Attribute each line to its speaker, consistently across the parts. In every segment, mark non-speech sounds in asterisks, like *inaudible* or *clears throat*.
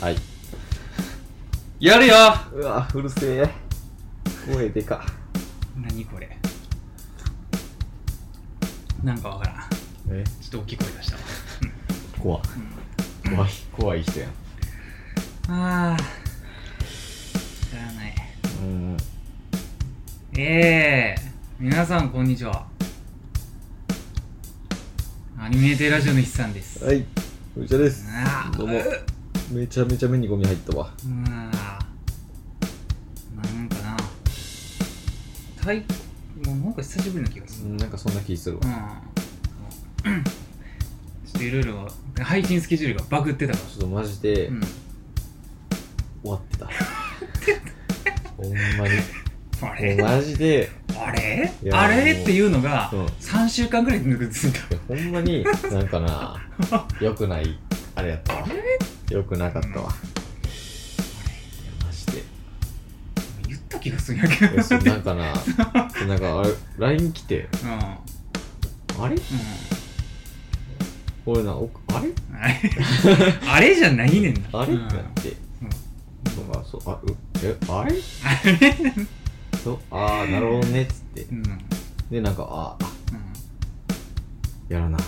Speaker 1: はい。
Speaker 2: やるよ
Speaker 3: うわ、うるせえ。声でか。
Speaker 2: 何これなんかわからん。ちょ
Speaker 1: え
Speaker 2: っと大きい声出したわ。
Speaker 1: 怖い。怖い。怖い人やん。
Speaker 2: ああ。しゃあない。
Speaker 1: うん。
Speaker 2: ええ皆さんこんにちは。アニメーテラジオの筆さんです。
Speaker 3: はい、藤田です。
Speaker 2: あー
Speaker 3: どうも。めちゃめちゃ目にゴミ入ったわ。
Speaker 2: うーんなんかなたいもうなんか久しぶりな気がす
Speaker 1: う
Speaker 2: る
Speaker 1: んなんかそんな気するわ
Speaker 2: うん、。ちょっといろいろ配信スケジュールがバグってたか
Speaker 1: ちょっとマジで
Speaker 2: ら、うん、
Speaker 1: 終わってた。ほんまに。
Speaker 2: あれ
Speaker 1: もうマジで、
Speaker 2: あれ
Speaker 1: いや
Speaker 2: あれっていうのが
Speaker 1: うん
Speaker 2: 3週間ぐらい続くんですんだ
Speaker 1: いやほんまに、なんかな、良くない、あれやったわ。良くなかったわ。いやマジで。
Speaker 2: 言った気がするんやけ
Speaker 1: い
Speaker 2: ど
Speaker 1: やそうなんかな、なんかあれ、LINE 来て、
Speaker 2: うんうん
Speaker 1: あれ俺な、おあれ
Speaker 2: あれあれじゃないねんな
Speaker 1: あれ
Speaker 2: う
Speaker 1: っ
Speaker 2: ん
Speaker 1: てなって。
Speaker 2: うん
Speaker 1: そうあ、そう、あ、う、え、あれ
Speaker 2: あれ
Speaker 1: そう、あー、なるほどね、っつって
Speaker 2: う。んうんうん
Speaker 1: で、なんか、ああ、やらな、つっ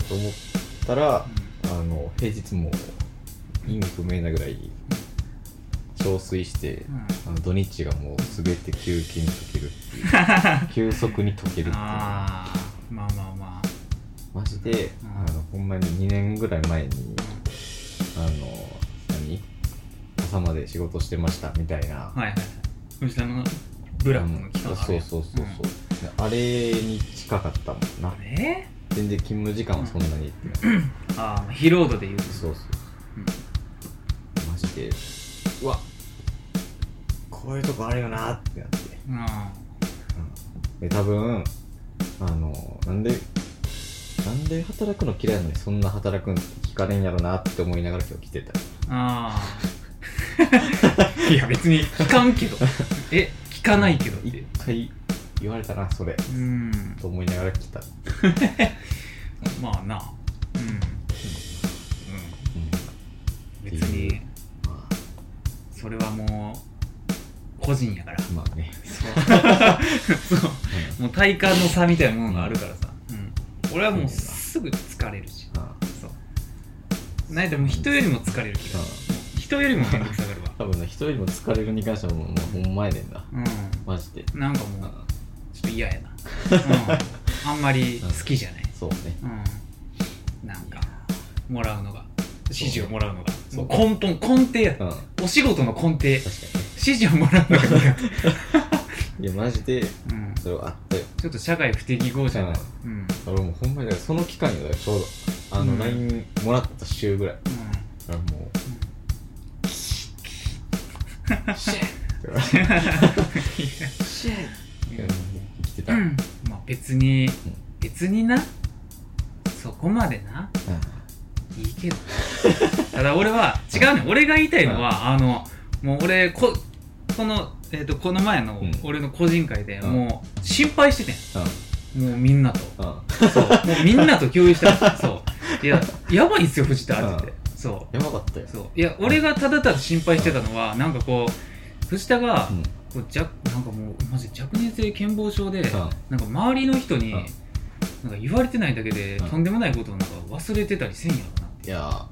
Speaker 1: て。と思ったら、あの、平日も、意味不明なぐらい、憔悴して、
Speaker 2: うん
Speaker 1: あの土日がもう全て休憩に溶けるっていう。急速に溶けるっていう。
Speaker 2: ああまあまあまあ
Speaker 1: マジで、
Speaker 2: うん
Speaker 1: あの、ほんまに2年ぐらい前に、あの、何朝まで仕事してました、みたいな。
Speaker 2: はいはいはい藤田のブラックの期間ある
Speaker 1: そう
Speaker 2: やん
Speaker 1: そうそうそう、あれに近かったもんな
Speaker 2: うんえ
Speaker 1: 全然勤務時間はそんなにいってない、
Speaker 2: ああまあ疲労度で言うと
Speaker 1: そうそう
Speaker 2: うん
Speaker 1: マジでうわこういうとこあるよなってなって、
Speaker 2: あ
Speaker 1: うん、で多分あのなんでなんで働くの嫌いなのにそんな働くんって聞かれんやろなって思いながら今日来てた
Speaker 2: あああ *laughs* いや別に聞かんけ *laughs* どえ聞かないけどって
Speaker 1: 一回言われたなそれ
Speaker 2: うん
Speaker 1: と思いながら来た、
Speaker 2: まあなうんうん
Speaker 1: うん
Speaker 2: 別に
Speaker 1: ま
Speaker 2: それはもう個人やから
Speaker 1: あ、まあね、
Speaker 2: そうそう
Speaker 1: うん
Speaker 2: もう体感の差みたいなものがあるからさ、うん、俺はもうすぐ疲れるし
Speaker 1: あ
Speaker 2: そうなんやったらもう人よりも疲れる気がする人よりもめんどくさがるわ
Speaker 1: 多分な人よりも疲れるに関してはもうもうほんまやねんな
Speaker 2: う
Speaker 1: マジで
Speaker 2: んなんかもう
Speaker 1: あ
Speaker 2: ちょっと嫌
Speaker 1: *laughs*
Speaker 2: やな、うん、あんまり好きじゃない
Speaker 1: そうね
Speaker 2: うんなんかもらうのが指示をもらうのが
Speaker 1: そう
Speaker 2: もう根本根底やっ
Speaker 1: う
Speaker 2: た
Speaker 1: ん確か
Speaker 2: お仕事の根底指
Speaker 1: にね
Speaker 2: 示をもらうのが苦手、
Speaker 1: いやマジで
Speaker 2: うん、
Speaker 1: それはあったよ
Speaker 2: ちょっと社会不適合じゃないうん、うん
Speaker 1: 俺もうほんまにだからその期間にだよちょうどあ
Speaker 2: う
Speaker 1: の
Speaker 2: ん
Speaker 1: LINE もらった週ぐらいだからもうシェ
Speaker 2: *laughs*
Speaker 1: ッ
Speaker 2: い
Speaker 1: いや
Speaker 2: や
Speaker 1: もう来てた
Speaker 2: う
Speaker 1: うん
Speaker 2: んまあ別に別になそこまでなうんいいけどただ俺は違うねん俺が言いたいのはあのもう俺ここの、えー、とこの前の
Speaker 1: うん
Speaker 2: 俺の個人会で
Speaker 1: うん
Speaker 2: もう心配しててんもうみ
Speaker 1: *laughs*
Speaker 2: んなと
Speaker 1: うんうん
Speaker 2: そうもうみんなと共有したそういややばいっすよ藤田って言ってそ
Speaker 1: やばかったよ
Speaker 2: うそういや俺がただただ心配してたのはなんかこう藤田が
Speaker 1: うん
Speaker 2: こう弱なんかもうマジ若年性健忘症で
Speaker 1: うん
Speaker 2: なんか周りの人に
Speaker 1: うん
Speaker 2: なんか言われてないだけで
Speaker 1: うん
Speaker 2: とんでもないことをなんか忘れてたりせんやろなっ
Speaker 1: い
Speaker 2: て
Speaker 1: や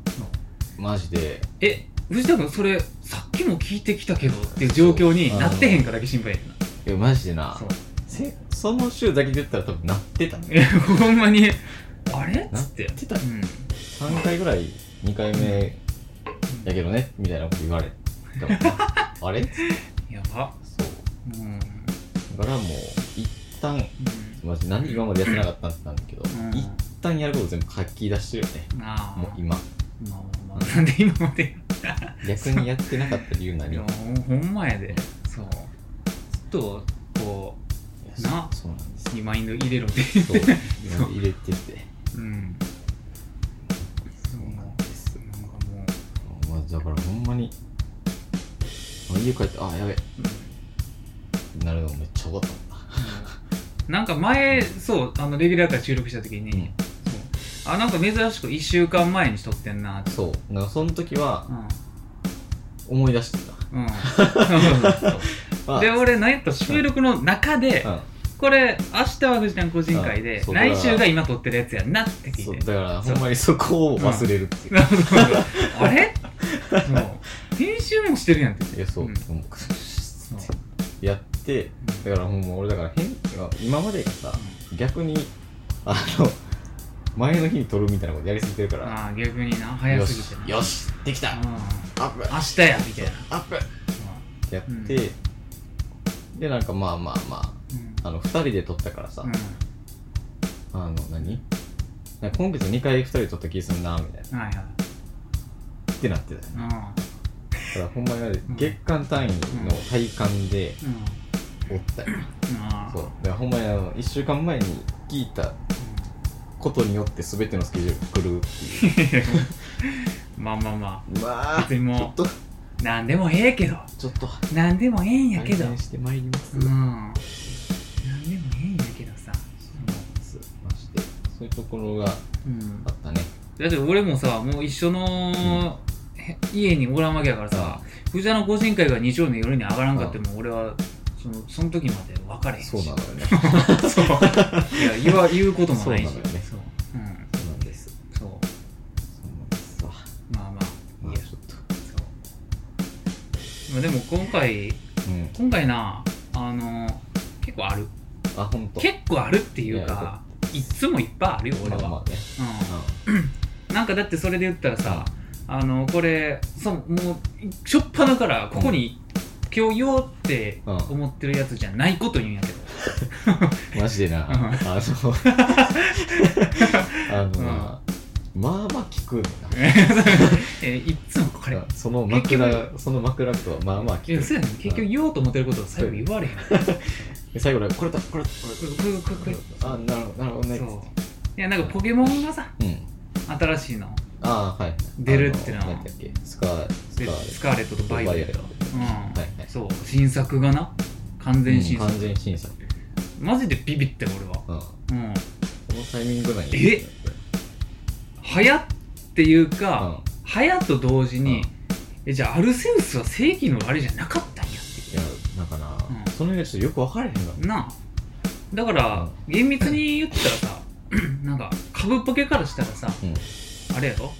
Speaker 1: マジで
Speaker 2: え藤田君それさっきも聞いてきたけどっていう状況に
Speaker 1: そう
Speaker 2: なってへんかだけ心配やんない
Speaker 1: やマジでな
Speaker 2: そう
Speaker 1: せその週だけで言ったら多分なってた
Speaker 2: えほんまにあれっつって
Speaker 1: なってた
Speaker 2: うん
Speaker 1: 3回ぐらい2回目やけどねみたいなこと言わ *laughs* れたもんなあれ
Speaker 2: やば
Speaker 1: そう
Speaker 2: うんうん
Speaker 1: だからもう一旦マジ何今までやってなかったんってなんだけど、
Speaker 2: うん
Speaker 1: 一旦やること全部書き出してるよね
Speaker 2: なあ
Speaker 1: もう今
Speaker 2: まあまあまあなんで今まで
Speaker 1: 逆にやってなかった理由何
Speaker 2: いやほんほんまやでそうちょっとこ
Speaker 1: いや
Speaker 2: な
Speaker 1: そうそうなんです
Speaker 2: うリマインド入れろって
Speaker 1: *laughs* そう
Speaker 2: そう
Speaker 1: 入れてて
Speaker 2: *laughs* うんそ
Speaker 1: そ
Speaker 2: う
Speaker 1: うな
Speaker 2: な
Speaker 1: んんで
Speaker 2: か
Speaker 1: す
Speaker 2: もう
Speaker 1: まあだからほんまにあ家帰ってあやべなるのめっちゃ多かったもんな
Speaker 2: なんか前そうあのレギュラーから収録した時に、
Speaker 1: うん
Speaker 2: そうあなんか珍しく1週間前にしとってんなって
Speaker 1: そうだからその時は
Speaker 2: うん
Speaker 1: 思い出してた
Speaker 2: うん *laughs*
Speaker 1: *laughs* まあ
Speaker 2: で俺何やったら収録の中で
Speaker 1: うん
Speaker 2: これ明日は藤ちゃん個人会で
Speaker 1: あそうだ
Speaker 2: 来週が今撮ってるやつやんなって
Speaker 1: そ
Speaker 2: 聞
Speaker 1: う
Speaker 2: いて
Speaker 1: だからほんまにそこを忘れるっていう、
Speaker 2: *laughs*
Speaker 1: *laughs*
Speaker 2: あれそう編集もしてるやんって
Speaker 1: いやそう、
Speaker 2: うん
Speaker 1: もうクスクスってやって
Speaker 2: う
Speaker 1: だからほんま俺だから変あ今までがさ逆にあの前の日に撮るみたいなことやりすぎてるから
Speaker 2: ああ逆に
Speaker 1: よ
Speaker 2: な早
Speaker 1: し
Speaker 2: すぎてな
Speaker 1: よしできた
Speaker 2: うん
Speaker 1: アップ
Speaker 2: 明日やみたいな
Speaker 1: アップってやって、でなんかまあまあま
Speaker 2: うん
Speaker 1: ああの2人で撮ったからさ、
Speaker 2: うん
Speaker 1: あの何なんか今月2回2人で撮った気すんなみたいな
Speaker 2: はいはい
Speaker 1: ってなってたよ
Speaker 2: う
Speaker 1: ね
Speaker 2: ん
Speaker 1: だからほんまにあれ
Speaker 2: ん
Speaker 1: 月間単位の体感で
Speaker 2: うん
Speaker 1: おったよ、
Speaker 2: ああ
Speaker 1: そうだからほんまにあの1週間前に聞いたことによって全てのスケジュールが狂うっていう
Speaker 2: うん *laughs* まあまあま
Speaker 1: ま
Speaker 2: あ別に
Speaker 1: ちょっ
Speaker 2: も
Speaker 1: と
Speaker 2: う何でもええけど
Speaker 1: ちょっと
Speaker 2: 何でもええんやけど
Speaker 1: 改善してまいります、
Speaker 2: うん何でもええんやけどさ
Speaker 1: ましてそういうところが
Speaker 2: うん
Speaker 1: あったね
Speaker 2: だって俺もさもう一緒の、へ家におらんわけやからさ藤田の個人会が日曜の夜に上がらんかっても俺はそのその時まで分かれへんし
Speaker 1: そうなのよね
Speaker 2: そう *laughs* いや言わ言うこともないし
Speaker 1: そうなのよね
Speaker 2: そ
Speaker 1: そ
Speaker 2: う,、
Speaker 1: うなんです
Speaker 2: ん、そう
Speaker 1: そうなんですわ
Speaker 2: まあまあいいや
Speaker 1: ちょっと
Speaker 2: まあでも今回
Speaker 1: うん
Speaker 2: 今回なあの結構ある
Speaker 1: あ本当。
Speaker 2: 結構あるっていう
Speaker 1: いやよ
Speaker 2: か
Speaker 1: か
Speaker 2: いっつもいっぱいあるよ俺は、
Speaker 1: まあまあね
Speaker 2: うん、なんかだってそれで言ったらさあのこれそうもうしょっぱなからここに、今日言おうって
Speaker 1: うん
Speaker 2: 思ってるやつじゃないこと言うんや
Speaker 1: *laughs*
Speaker 2: けど、
Speaker 1: うんマジでなあ
Speaker 2: うん
Speaker 1: の
Speaker 2: *laughs*
Speaker 1: あのなまあまあ聞くんだ
Speaker 2: えいっつもこれ
Speaker 1: なその枕その枕とはまあまあ
Speaker 2: い
Speaker 1: 聞
Speaker 2: やそうやねん結局
Speaker 1: く
Speaker 2: 言おうと思ってることを最後言われへんこれこ
Speaker 1: で最後だこれだこれだ
Speaker 2: れこ
Speaker 1: こ
Speaker 2: れ
Speaker 1: れ
Speaker 2: こ
Speaker 1: だあなるほどなるほど
Speaker 2: れ
Speaker 1: ね
Speaker 2: そういやなんかポケモンがさ
Speaker 1: うん
Speaker 2: 新しいの
Speaker 1: ああはい
Speaker 2: 出るってのは
Speaker 1: あ何だっけスカース
Speaker 2: で
Speaker 1: カ
Speaker 2: ス
Speaker 1: ー
Speaker 2: カーレットとバイオレット
Speaker 1: バイ
Speaker 2: うん、
Speaker 1: レはいはい
Speaker 2: そう新作がな完全新
Speaker 1: うん
Speaker 2: 作、
Speaker 1: 完全審査
Speaker 2: マジでビビって俺は
Speaker 1: うん
Speaker 2: うん
Speaker 1: このタイミング内に
Speaker 2: え流行っていう
Speaker 1: う
Speaker 2: か、
Speaker 1: ん
Speaker 2: 流行と同時
Speaker 1: う
Speaker 2: に、
Speaker 1: ん
Speaker 2: えじゃあアルセウスは正規のあれじゃなかったんやっ
Speaker 1: いやなんかな
Speaker 2: うん
Speaker 1: その辺がちょっとよく分からへんの
Speaker 2: てなあだから、厳密に言ったらさ *clears throat* なんか株ポケからしたらさ
Speaker 1: うん
Speaker 2: あれやろ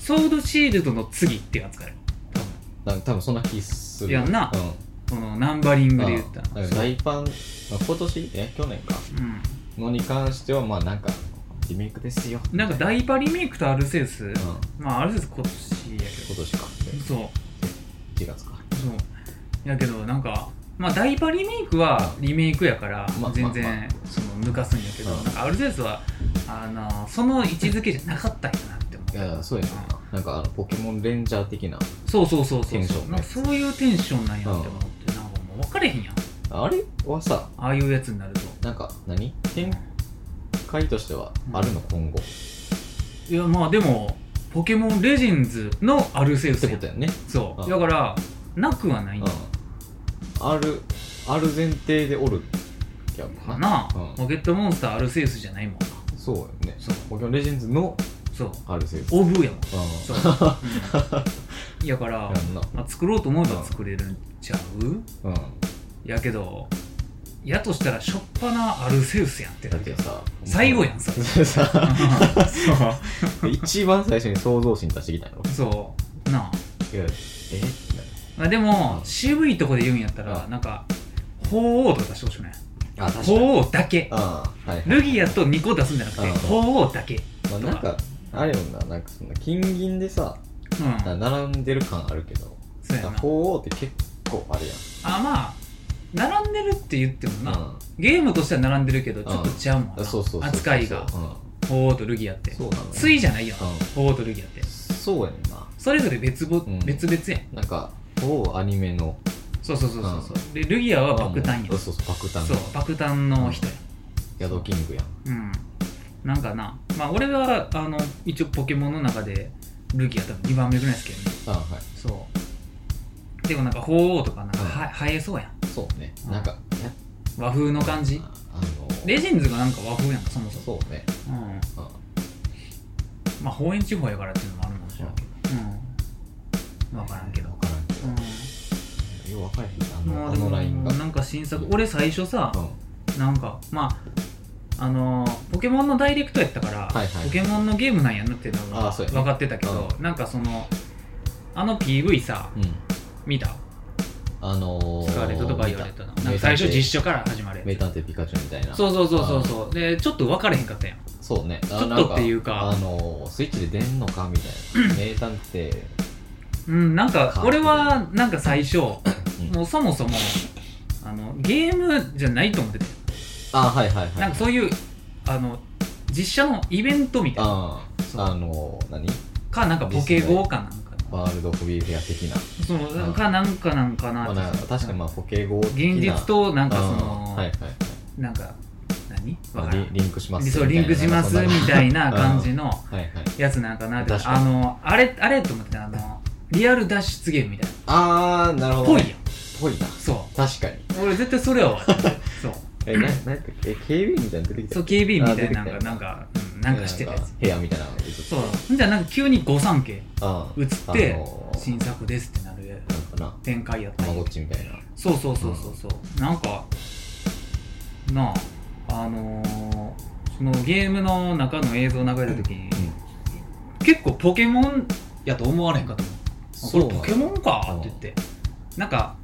Speaker 2: ソードシールドの次ってやつかよ
Speaker 1: なんか多分そんな気する
Speaker 2: いやんな
Speaker 1: うん
Speaker 2: このナンバリングで言ったら
Speaker 1: うんだから
Speaker 2: そう
Speaker 1: 大パンまあ今年え去年か
Speaker 2: うん
Speaker 1: のに関してはまあなんかリメイクですよ
Speaker 2: なんかダイパリメイクとアルセウス、
Speaker 1: うん
Speaker 2: まあアルセウス今年や
Speaker 1: 今年か
Speaker 2: けどそう
Speaker 1: 1月か
Speaker 2: そうやけどなんかまあダイパリメイクはリメイクやから
Speaker 1: まあ
Speaker 2: 全
Speaker 1: まあま
Speaker 2: 然その抜かすんやけど
Speaker 1: うん
Speaker 2: なんかアルゼウスはあのその位置づけじゃなかったんやなって思
Speaker 1: いや
Speaker 2: う
Speaker 1: そうやねんななんかあのポケモンレンジャー的な
Speaker 2: そうそうそうそ
Speaker 1: テ
Speaker 2: う
Speaker 1: ンション
Speaker 2: なんかそういうテンションなんやって思ってなんかもう分かれへんやん
Speaker 1: あれはさ
Speaker 2: ああいうやつになると
Speaker 1: なんか何展開としてはあるの今後っ
Speaker 2: いやまあでもポケモンレジェンズのアルセウス
Speaker 1: て
Speaker 2: や
Speaker 1: ことやんね
Speaker 2: そううんだからなくはないん
Speaker 1: う
Speaker 2: や
Speaker 1: んあるある前提でおるやん
Speaker 2: かな
Speaker 1: うん
Speaker 2: ポケットモンスターアルセウスじゃないもんな
Speaker 1: そうやね
Speaker 2: そう
Speaker 1: ポケモンレジェンズの
Speaker 2: そう
Speaker 1: あるせい
Speaker 2: オブやもんそう
Speaker 1: *laughs*
Speaker 2: う、うん、やから
Speaker 1: んやんな
Speaker 2: まあ、作ろうと思えば作れるんちゃう
Speaker 1: うん
Speaker 2: やけどやとしたらしょっぱなアルセウスやんって
Speaker 1: だ
Speaker 2: だ
Speaker 1: っ
Speaker 2: け
Speaker 1: て
Speaker 2: ど
Speaker 1: さ
Speaker 2: 最後やんそ
Speaker 1: れ *laughs* さ
Speaker 2: そ
Speaker 1: 一番最初に創造心出してきたよ。
Speaker 2: う *laughs* そうなあ
Speaker 1: いや、え
Speaker 2: まあでも渋いとこで言うんやったら
Speaker 1: う
Speaker 2: なんか鳳凰とか出してほしくない
Speaker 1: あ、確かに。
Speaker 2: 鳳凰だけ
Speaker 1: ああ、はい。
Speaker 2: ルギアと2個出すんじゃなくて
Speaker 1: うん
Speaker 2: 鳳凰だけ
Speaker 1: まあ、なんか、あれよな、なんかそんな、金銀でさ、
Speaker 2: うん
Speaker 1: な並んでる感あるけど、
Speaker 2: そうや
Speaker 1: な
Speaker 2: なん
Speaker 1: か鳳凰って結構あるやん。
Speaker 2: あまあ並んでるって言ってもな、
Speaker 1: うん
Speaker 2: ゲームとしては並んでるけどちょっと違うもんな、
Speaker 1: あそうそうそうそう。
Speaker 2: 扱いが
Speaker 1: う
Speaker 2: 鳳凰とルギアって
Speaker 1: ん。そうなのよ。
Speaker 2: 水じゃないよな
Speaker 1: うん
Speaker 2: 鳳凰とルギアって
Speaker 1: そうやんな。
Speaker 2: それぞれ別ぼ、
Speaker 1: うん
Speaker 2: 別々やん
Speaker 1: なんか、鳳凰アニメの。
Speaker 2: そうそうそうそう、うでルギアは爆誕や
Speaker 1: うんそうそう、爆誕。
Speaker 2: そう爆誕の人や
Speaker 1: ヤドキングやん。
Speaker 2: うんなんかなまあ俺はあの一応ポケモンの中でルギア多分2番目ぐらいですけどね
Speaker 1: あはい。
Speaker 2: そうでもなんか鳳凰とかなんか
Speaker 1: うん
Speaker 2: は生えそうやん
Speaker 1: そうね。なんか、やっ
Speaker 2: 和風の感じ
Speaker 1: ああの、
Speaker 2: レジェンズがなんか和風やんかそもそも
Speaker 1: そうね。
Speaker 2: うん
Speaker 1: うん
Speaker 2: まあ方言地方やからっていうのもあるのでしょうけどうん分からんけど
Speaker 1: 分からんけど、よう分からへん
Speaker 2: うん
Speaker 1: なあの
Speaker 2: まあ
Speaker 1: あ
Speaker 2: でも
Speaker 1: のラインが、うん、
Speaker 2: なんか新作俺最初さなんかまああのーポケモンのダイレクトやったから、
Speaker 1: はいはい
Speaker 2: ポケモンのゲームなんやなっていうの
Speaker 1: あー
Speaker 2: は
Speaker 1: そうや
Speaker 2: 分
Speaker 1: ね
Speaker 2: かってたけど、なんかそのあの PV さ
Speaker 1: うん、
Speaker 2: 見た
Speaker 1: あのー、
Speaker 2: スカーレットとバイオレットの
Speaker 1: 見た
Speaker 2: なんか最初
Speaker 1: 名探偵
Speaker 2: 実写から始まる
Speaker 1: 名
Speaker 2: やつ
Speaker 1: 探偵ピカチュウみたいな
Speaker 2: そうそうそうそうそうでちょっと分からへんかったやん
Speaker 1: そうねち
Speaker 2: ちょっとっていうか
Speaker 1: あのー、スイッチで出んのかみたい
Speaker 2: *clears throat*
Speaker 1: な名探偵
Speaker 2: うんなんか
Speaker 1: か
Speaker 2: 俺はなんか最初
Speaker 1: ん
Speaker 2: もうそもそもあのゲームじゃないと思ってて
Speaker 1: あはいはいはい
Speaker 2: なんかそういうあの実写のイベントみたいな
Speaker 1: あーあのー、何
Speaker 2: かなんかポケゴーかなんか
Speaker 1: ワールドホビーフェア的な
Speaker 2: そのかなんかなんかな
Speaker 1: まあ、
Speaker 2: っ
Speaker 1: なん
Speaker 2: て
Speaker 1: か確かにまあポケゴ的
Speaker 2: 現
Speaker 1: な
Speaker 2: 実となんかそ
Speaker 1: うん
Speaker 2: の
Speaker 1: はいはいはい
Speaker 2: なんか何
Speaker 1: ま
Speaker 2: わ
Speaker 1: あ
Speaker 2: から
Speaker 1: リ
Speaker 2: ん
Speaker 1: リンクします
Speaker 2: そうリンクしますみたいな感じ
Speaker 1: の
Speaker 2: の
Speaker 1: はいはい
Speaker 2: やつなんかなって
Speaker 1: 確か
Speaker 2: あ
Speaker 1: に
Speaker 2: のあれあれと思ってたあのリアル脱出ゲームみたい
Speaker 1: あーなる
Speaker 2: な
Speaker 1: ほど
Speaker 2: ぽい
Speaker 1: ね
Speaker 2: やん
Speaker 1: ぽいな
Speaker 2: そ
Speaker 1: 確かに
Speaker 2: う俺絶対それやわ
Speaker 1: *laughs*
Speaker 2: そう
Speaker 1: え
Speaker 2: *clears throat*
Speaker 1: ななんかえ警備員みたいなの出てきた
Speaker 2: そう警備員みたいな
Speaker 1: あ
Speaker 2: な
Speaker 1: 出
Speaker 2: んか
Speaker 1: てきた
Speaker 2: なんかうんなんかしてたやつ
Speaker 1: 部屋みたいなの映って
Speaker 2: そうほんじゃなんか急に御三家
Speaker 1: あ
Speaker 2: 映って
Speaker 1: あのー
Speaker 2: 新作ですってなるや
Speaker 1: ーなんかな
Speaker 2: 展開やっ
Speaker 1: た
Speaker 2: たん
Speaker 1: ま
Speaker 2: や
Speaker 1: ごっちみたいな
Speaker 2: そうそうそうそうそう、なんかなああのーそのゲームの中の映像流れる時に、
Speaker 1: う
Speaker 2: 結構ポケモンやと思われへんかと思うあこれポケ
Speaker 1: ン
Speaker 2: モンかって言ってなんか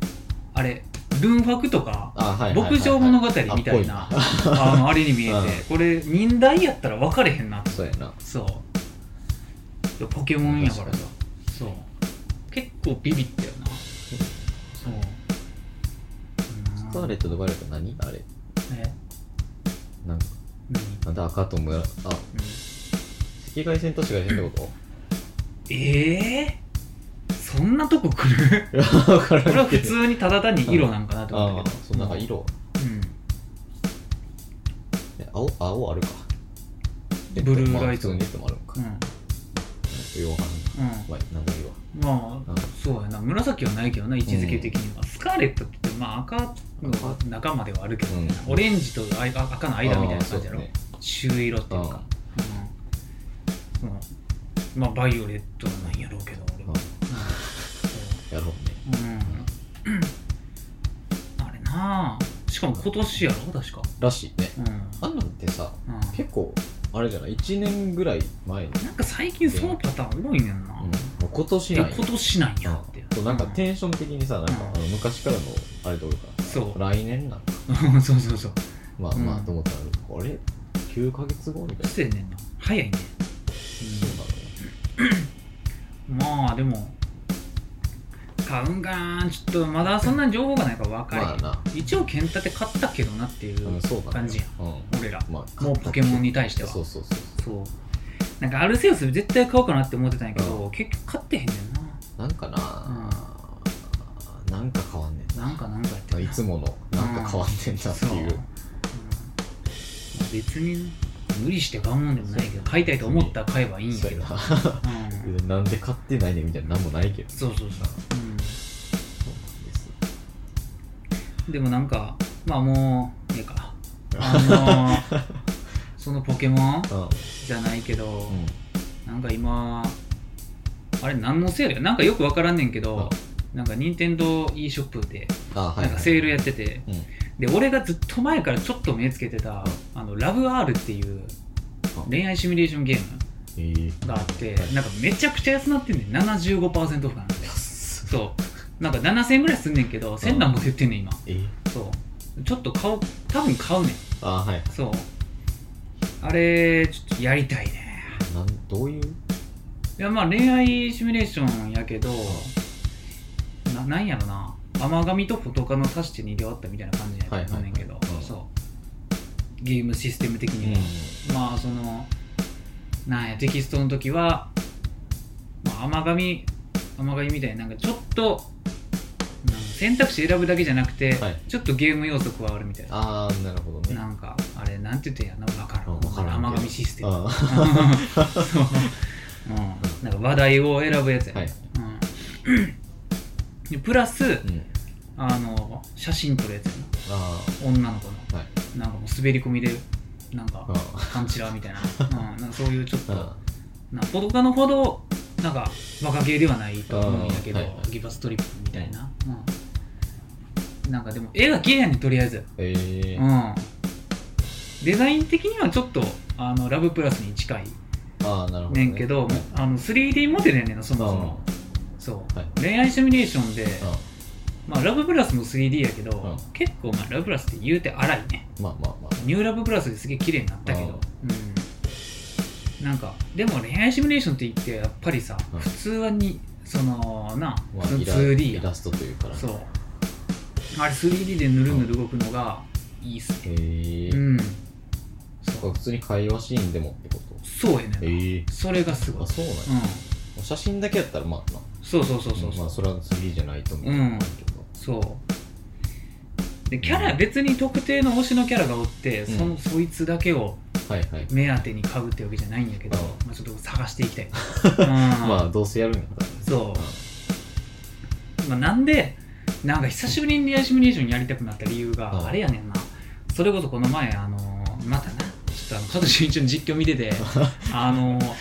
Speaker 2: あれルンファクとか
Speaker 1: あはいはいはい
Speaker 2: 牧場物語みたい
Speaker 1: あ
Speaker 2: な
Speaker 1: ぽい
Speaker 2: あのあれに見え
Speaker 1: *laughs*
Speaker 2: て、
Speaker 1: うん
Speaker 2: これ忍耐やったら分かれへんなって
Speaker 1: そうやな
Speaker 2: そういやポケモンやから
Speaker 1: 確
Speaker 2: さ
Speaker 1: か
Speaker 2: そう結構ビビったよなそう
Speaker 1: にスカーレットとバレット何あれ
Speaker 2: うんえ
Speaker 1: なんか
Speaker 2: 何
Speaker 1: なんだ赤と村あ赤外線と紫外線ってこ
Speaker 2: ええそんなとこ来
Speaker 1: *laughs*
Speaker 2: る
Speaker 1: といや分からんけ
Speaker 2: 俺
Speaker 1: ど
Speaker 2: は普通にただ単に色なんかなと思
Speaker 1: ああ
Speaker 2: ったけど
Speaker 1: そのなんか色
Speaker 2: うん
Speaker 1: え青青あるか
Speaker 2: ブルーライト
Speaker 1: まあ普通にレッドもあるのか
Speaker 2: う
Speaker 1: なんんかようわから
Speaker 2: うん
Speaker 1: んないまあなんかいいわ
Speaker 2: まあ
Speaker 1: うん
Speaker 2: そうやな紫はないけどな位置づけ的には、スカーレットってまあ赤の仲間ではあるけどね、
Speaker 1: うん
Speaker 2: オレンジとあいあ赤の間みたいな感じやろ、
Speaker 1: あー
Speaker 2: 朱色って
Speaker 1: そ
Speaker 2: いうう
Speaker 1: です
Speaker 2: か
Speaker 1: ね
Speaker 2: うんうんまあバイオレットなんやろうけど俺
Speaker 1: うん、
Speaker 2: は
Speaker 1: やろうね
Speaker 2: うんうんあれなあしかも今年やろ確か、
Speaker 1: らしいね
Speaker 2: うん
Speaker 1: あんなんってさ
Speaker 2: うん、
Speaker 1: 結構あれじゃない1年ぐらい前に、
Speaker 2: なんか最近そのパターン多いねんな、
Speaker 1: もう今年
Speaker 2: え
Speaker 1: なんや
Speaker 2: 今年なんやって
Speaker 1: うんそうなんか
Speaker 2: うん
Speaker 1: テンション的にさなんか、
Speaker 2: うん
Speaker 1: あの昔からのあれとおるから
Speaker 2: そう *laughs*
Speaker 1: 来年なんか
Speaker 2: そうそうそう
Speaker 1: まあまあ
Speaker 2: うん
Speaker 1: と思ったら、あれ9ヶ月後みたいな
Speaker 2: せえねんな早いね
Speaker 1: そうなのよ
Speaker 2: まあでも買うんかなちょっとまだそんな情報がないから分かれへん、
Speaker 1: まあな
Speaker 2: 一応ケンタって買ったけどなっていう
Speaker 1: うんそうだね
Speaker 2: 感じやん、
Speaker 1: うん
Speaker 2: 俺ら
Speaker 1: まあ
Speaker 2: もうポケモンに対しては
Speaker 1: そうそうそう
Speaker 2: そうなんかアルセウス絶対買おうかなって思ってたんやけど、結局買ってへんねん
Speaker 1: な
Speaker 2: な
Speaker 1: んかな、なんか変わんねんな
Speaker 2: なんかなんかやって
Speaker 1: いつものなんか変わんねんなって
Speaker 2: そう、
Speaker 1: い
Speaker 2: うん
Speaker 1: う
Speaker 2: まあ別に無理して買うもんでもないけど買いたいと思ったら買えばいいんや
Speaker 1: そう
Speaker 2: け
Speaker 1: や
Speaker 2: ど、
Speaker 1: な
Speaker 2: う
Speaker 1: *laughs*
Speaker 2: ん
Speaker 1: なんで買ってないねんみたいななんもないけど
Speaker 2: そうそうそう、うん
Speaker 1: そうなんです
Speaker 2: でもなんかまあもうええかあ
Speaker 1: *laughs*
Speaker 2: のーそのポケモンじゃないけど、
Speaker 1: うん、うん
Speaker 2: なんか今あれ何のセールやなんかよく分からんねんけど、なんか任天堂 e ショップで
Speaker 1: あはいはい
Speaker 2: なんかセールやってて、
Speaker 1: うん
Speaker 2: で俺がずっと前からちょっと目つけてた「あのラブ r っていう恋愛シミュレーションゲーム
Speaker 1: えー
Speaker 2: があって、
Speaker 1: はい
Speaker 2: なんかめちゃくちゃ安なってんねん75%オフなんでそうなんか7000円ぐらいすんねんけど1000何も言ってんねん今
Speaker 1: えー
Speaker 2: そうちょっと買おう多分買うねん
Speaker 1: あはい
Speaker 2: そうあれちょっとやりたいね
Speaker 1: なんどういう
Speaker 2: いやまあ恋愛シミュレーションやけどななんやろな甘神と仏の足して逃げ終わったみたいな感じやと思うねんけど、
Speaker 1: はいはいはいうん
Speaker 2: そうゲームシステム的には、
Speaker 1: う
Speaker 2: まあそのなんやテキストの時は、まあ、甘神甘神みたいになんかちょっとなんか選択肢選ぶだけじゃなくて、
Speaker 1: はい
Speaker 2: ちょっとゲーム要素加わるみたいな
Speaker 1: ああなるほどね
Speaker 2: なんかあれなんて言ってんやな分からん
Speaker 1: うん分からん
Speaker 2: 甘神システム
Speaker 1: あー
Speaker 2: *laughs* そう、うん、なんか話題を選ぶやつやね、
Speaker 1: はい
Speaker 2: うん、でプラス
Speaker 1: うん
Speaker 2: あの写真撮るやつや
Speaker 1: *laughs* あ
Speaker 2: な女の子の
Speaker 1: あはい
Speaker 2: なんかもう滑り込みでなんか
Speaker 1: あ
Speaker 2: パンチラみたいな,、うん、なんかそういうちょっと
Speaker 1: あ
Speaker 2: なほどかのほどなんか若芸ではないと思うんだけど、
Speaker 1: あーはいはい
Speaker 2: ギバストリップみたいな、うん、なんかでも絵が綺麗やねんとりあえず、
Speaker 1: えー
Speaker 2: うん、デザイン的にはちょっとあのラブプラスに近い
Speaker 1: ああなるほど、
Speaker 2: ねんけ
Speaker 1: は
Speaker 2: ど、
Speaker 1: い
Speaker 2: あの 3D モデルやねんなそもそもそう、
Speaker 1: はい
Speaker 2: 恋愛シミュレーションで、
Speaker 1: ああ
Speaker 2: まあ、ラブプラスも 3D やけど、
Speaker 1: うん
Speaker 2: 結構、まあ、ラブプラスって言うて荒いね
Speaker 1: まあまあまあ
Speaker 2: ニューラブプラスですげえ綺麗になったけど、
Speaker 1: あ
Speaker 2: うん、なんかでも恋愛シミュレーションって言ってやっぱりさ、
Speaker 1: うん
Speaker 2: 普通はにそのな
Speaker 1: まあ
Speaker 2: 普通の
Speaker 1: イラ
Speaker 2: 2D や
Speaker 1: イ
Speaker 2: ん
Speaker 1: ラストというからね
Speaker 2: そうあれ 3D でぬるぬる動くのがいいっす
Speaker 1: へ
Speaker 2: ね
Speaker 1: え
Speaker 2: う
Speaker 1: ー
Speaker 2: ん
Speaker 1: なんか普通に会話シーンでもってこと
Speaker 2: そうやねんな、
Speaker 1: ええ
Speaker 2: それがすご
Speaker 1: あ
Speaker 2: い、うん、
Speaker 1: そうなんや、もう写真だけやったらまあまあ
Speaker 2: そうそうそうそうそう、
Speaker 1: まあそれは 3D じゃないと思うけど、
Speaker 2: うんそうでキャラ別に特定の推しのキャラがおって、
Speaker 1: うん
Speaker 2: そのそいつだけを
Speaker 1: はいはい、
Speaker 2: 目当てに買うってわけじゃないんやけど、
Speaker 1: うん
Speaker 2: まあ、ちょっと探して
Speaker 1: *laughs*
Speaker 2: いきたい、うん
Speaker 1: まあどうせやるんやったらね
Speaker 2: そうまあ、なんでなんか久しぶりにリアシミュレーションやりたくなった理由
Speaker 1: う
Speaker 2: が
Speaker 1: ん
Speaker 2: あれやねんなそれこそこの前あのーまたなちょっとあの加藤純一の実況見
Speaker 1: *laughs*
Speaker 2: ててあのー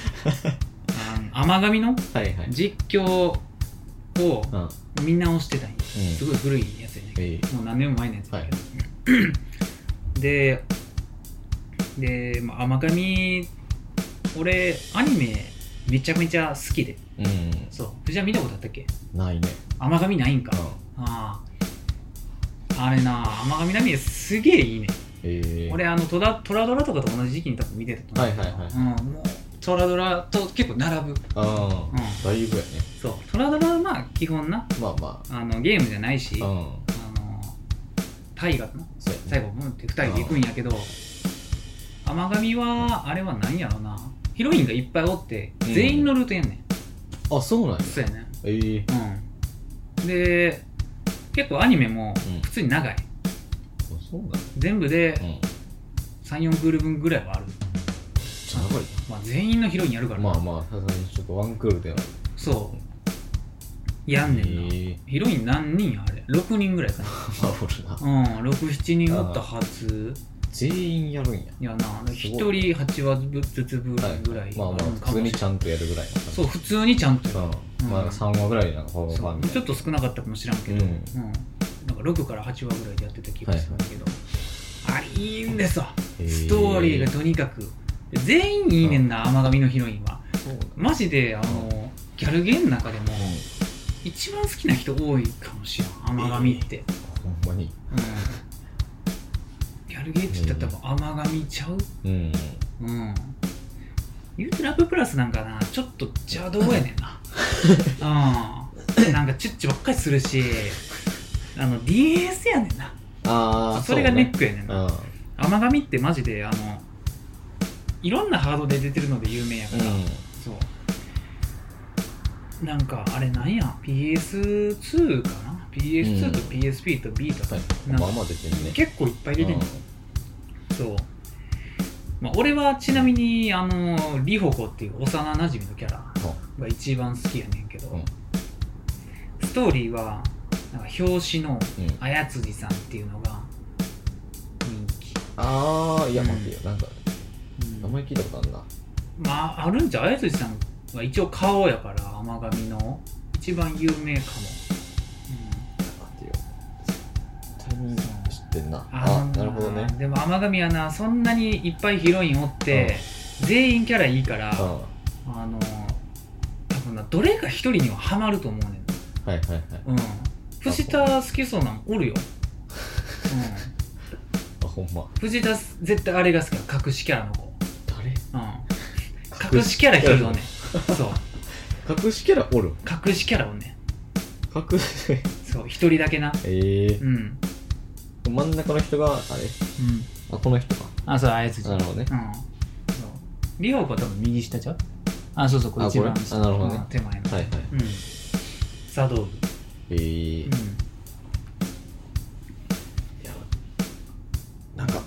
Speaker 2: あの甘神の
Speaker 1: はいはい
Speaker 2: 実況を
Speaker 1: うんうん
Speaker 2: 見直してたんや
Speaker 1: え
Speaker 2: すごい古いやつやねんけ
Speaker 1: え
Speaker 2: どもう何年も前のやつやねんけどでで、まあ、甘神俺アニメめちゃめちゃ好きで
Speaker 1: うん
Speaker 2: そう藤原見たことあったっけ
Speaker 1: ないね
Speaker 2: 甘神ないんか、あああれな甘神涙すげえいいね
Speaker 1: ええ
Speaker 2: 俺あのトラトラドラとかと同じ時期に多分見てたと思うけ
Speaker 1: は
Speaker 2: ど、
Speaker 1: いはいはい
Speaker 2: うん、もうトラドラと結構並ぶ
Speaker 1: ああ、
Speaker 2: うん
Speaker 1: だいぶやね
Speaker 2: そうトラドラはまあ基本な
Speaker 1: まあま
Speaker 2: あのゲームじゃないし、
Speaker 1: あ
Speaker 2: あ
Speaker 1: う
Speaker 2: の
Speaker 1: ん
Speaker 2: 大河の
Speaker 1: そうやね
Speaker 2: 最後ブンって2人で行くんやけど甘神はあれは何やろなヒロインがいっぱいおって
Speaker 1: うん
Speaker 2: 全員のルートやんねん、
Speaker 1: あそうなんや
Speaker 2: そうやね
Speaker 1: ええ
Speaker 2: うんで結構アニメも
Speaker 1: うん
Speaker 2: 普通に長
Speaker 1: あ
Speaker 2: い、
Speaker 1: そうなんや
Speaker 2: 全部で
Speaker 1: うん
Speaker 2: 34クール分ぐらいはある、
Speaker 1: じゃあやばい
Speaker 2: まあ、全員のヒロインやるから
Speaker 1: な
Speaker 2: な、
Speaker 1: まあまあさすがにちょっとワンクールでは
Speaker 2: そうやんねんな、
Speaker 1: ええ
Speaker 2: ヒロイン何人あれ6人ぐらいか
Speaker 1: まあおるな
Speaker 2: なうん67人おったはず
Speaker 1: 全員やるんや
Speaker 2: いやな
Speaker 1: す
Speaker 2: 1
Speaker 1: ごい
Speaker 2: 人8話ずつ分ぐらいある
Speaker 1: まあまあ
Speaker 2: か
Speaker 1: 普
Speaker 2: も
Speaker 1: 通
Speaker 2: しれ
Speaker 1: に
Speaker 2: ない
Speaker 1: ちゃんとやるぐらいの感じ
Speaker 2: そう普通にちゃんとやる
Speaker 1: うん
Speaker 2: うん
Speaker 1: まあ3話ぐらいなのほぼ
Speaker 2: そ
Speaker 1: まあ
Speaker 2: う
Speaker 1: みたいな
Speaker 2: ちょっと少なかったかもしらんけ
Speaker 1: う
Speaker 2: ど、
Speaker 1: ん
Speaker 2: うん、なんか6から8話ぐらいでやってた気がするんだけど、あれいいんですわ
Speaker 1: へー
Speaker 2: ストーリーがとにかく全員いいねんな甘神のヒロインは
Speaker 1: そう
Speaker 2: マジであのギャルゲーの中でも一番好きな人多いかもしれん甘神って、
Speaker 1: ほんまに
Speaker 2: うん、ギャルゲーって言ったら多分甘神ちゃう
Speaker 1: うん
Speaker 2: うん言うてラブプラスなんかなちょっと邪道やねんな
Speaker 1: *laughs*
Speaker 2: うんなんかチュッチばっかりするしあの DS やねんな
Speaker 1: あ
Speaker 2: そ
Speaker 1: あ
Speaker 2: れがネックやねん
Speaker 1: う
Speaker 2: な、
Speaker 1: ん
Speaker 2: 甘神ってマジであのいろんなハードで出てるので有名やから、
Speaker 1: うん
Speaker 2: そうなんかあれなんや PS2 かな PS2 と
Speaker 1: うん
Speaker 2: PSP とビータと、
Speaker 1: はい
Speaker 2: なんか
Speaker 1: まあまあ出てるね
Speaker 2: 結構いっぱい出てんの、
Speaker 1: うん
Speaker 2: そう、まあ、俺はちなみにあのリホコっていう幼なじみのキャラが一番好きやねんけど、
Speaker 1: うん
Speaker 2: ストーリーはなんか表紙の
Speaker 1: うん
Speaker 2: あやつじさんっていうのが人気、
Speaker 1: ああいや
Speaker 2: うん
Speaker 1: 待てよなんか
Speaker 2: うん
Speaker 1: 名前聞いたことあるな
Speaker 2: まああるんじゃうあやつじさんは一応顔やから甘神の一番有名かも、
Speaker 1: 待てよ絶対に知ってんな
Speaker 2: うん
Speaker 1: あ
Speaker 2: のー
Speaker 1: なるほどね
Speaker 2: でも甘神はなそんなにいっぱいヒロインおって、全員キャラいいから、
Speaker 1: うんは
Speaker 2: あの多分などれか一人にはハマると思うねん
Speaker 1: いはいはい
Speaker 2: うん藤田好きそうなんおるよ、
Speaker 1: あほんま
Speaker 2: うん、藤田絶対あれが好きな隠しキャラの子、
Speaker 1: 誰
Speaker 2: うん、隠しキャラ一人おんねんそう
Speaker 1: 隠しキャラおる
Speaker 2: 隠しキャラおんね
Speaker 1: 隠 *laughs* し
Speaker 2: んそう一人だけな
Speaker 1: ええ
Speaker 2: うん、
Speaker 1: 真ん中の人があれあこの人か
Speaker 2: あそうあやつじゃ
Speaker 1: なんるほどね
Speaker 2: うんそうリホコ多分右下ちゃうあそうそうこれ
Speaker 1: あ
Speaker 2: 一番
Speaker 1: これあなるほどね
Speaker 2: うん手前の、
Speaker 1: はいはい
Speaker 2: うん茶道具
Speaker 1: ええ
Speaker 2: う
Speaker 1: いやなんか
Speaker 2: ん、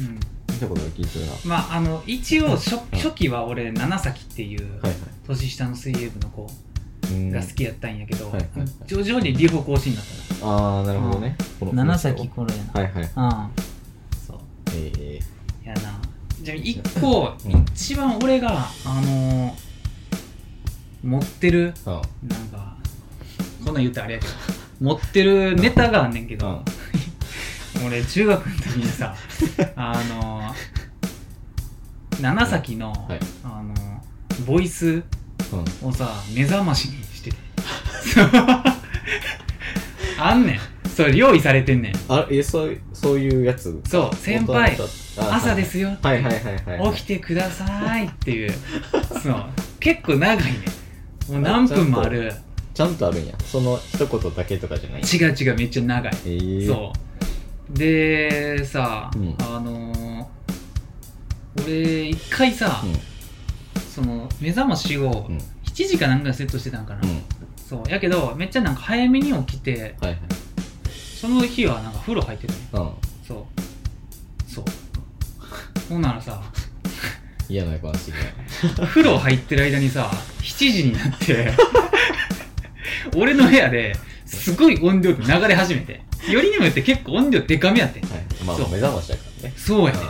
Speaker 2: うん
Speaker 1: 見たことない気するなは
Speaker 2: まああの一応初
Speaker 1: うん
Speaker 2: 初期は俺七崎っていう
Speaker 1: いはい
Speaker 2: 年下の水泳部の子
Speaker 1: うん
Speaker 2: が好きやったんやけど、
Speaker 1: うんはいはいはい
Speaker 2: 徐々にリホ更新になっ
Speaker 1: ああなるほどねこ
Speaker 2: た
Speaker 1: の
Speaker 2: な七崎これや
Speaker 1: はいはい
Speaker 2: な、うんそう
Speaker 1: ええ
Speaker 2: やなじゃあ一個
Speaker 1: うん
Speaker 2: 一番俺があのー持ってる
Speaker 1: うん
Speaker 2: なんかこんなん言ったらあれやけど持ってるネタがあんねんけど、俺中学の時
Speaker 1: *laughs*
Speaker 2: にさあの長崎の、
Speaker 1: はい
Speaker 2: あのボイス
Speaker 1: うん
Speaker 2: をさ目覚ましにし
Speaker 1: *laughs*
Speaker 2: ててあんねんそれ用意されてんねん
Speaker 1: あえそうそういうやつ
Speaker 2: そう先輩
Speaker 1: 音のあ
Speaker 2: 朝ですよ
Speaker 1: はいはいはいはいはい
Speaker 2: 起きてくださいっていうそう結構長いねもう何分もある
Speaker 1: ちゃんとあるんやその一言だけとかじゃない
Speaker 2: 違う違うめっちゃ長い
Speaker 1: えー、
Speaker 2: そうでさ、
Speaker 1: うん
Speaker 2: あのー俺一回さ、
Speaker 1: うん
Speaker 2: その目覚ましを
Speaker 1: うん
Speaker 2: 7時かなんかにセットしてたんかな、
Speaker 1: うん
Speaker 2: そうやけどめっちゃなんか早めに起きて
Speaker 1: はいはい
Speaker 2: その日はなんか風呂入ってたね
Speaker 1: うん
Speaker 2: そうそうほんならさ
Speaker 1: 嫌な予感してき
Speaker 2: 風呂入ってる間にさ7時になって *laughs* 俺の部屋ですごい音量って流れ始めてよりにもよって結構音量でかめやってん
Speaker 1: た、はい、まあ
Speaker 2: そう
Speaker 1: 目覚ましだからね
Speaker 2: そうやね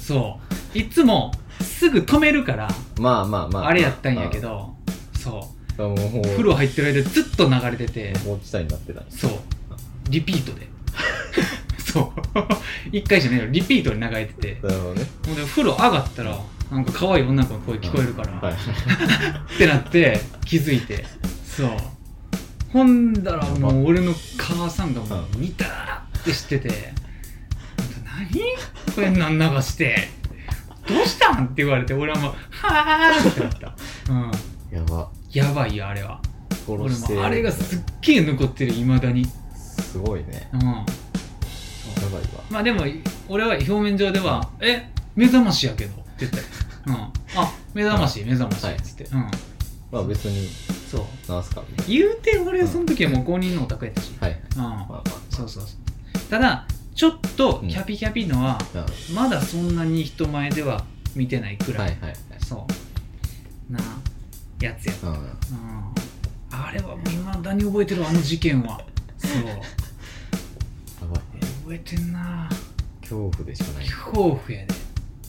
Speaker 2: そういつもすぐ止めるから
Speaker 1: まあまあまあ
Speaker 2: あれやったんやけどそう
Speaker 1: あもう
Speaker 2: 風呂入ってる間ずっと流れてて
Speaker 1: 放置地帯になってたんです
Speaker 2: そうリピート
Speaker 1: *laughs*
Speaker 2: でそう一回じゃないのリピートで流れてて
Speaker 1: なるほどね
Speaker 2: ほんで風呂上がったらなんか可愛い女の子の *laughs* 声聞こえるから、
Speaker 1: はい
Speaker 2: *laughs* ってなって気づいてそうほんだらもう俺の母さんがもうニタってしてて「何これ何流してどうしたん?」って言われて俺はもう「はあ」ってなった、うん、
Speaker 1: やば
Speaker 2: やばいよあれは俺
Speaker 1: 殺して
Speaker 2: もあれがすっげえ残ってるいまだに
Speaker 1: すごいね
Speaker 2: うん
Speaker 1: やばいわ
Speaker 2: まあでも俺は表面上では「え目覚ましやけど」って言ったようん、あ目覚まし目覚ましっつって、うん
Speaker 1: まあ別に
Speaker 2: そう
Speaker 1: 直すかみたい
Speaker 2: 言うて俺その時はもう5人のお宅やったし、
Speaker 1: なはい
Speaker 2: うん、
Speaker 1: まあま
Speaker 2: そうそうそうただちょっとキャピキャピのは、
Speaker 1: あなるほ
Speaker 2: まだそんなに人前では見てないく
Speaker 1: ど
Speaker 2: ら、
Speaker 1: はいいはいはい
Speaker 2: そうなやつや、
Speaker 1: うん
Speaker 2: うん、あれはもういまだに覚えてるあの事件はそ
Speaker 1: やば
Speaker 2: う
Speaker 1: いね
Speaker 2: 覚えてんな
Speaker 1: 恐怖でしかない
Speaker 2: 恐怖やで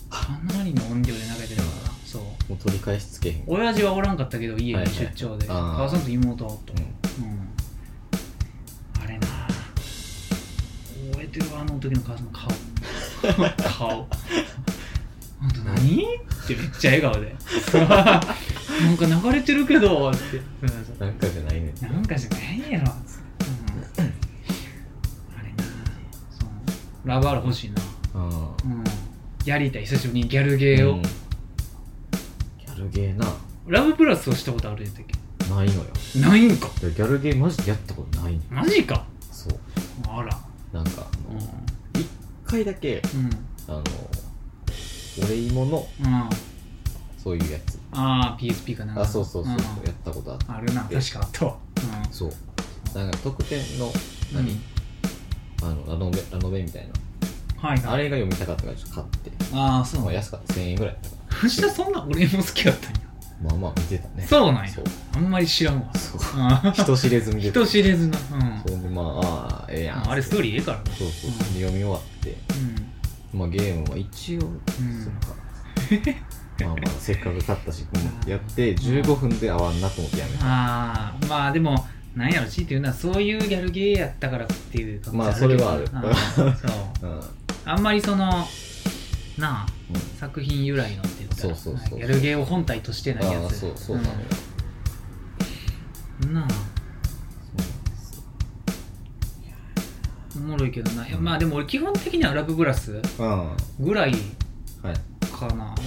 Speaker 2: かなりの音量で投げてるからそう
Speaker 1: もう取り返しつけへんうん
Speaker 2: 親父はおらんかったけど家に出張で、
Speaker 1: はいはいあー
Speaker 2: 母さんと妹はおったうんあれなあ覚えてるわあの時の母さんの顔顔あんた何ってめっちゃ笑顔でなんか流れてるけどってそうそうそう
Speaker 1: なんかじゃないねん
Speaker 2: なんかじゃないやろつってうんあれなそうラバール欲しいな
Speaker 1: うん
Speaker 2: うんやりたい久しぶりにギャルゲーを、
Speaker 1: うんギャルゲーな
Speaker 2: ラブプラスをしたことあるやったっけ
Speaker 1: ないのよ
Speaker 2: ないんか
Speaker 1: ギャルゲーマジでやったことないねん
Speaker 2: マジか
Speaker 1: そう
Speaker 2: あら
Speaker 1: なんかあ
Speaker 2: うん
Speaker 1: の一回だけ
Speaker 2: うん
Speaker 1: あの俺芋の
Speaker 2: うん
Speaker 1: そういうやつ
Speaker 2: ああ PSP かなんか
Speaker 1: あそうそうそうそ
Speaker 2: ん
Speaker 1: うやったことあって
Speaker 2: あるな
Speaker 1: え
Speaker 2: 確かあったわう
Speaker 1: そうなんか特典の
Speaker 2: ん
Speaker 1: 何
Speaker 2: うん
Speaker 1: あのラノベラノベみたいな
Speaker 2: はいはい
Speaker 1: あれが読みたかったからちょっと買って
Speaker 2: ああそ
Speaker 1: まあ
Speaker 2: う
Speaker 1: 安かった1000円ぐらいだか
Speaker 2: 藤田そんな俺も好きだった
Speaker 1: *laughs*
Speaker 2: んや
Speaker 1: らまあまあ見てたね
Speaker 2: そうなんや
Speaker 1: そう
Speaker 2: あんまり知らん
Speaker 1: *laughs*
Speaker 2: わ
Speaker 1: そう
Speaker 2: あー
Speaker 1: 人知れず見てた
Speaker 2: 人知れずな
Speaker 1: それでまあああええ
Speaker 2: う
Speaker 1: や
Speaker 2: ん
Speaker 1: ん
Speaker 2: あれストーリーええからな
Speaker 1: そうそうで読み終わってまあゲームは一応するか、まあまあせっかく買ったし、うんやって15分で合わんなと思ってやめ
Speaker 2: うん
Speaker 1: た
Speaker 2: ああまあでもなんやろしいていうのはそういうギャルゲーやったからっていう感じ
Speaker 1: まあそれはある
Speaker 2: うんそう
Speaker 1: うん、うん、
Speaker 2: あんまりそのなあ作品由来のって言ったら
Speaker 1: そうそうそう
Speaker 2: ギャルゲーを本体としてない
Speaker 1: あ
Speaker 2: や
Speaker 1: あ
Speaker 2: つ
Speaker 1: そうそうなのよ、
Speaker 2: んなあおもろいけどな、いやまあでも俺基本的にはラブブラス
Speaker 1: そうなんです
Speaker 2: ぐらい
Speaker 1: うんはい
Speaker 2: かななんか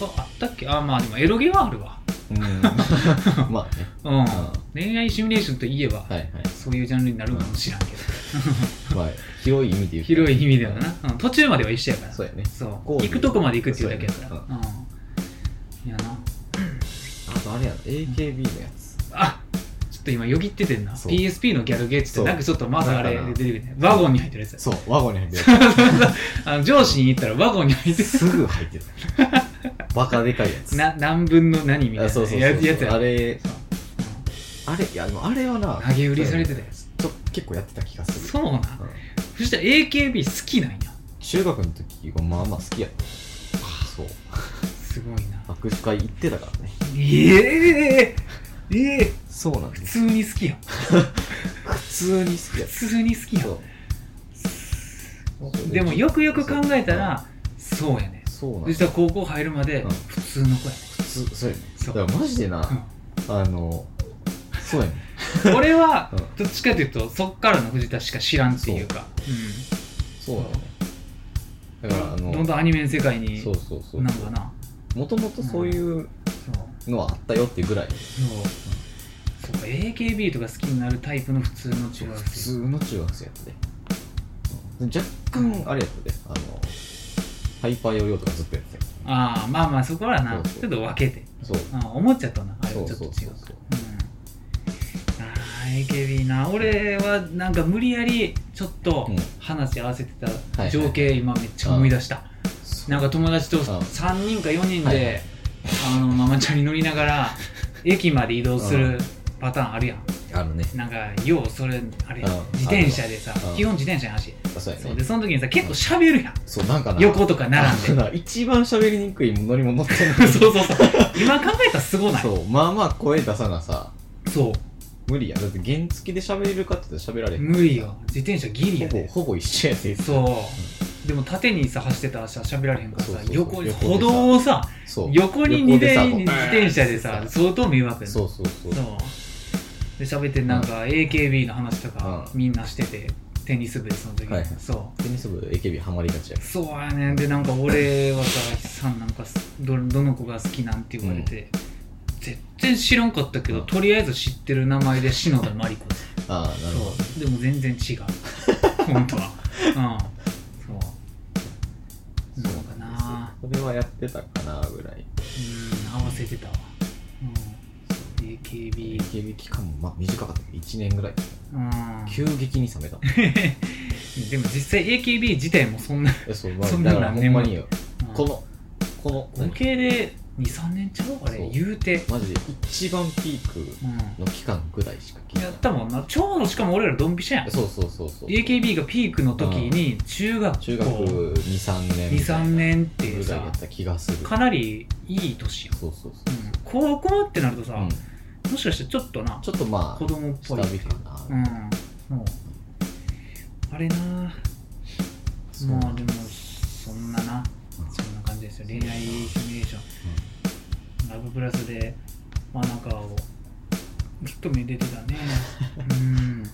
Speaker 2: 他あったっけあまあでもエロゲはあるわ
Speaker 1: うん
Speaker 2: *laughs*
Speaker 1: まあね
Speaker 2: うん、
Speaker 1: あ
Speaker 2: 恋愛シミュレーションといえば、
Speaker 1: はいはい
Speaker 2: そういうジャンルになるのかもしらんけど、
Speaker 1: まあ広い意味で言うと
Speaker 2: 広い意味ではな、うん途中までは一緒やから
Speaker 1: そうやね
Speaker 2: そう
Speaker 1: こう
Speaker 2: 行くとこまで行くっていうだけやから
Speaker 1: そう
Speaker 2: う
Speaker 1: やね
Speaker 2: ん、いやな
Speaker 1: あとあれやな AKB のやつ
Speaker 2: あちょっと今よぎっててんな
Speaker 1: そう
Speaker 2: PSP のギャルゲーって言って
Speaker 1: そう
Speaker 2: なんかちょっとまだあれ
Speaker 1: なんかな
Speaker 2: 出てくるねワゴンに入ってるやつ
Speaker 1: そうワゴンに入ってる
Speaker 2: *laughs* あの上司に行ったらワゴンに入ってる
Speaker 1: すぐ入ってるバカでかいや *laughs* つ
Speaker 2: な何分の何みたいな
Speaker 1: あそうそうそう
Speaker 2: やつやつや
Speaker 1: あれ
Speaker 2: そう
Speaker 1: あれいやでもあれはな
Speaker 2: 投げ売りされてたやつ
Speaker 1: ちょ結構やってた気がする
Speaker 2: そうなん
Speaker 1: うん
Speaker 2: 藤田 AKB 好きなんや
Speaker 1: 中学の時がまあまあ好きやったそう
Speaker 2: すごいな
Speaker 1: 握手会行ってたからね
Speaker 2: ええええ
Speaker 1: そうなん
Speaker 2: 普
Speaker 1: です
Speaker 2: 通に好きやん
Speaker 1: 普通に好きや
Speaker 2: 普通に好きや
Speaker 1: そ
Speaker 2: んでもよくよく考えたらそうやね
Speaker 1: うそうなんです
Speaker 2: 実は高校入るまで
Speaker 1: うん
Speaker 2: 普通の子やね
Speaker 1: 普通そうやね
Speaker 2: そ
Speaker 1: だ
Speaker 2: う
Speaker 1: からマジでなあのそうやね
Speaker 2: うん俺は
Speaker 1: うん
Speaker 2: どっちかというとそっからの藤田しか知らんっていうか
Speaker 1: そうなのねだ
Speaker 2: う
Speaker 1: からあ
Speaker 2: ん
Speaker 1: の
Speaker 2: どんどんアニメの世界に
Speaker 1: そうそうそう
Speaker 2: なんかな
Speaker 1: もともとそういう
Speaker 2: そう
Speaker 1: のはあったよっていうぐらい
Speaker 2: そうそうか AKB とか好きになるタイプの普通の中学
Speaker 1: 普
Speaker 2: 生
Speaker 1: 通の中学生やったでうん若干あれやったであのハイパーヨーヨーとかずっとやってたよ
Speaker 2: ああまあまあそこはな
Speaker 1: そうそう
Speaker 2: ちょっと分けて
Speaker 1: そう
Speaker 2: ああ思っちゃったなあれはちょっと違
Speaker 1: そう
Speaker 2: う
Speaker 1: そうそうそう
Speaker 2: うんああ AKB な俺はなんか無理やりちょっと
Speaker 1: うん
Speaker 2: 話合わせて
Speaker 1: は
Speaker 2: た
Speaker 1: い
Speaker 2: 情景今めっちゃ思い出した、なんか友達と
Speaker 1: ん
Speaker 2: 3人か4人
Speaker 1: は
Speaker 2: で、あのママチャリ乗りながら駅まで移動するパターンあるやん
Speaker 1: あのね
Speaker 2: なんかようそれあれ
Speaker 1: うん
Speaker 2: 自転車でさ
Speaker 1: うん
Speaker 2: 基本自転車の走り
Speaker 1: そうや
Speaker 2: そうで
Speaker 1: ね
Speaker 2: その時にさ結構しゃべるやん
Speaker 1: そうなんかな
Speaker 2: 横とか並んで
Speaker 1: あのな一番喋りにくい乗り物ってな
Speaker 2: *laughs* そうそうそう今考えたらすごないそ
Speaker 1: そうまあまあ声出さなさ
Speaker 2: う
Speaker 1: 無理やんだって原付で喋れるかって言ったら喋られへん
Speaker 2: 無理よ自転車ギリ
Speaker 1: ほ
Speaker 2: や
Speaker 1: ぼ
Speaker 2: で
Speaker 1: ほぼ一緒やで
Speaker 2: そう、でも縦にさ走ってたらさ喋られへんからさ
Speaker 1: そうそうそう
Speaker 2: 横に
Speaker 1: 横でさ
Speaker 2: 歩道をさ
Speaker 1: そう
Speaker 2: 横に
Speaker 1: 横
Speaker 2: 2
Speaker 1: でさ
Speaker 2: 台に自転車でさ
Speaker 1: こう
Speaker 2: 相当迷惑やな
Speaker 1: そうそうそう
Speaker 2: そうで喋ってなんか AKB の話とか
Speaker 1: う
Speaker 2: みんなしててテニス部でその時、
Speaker 1: はいはい
Speaker 2: そ
Speaker 1: テニス部 AKB ハマりがちや
Speaker 2: うそうやねんでなんか俺はさヒさんなんかすどどの子が好きなんて言われて、全然知らんかったけど、
Speaker 1: うん
Speaker 2: とりあえず知ってる名前で篠田麻里子です
Speaker 1: ああなるほど
Speaker 2: そうでも全然違
Speaker 1: *laughs*
Speaker 2: う本当はうんそうそうかな
Speaker 1: それはやってたかなぐらい
Speaker 2: うん合わせてたわ、うん、AKB
Speaker 1: AKB 期間もまあ短かったけど1年ぐらい
Speaker 2: うん
Speaker 1: 急激に冷
Speaker 2: *laughs*
Speaker 1: めた
Speaker 2: でも実際 AKB 自体もそんな
Speaker 1: えそうまあ
Speaker 2: そんな
Speaker 1: だからほ
Speaker 2: 何年
Speaker 1: ん
Speaker 2: も
Speaker 1: まによこのこの
Speaker 2: 合計で23年ちゃうあれ
Speaker 1: そう
Speaker 2: 言うて、
Speaker 1: マジで一番ピーク
Speaker 2: う
Speaker 1: の期間ぐらいしか聞い
Speaker 2: ん、
Speaker 1: て
Speaker 2: や
Speaker 1: な
Speaker 2: っ
Speaker 1: い
Speaker 2: たもんなちょうどしかも俺らドンピシャやん
Speaker 1: そうそうそうそう
Speaker 2: AKB がピークの時に中学校
Speaker 1: 中学23年みたい
Speaker 2: 23
Speaker 1: な
Speaker 2: 年っていう
Speaker 1: ぐらいや
Speaker 2: さ
Speaker 1: った気がする
Speaker 2: かなりいい年やん、
Speaker 1: そうそうそう
Speaker 2: うん、高校ってなるとさ、
Speaker 1: うん
Speaker 2: もしかしてちょっとな
Speaker 1: ちょっとま
Speaker 2: 子
Speaker 1: あ
Speaker 2: 供っぽ
Speaker 1: 下
Speaker 2: い
Speaker 1: 火か
Speaker 2: う
Speaker 1: なん
Speaker 2: そうあれな
Speaker 1: そう
Speaker 2: まあでもそんななそんな感じですよ恋愛シミュレーションラブプラスで真中をずっとめでてたねうん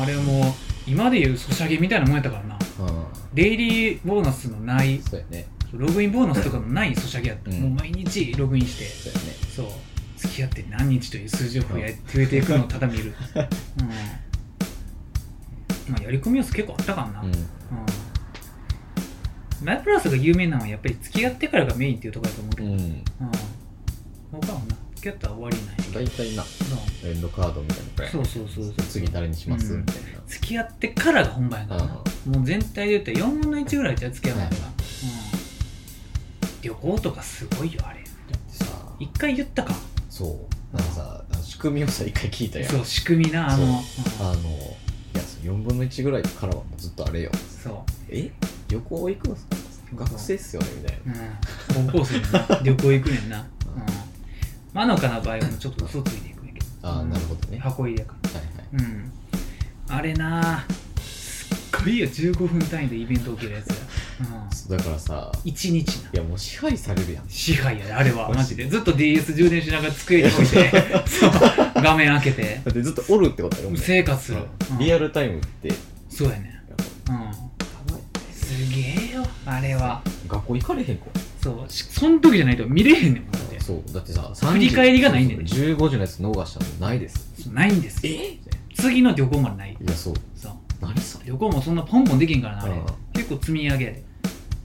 Speaker 2: あれはもう今でいうソシャゲみたいなもんやったからな
Speaker 1: うんうん
Speaker 2: デイリーボーナスのない
Speaker 1: そうやね
Speaker 2: ログインボーナスとかのないソシャゲやった、
Speaker 1: うん
Speaker 2: もう毎日ログインして
Speaker 1: そうやね
Speaker 2: そう付き合って何日という数字を増や増えていくのをただ見る、うん、まあやり込み要素結構あったからな、
Speaker 1: うん
Speaker 2: マイプラスが有名なのはやっぱり付き合ってからがメインっていうところだと思うけ
Speaker 1: う
Speaker 2: ど、うん
Speaker 1: ん
Speaker 2: 他はな付き合ったら終わりない
Speaker 1: 大体な
Speaker 2: そ
Speaker 1: エンドカードみたいな
Speaker 2: うそうそうそうそう
Speaker 1: 次誰にします、
Speaker 2: うん
Speaker 1: みたいな
Speaker 2: 付き合ってからが本番やからな、もう全体で言ったら4分の1ぐらいじゃ付き合うまでが、
Speaker 1: は
Speaker 2: うん、旅行とかすごいよあれ
Speaker 1: さ
Speaker 2: 一回言ったか
Speaker 1: そうなんかさあの仕組みをさ一回聞いたやん
Speaker 2: そう仕組みなあのうん
Speaker 1: あのいや4分の1ぐらいからはもうずっとあれよ
Speaker 2: そう
Speaker 1: え旅行行くんすか学生っすよねみたい
Speaker 2: うん、高校生のな旅行行くねんな、うん、まのかな場合はちょっと嘘ついていくんやけど
Speaker 1: なああ
Speaker 2: うん
Speaker 1: なるほどねは
Speaker 2: 箱入れやか
Speaker 1: いはい
Speaker 2: らうんあれなすっごいよ15分単位でイベント起きるやつや、うん、
Speaker 1: そうだからさ
Speaker 2: 1日ない
Speaker 1: やもう支配されるやん
Speaker 2: 支配やであれはマジでずっと DS 充電しながら机に置
Speaker 1: *laughs*
Speaker 2: いてそう画面開けて
Speaker 1: だってずっとおるってことやろ
Speaker 2: 生活する、うん
Speaker 1: リアルタイムってや
Speaker 2: そうやね
Speaker 1: っぱ
Speaker 2: うん
Speaker 1: やばい
Speaker 2: すげえよあれは
Speaker 1: 学校行かれへん子
Speaker 2: そうしその時じゃないと見れへんねんもんだって
Speaker 1: そうだってさ
Speaker 2: 振り返りがないねんね
Speaker 1: そうそう15時のやつ逃したのないです
Speaker 2: そうないんですよ
Speaker 1: え
Speaker 2: 次の旅行までない
Speaker 1: いやそう
Speaker 2: そう
Speaker 1: 何それ
Speaker 2: 旅行もそんなポンポンできんからなあれ
Speaker 1: うん
Speaker 2: 結構積み上げやで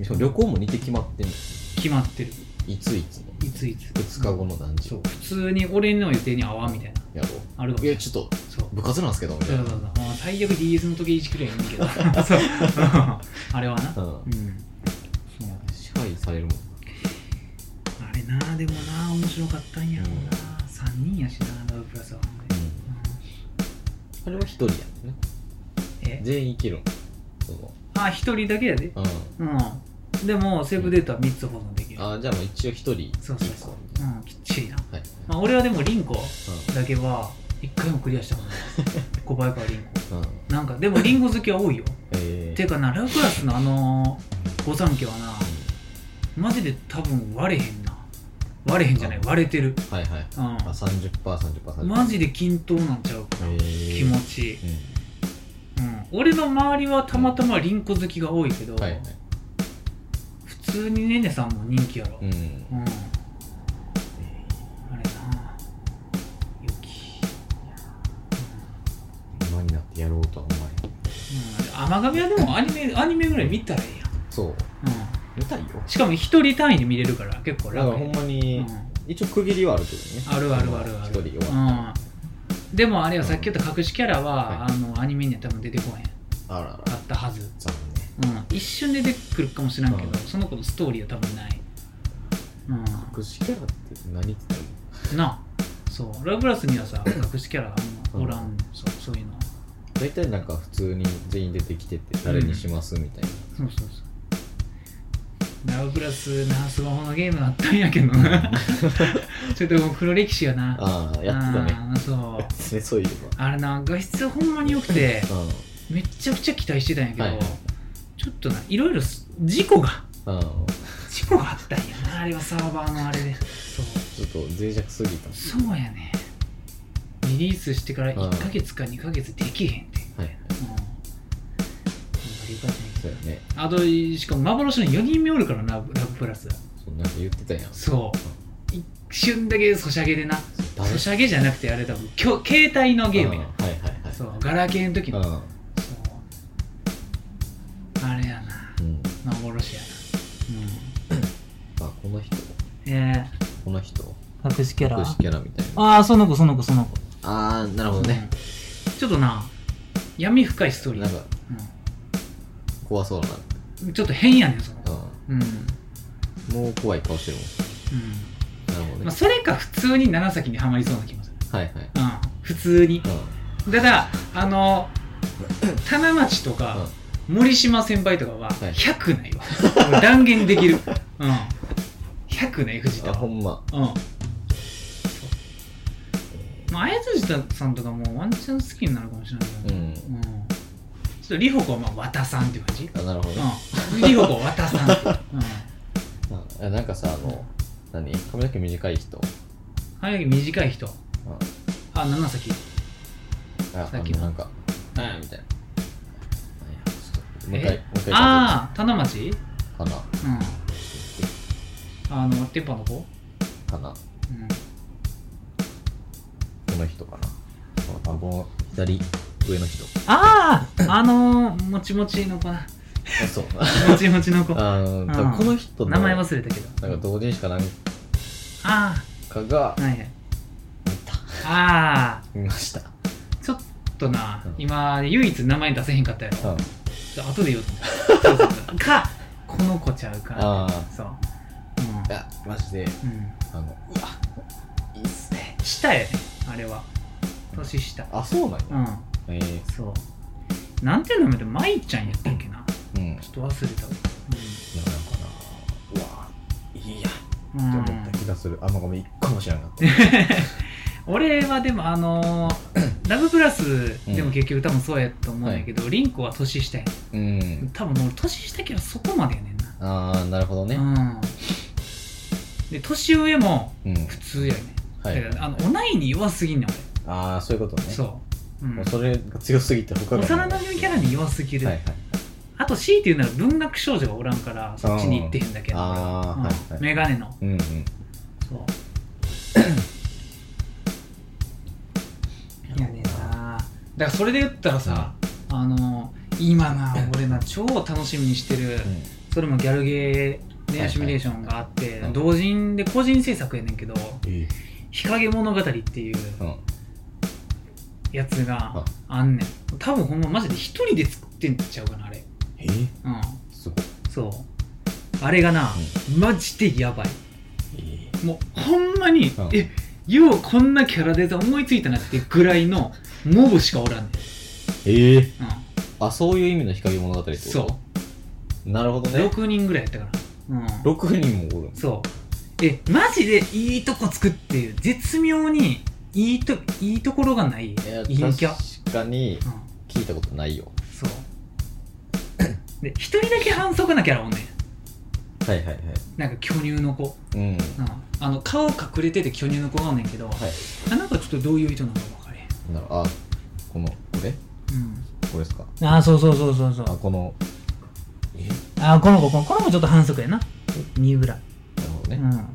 Speaker 1: しかも旅行も似て決まってんの
Speaker 2: 決まってる
Speaker 1: いついつの
Speaker 2: いついつ
Speaker 1: 2日後の何時
Speaker 2: そう普通に俺の予定に合わんみたいな
Speaker 1: やろ
Speaker 2: あるかも
Speaker 1: うい
Speaker 2: しれ
Speaker 1: や
Speaker 2: ない
Speaker 1: ちょっと
Speaker 2: そう
Speaker 1: 部活なんですけどみ
Speaker 2: そ
Speaker 1: た
Speaker 2: う
Speaker 1: い
Speaker 2: そう
Speaker 1: な
Speaker 2: そうまあ最悪 DS の時計いじくればいいけど
Speaker 1: *laughs*
Speaker 2: そうあれはな
Speaker 1: うん
Speaker 2: うんそう
Speaker 1: 支配されるもん
Speaker 2: あれなでもな面白かったんやろうな3人やしなラブプラスは
Speaker 1: あれは一人やんね
Speaker 2: うんえ
Speaker 1: 全員生きるんその
Speaker 2: あ一人だけやで
Speaker 1: うん
Speaker 2: うんでもセーブデータは3つ保存できいう
Speaker 1: あーじゃあまあ一応一人一
Speaker 2: そうそうそ
Speaker 1: 個
Speaker 2: う
Speaker 1: みたいな
Speaker 2: うんきっちりな、
Speaker 1: はい
Speaker 2: まあ、俺はでもリンコだけは一回もクリアしたことない小早川リン
Speaker 1: うんうん
Speaker 2: コなんかでもリンゴ好きは多いよ
Speaker 1: え
Speaker 2: ていうかなラグラスのあの御三家はなマジで多分割れへんな割れへんじゃない
Speaker 1: あ
Speaker 2: 割れてる
Speaker 1: ーはいはいあ
Speaker 2: う
Speaker 1: 30パー30パー
Speaker 2: んマジで均等なんちゃうかな、
Speaker 1: へー
Speaker 2: 気持ち、
Speaker 1: うん
Speaker 2: うん、俺の周りはたまたまリンコ好きが多いけど、
Speaker 1: はいはい
Speaker 2: 普通にねねさんも人気やろ、
Speaker 1: うん
Speaker 2: うん、あれな良き、
Speaker 1: 今になってやろうとは思わへん
Speaker 2: うん、甘神はでもアニメアニメぐらい見たらいいやん、
Speaker 1: そう
Speaker 2: う
Speaker 1: 見たいよ
Speaker 2: ん、しかも一人単位で見れるから結構
Speaker 1: だから
Speaker 2: 楽
Speaker 1: ほ
Speaker 2: や
Speaker 1: んま
Speaker 2: う
Speaker 1: に
Speaker 2: ん
Speaker 1: 一応区切りはあるけどね
Speaker 2: あるあるあるある
Speaker 1: 一人終わっ
Speaker 2: うん、でもあれはさっき言った隠しキャラは、
Speaker 1: は
Speaker 2: あのアニメには多分出てこへん
Speaker 1: たあらあ
Speaker 2: あ
Speaker 1: ら
Speaker 2: ったはず、
Speaker 1: 残
Speaker 2: うん、一瞬で出てくるかもしれんけど、
Speaker 1: うん
Speaker 2: その子のストーリーは多分ない、う
Speaker 1: 念隠しキャラって何って言っ
Speaker 2: ん、なあそうラブラスに
Speaker 1: *coughs*
Speaker 2: はさ隠しキャラあんまおらん、そうそういうのは
Speaker 1: た大体なんか普通に全員出てきてて誰にしますみたいな
Speaker 2: そうそうそうラブラスなスマホのゲームあったんやけ
Speaker 1: *laughs*
Speaker 2: どなちょっともう黒歴史やな
Speaker 1: ああやってたね
Speaker 2: あーそう
Speaker 1: ね *laughs* そういえ
Speaker 2: あれな画質ほんまに良くて
Speaker 1: ばうん
Speaker 2: めっちゃくちゃ期待してたんやけど、
Speaker 1: はい
Speaker 2: ちょっとないろいろす事故が
Speaker 1: ああ
Speaker 2: 事故があったんやなあれはサーバーのあれでそう
Speaker 1: ちょっと脆弱すぎた
Speaker 2: そうやねリリースしてから1ヶ月か2ヶ月できへんて
Speaker 1: はいはい
Speaker 2: うんなんかよかったね
Speaker 1: そうやね
Speaker 2: あとしかも幻の4人目おるからなラブラブプラス
Speaker 1: そんなんか言ってたやん
Speaker 2: そう一瞬だけソシャゲでな
Speaker 1: 誰
Speaker 2: ソシャゲじゃなくてあれ多分きょ携帯のゲームやな
Speaker 1: ああはいはいはい
Speaker 2: そうガラケーの時
Speaker 1: う
Speaker 2: の
Speaker 1: ん
Speaker 2: そうあれやな
Speaker 1: うん
Speaker 2: 幻や
Speaker 1: あこの人
Speaker 2: なうんえ
Speaker 1: この人
Speaker 2: ー、隠しキャ
Speaker 1: 隠しキャラみたいな
Speaker 2: ああその子その子その子
Speaker 1: ああなるほどね
Speaker 2: ちょっとな闇深いストーリ
Speaker 1: なん
Speaker 2: ー、
Speaker 1: か怖そうだな
Speaker 2: うん、ちょっと変やねんその子
Speaker 1: う
Speaker 2: うん、うん
Speaker 1: んもう怖い顔してるもんなるほど
Speaker 2: まあ、
Speaker 1: ね
Speaker 2: それか普通に長崎にはまりそうな気もする
Speaker 1: はいはい
Speaker 2: うん普通に
Speaker 1: う
Speaker 2: ただあの棚町とか、
Speaker 1: んうん
Speaker 2: 森島先輩とかは
Speaker 1: はい
Speaker 2: 100ないわ、俺断言できる、うん、100ない藤田
Speaker 1: あ
Speaker 2: は
Speaker 1: ほんま
Speaker 2: うんそうまあ綾辻さんとかもワンチャン好きになるかもしれないけ
Speaker 1: う
Speaker 2: ど、
Speaker 1: ん
Speaker 2: うんちょっとリホコはまあ綿さんっていう感じ
Speaker 1: あなるほどね
Speaker 2: うんリホコは綿さんっていう、うん、
Speaker 1: あなんかさあの何髪の毛短い人
Speaker 2: 早く短い人
Speaker 1: うん
Speaker 2: あ長崎
Speaker 1: あ
Speaker 2: さ
Speaker 1: あ
Speaker 2: っ
Speaker 1: の
Speaker 2: きの
Speaker 1: なんかうんみたいななんやちょっともう一
Speaker 2: え
Speaker 1: 回もう一回
Speaker 2: ああ棚町うん
Speaker 1: かな
Speaker 2: あの電波の子
Speaker 1: かな
Speaker 2: うん
Speaker 1: この人かなこの田んぼの左上の人
Speaker 2: あああのー、もちもちの子な
Speaker 1: あそう *laughs*
Speaker 2: もちもちの子
Speaker 1: あの多分この人の
Speaker 2: 名前忘れたけど
Speaker 1: なんか同人誌かなん
Speaker 2: あ
Speaker 1: かが
Speaker 2: あはいはい
Speaker 1: 見た
Speaker 2: ああ
Speaker 1: 見ました
Speaker 2: ちょっとな、
Speaker 1: うん
Speaker 2: 今唯一名前出せへんかったやろ
Speaker 1: うん
Speaker 2: ちょ後で言おう
Speaker 1: *laughs*
Speaker 2: と思ったそうそうそうかこの子ちゃうか
Speaker 1: ああ
Speaker 2: そう
Speaker 1: いやマジで
Speaker 2: うん、うん、
Speaker 1: あのうわいいっすね
Speaker 2: 下やねあれは年下
Speaker 1: あそうなん
Speaker 2: う
Speaker 1: や
Speaker 2: ん
Speaker 1: え
Speaker 2: そうなんていう名前で舞ちゃんやったっけな
Speaker 1: えうんいや
Speaker 2: ちょっと忘れた
Speaker 1: な
Speaker 2: わ
Speaker 1: んかなうわいいや
Speaker 2: うん、
Speaker 1: って
Speaker 2: う
Speaker 1: 思っ
Speaker 2: ん
Speaker 1: た、気がするあんまごめん一個も知らなかっ
Speaker 2: *laughs* 俺はでもあの
Speaker 1: *clears throat*
Speaker 2: ーラブプラスでも結局多分そうやと思うんやけど、リンコは年下やね
Speaker 1: たうん
Speaker 2: 多分俺年下けどそこまでやねんな
Speaker 1: ああなるほどね
Speaker 2: うんで年上も
Speaker 1: うん
Speaker 2: 普通やね
Speaker 1: はい
Speaker 2: だからあの同いに弱すぎんねん
Speaker 1: ああそういうことね
Speaker 2: 俺そう、うん
Speaker 1: もうそれが強すぎて他が
Speaker 2: 幼なじみキャラに弱すぎる、
Speaker 1: はいはい
Speaker 2: あと C っていうなら文学少女がおらんからそっちに行ってへんだけど
Speaker 1: あーはいはい
Speaker 2: メガネの
Speaker 1: うんうん
Speaker 2: そういやねんなだからそれで言ったらさ、あの今な俺な超楽しみにして
Speaker 1: う
Speaker 2: る、
Speaker 1: ん
Speaker 2: それもギャルゲー
Speaker 1: はいは
Speaker 2: ね
Speaker 1: い
Speaker 2: シミュレーションがあって、
Speaker 1: うん
Speaker 2: 同人で個人制作やねんけど
Speaker 1: え
Speaker 2: 「日陰物語」っていう
Speaker 1: えうん
Speaker 2: やつがあんねん多分ほんまマジで一人で作ってんちゃうかなあれ
Speaker 1: ええ
Speaker 2: うん
Speaker 1: すごい
Speaker 2: そうあれがな、マジでやばい
Speaker 1: え
Speaker 2: もうほんまに、
Speaker 1: うん
Speaker 2: えようこんなキャラデザ思いついたなってぐらいのモブしかおらんね
Speaker 1: えええ
Speaker 2: ん、
Speaker 1: あそういう意味の光物語って
Speaker 2: うん、
Speaker 1: こと
Speaker 2: そう
Speaker 1: なるほどね
Speaker 2: 6人ぐらいやったからうん
Speaker 1: 6人もおるんです
Speaker 2: そうえマジでいいとこつくっていう絶妙にいいといいところがない
Speaker 1: いや
Speaker 2: 陰キャ、
Speaker 1: 確かに
Speaker 2: うん、
Speaker 1: 聞いたことないよ
Speaker 2: そう *coughs* で一人だけ反則なキャラおんねん
Speaker 1: はいはいはい
Speaker 2: なんか巨乳の子、
Speaker 1: うんは
Speaker 2: うん、あの顔隠れてて巨乳の子がおんねんけ
Speaker 1: い
Speaker 2: ど、あなんかちょっとどういう意図なのか分かれへん
Speaker 1: なるあこのこれこれですか
Speaker 2: うん、あそうそうそうそうそう
Speaker 1: あこのえ
Speaker 2: あこの子この子もちょっと反則やな三浦
Speaker 1: なるほど
Speaker 2: う
Speaker 1: ね、
Speaker 2: ん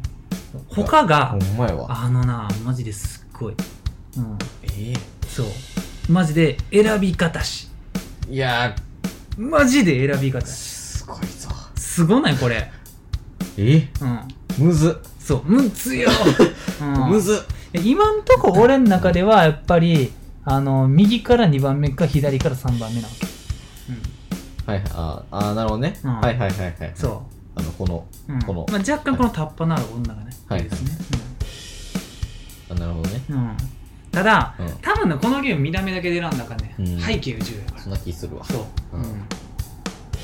Speaker 2: 他が
Speaker 1: ほんまやわ
Speaker 2: あのなマジですっごいうん
Speaker 1: え
Speaker 2: そうマジで選び方し
Speaker 1: えいや
Speaker 2: マジで選び方
Speaker 1: ー
Speaker 2: し
Speaker 1: すごいぞ
Speaker 2: すごないこれ
Speaker 1: え
Speaker 2: うん
Speaker 1: むず
Speaker 2: そうむつ
Speaker 1: *laughs*
Speaker 2: よ、うん、
Speaker 1: むず
Speaker 2: 今んとこ俺の中ではやっぱりあの右から2番目か左から3番目なわけ、
Speaker 1: はいはいあーあーなるほどね、
Speaker 2: うん
Speaker 1: はいはいはいはい
Speaker 2: うん、そ
Speaker 1: あのこの
Speaker 2: う、うん
Speaker 1: この
Speaker 2: まあ、若干このタッパのある女がね、
Speaker 1: はい
Speaker 2: いですね、
Speaker 1: あなるほどね
Speaker 2: うんうんただ、
Speaker 1: うん
Speaker 2: 多分ねこのゲーム見た目だけで選んだからね、
Speaker 1: うん
Speaker 2: 背景が重要やから
Speaker 1: そんな気するわ
Speaker 2: そう、
Speaker 1: うん
Speaker 2: うん
Speaker 1: いや確か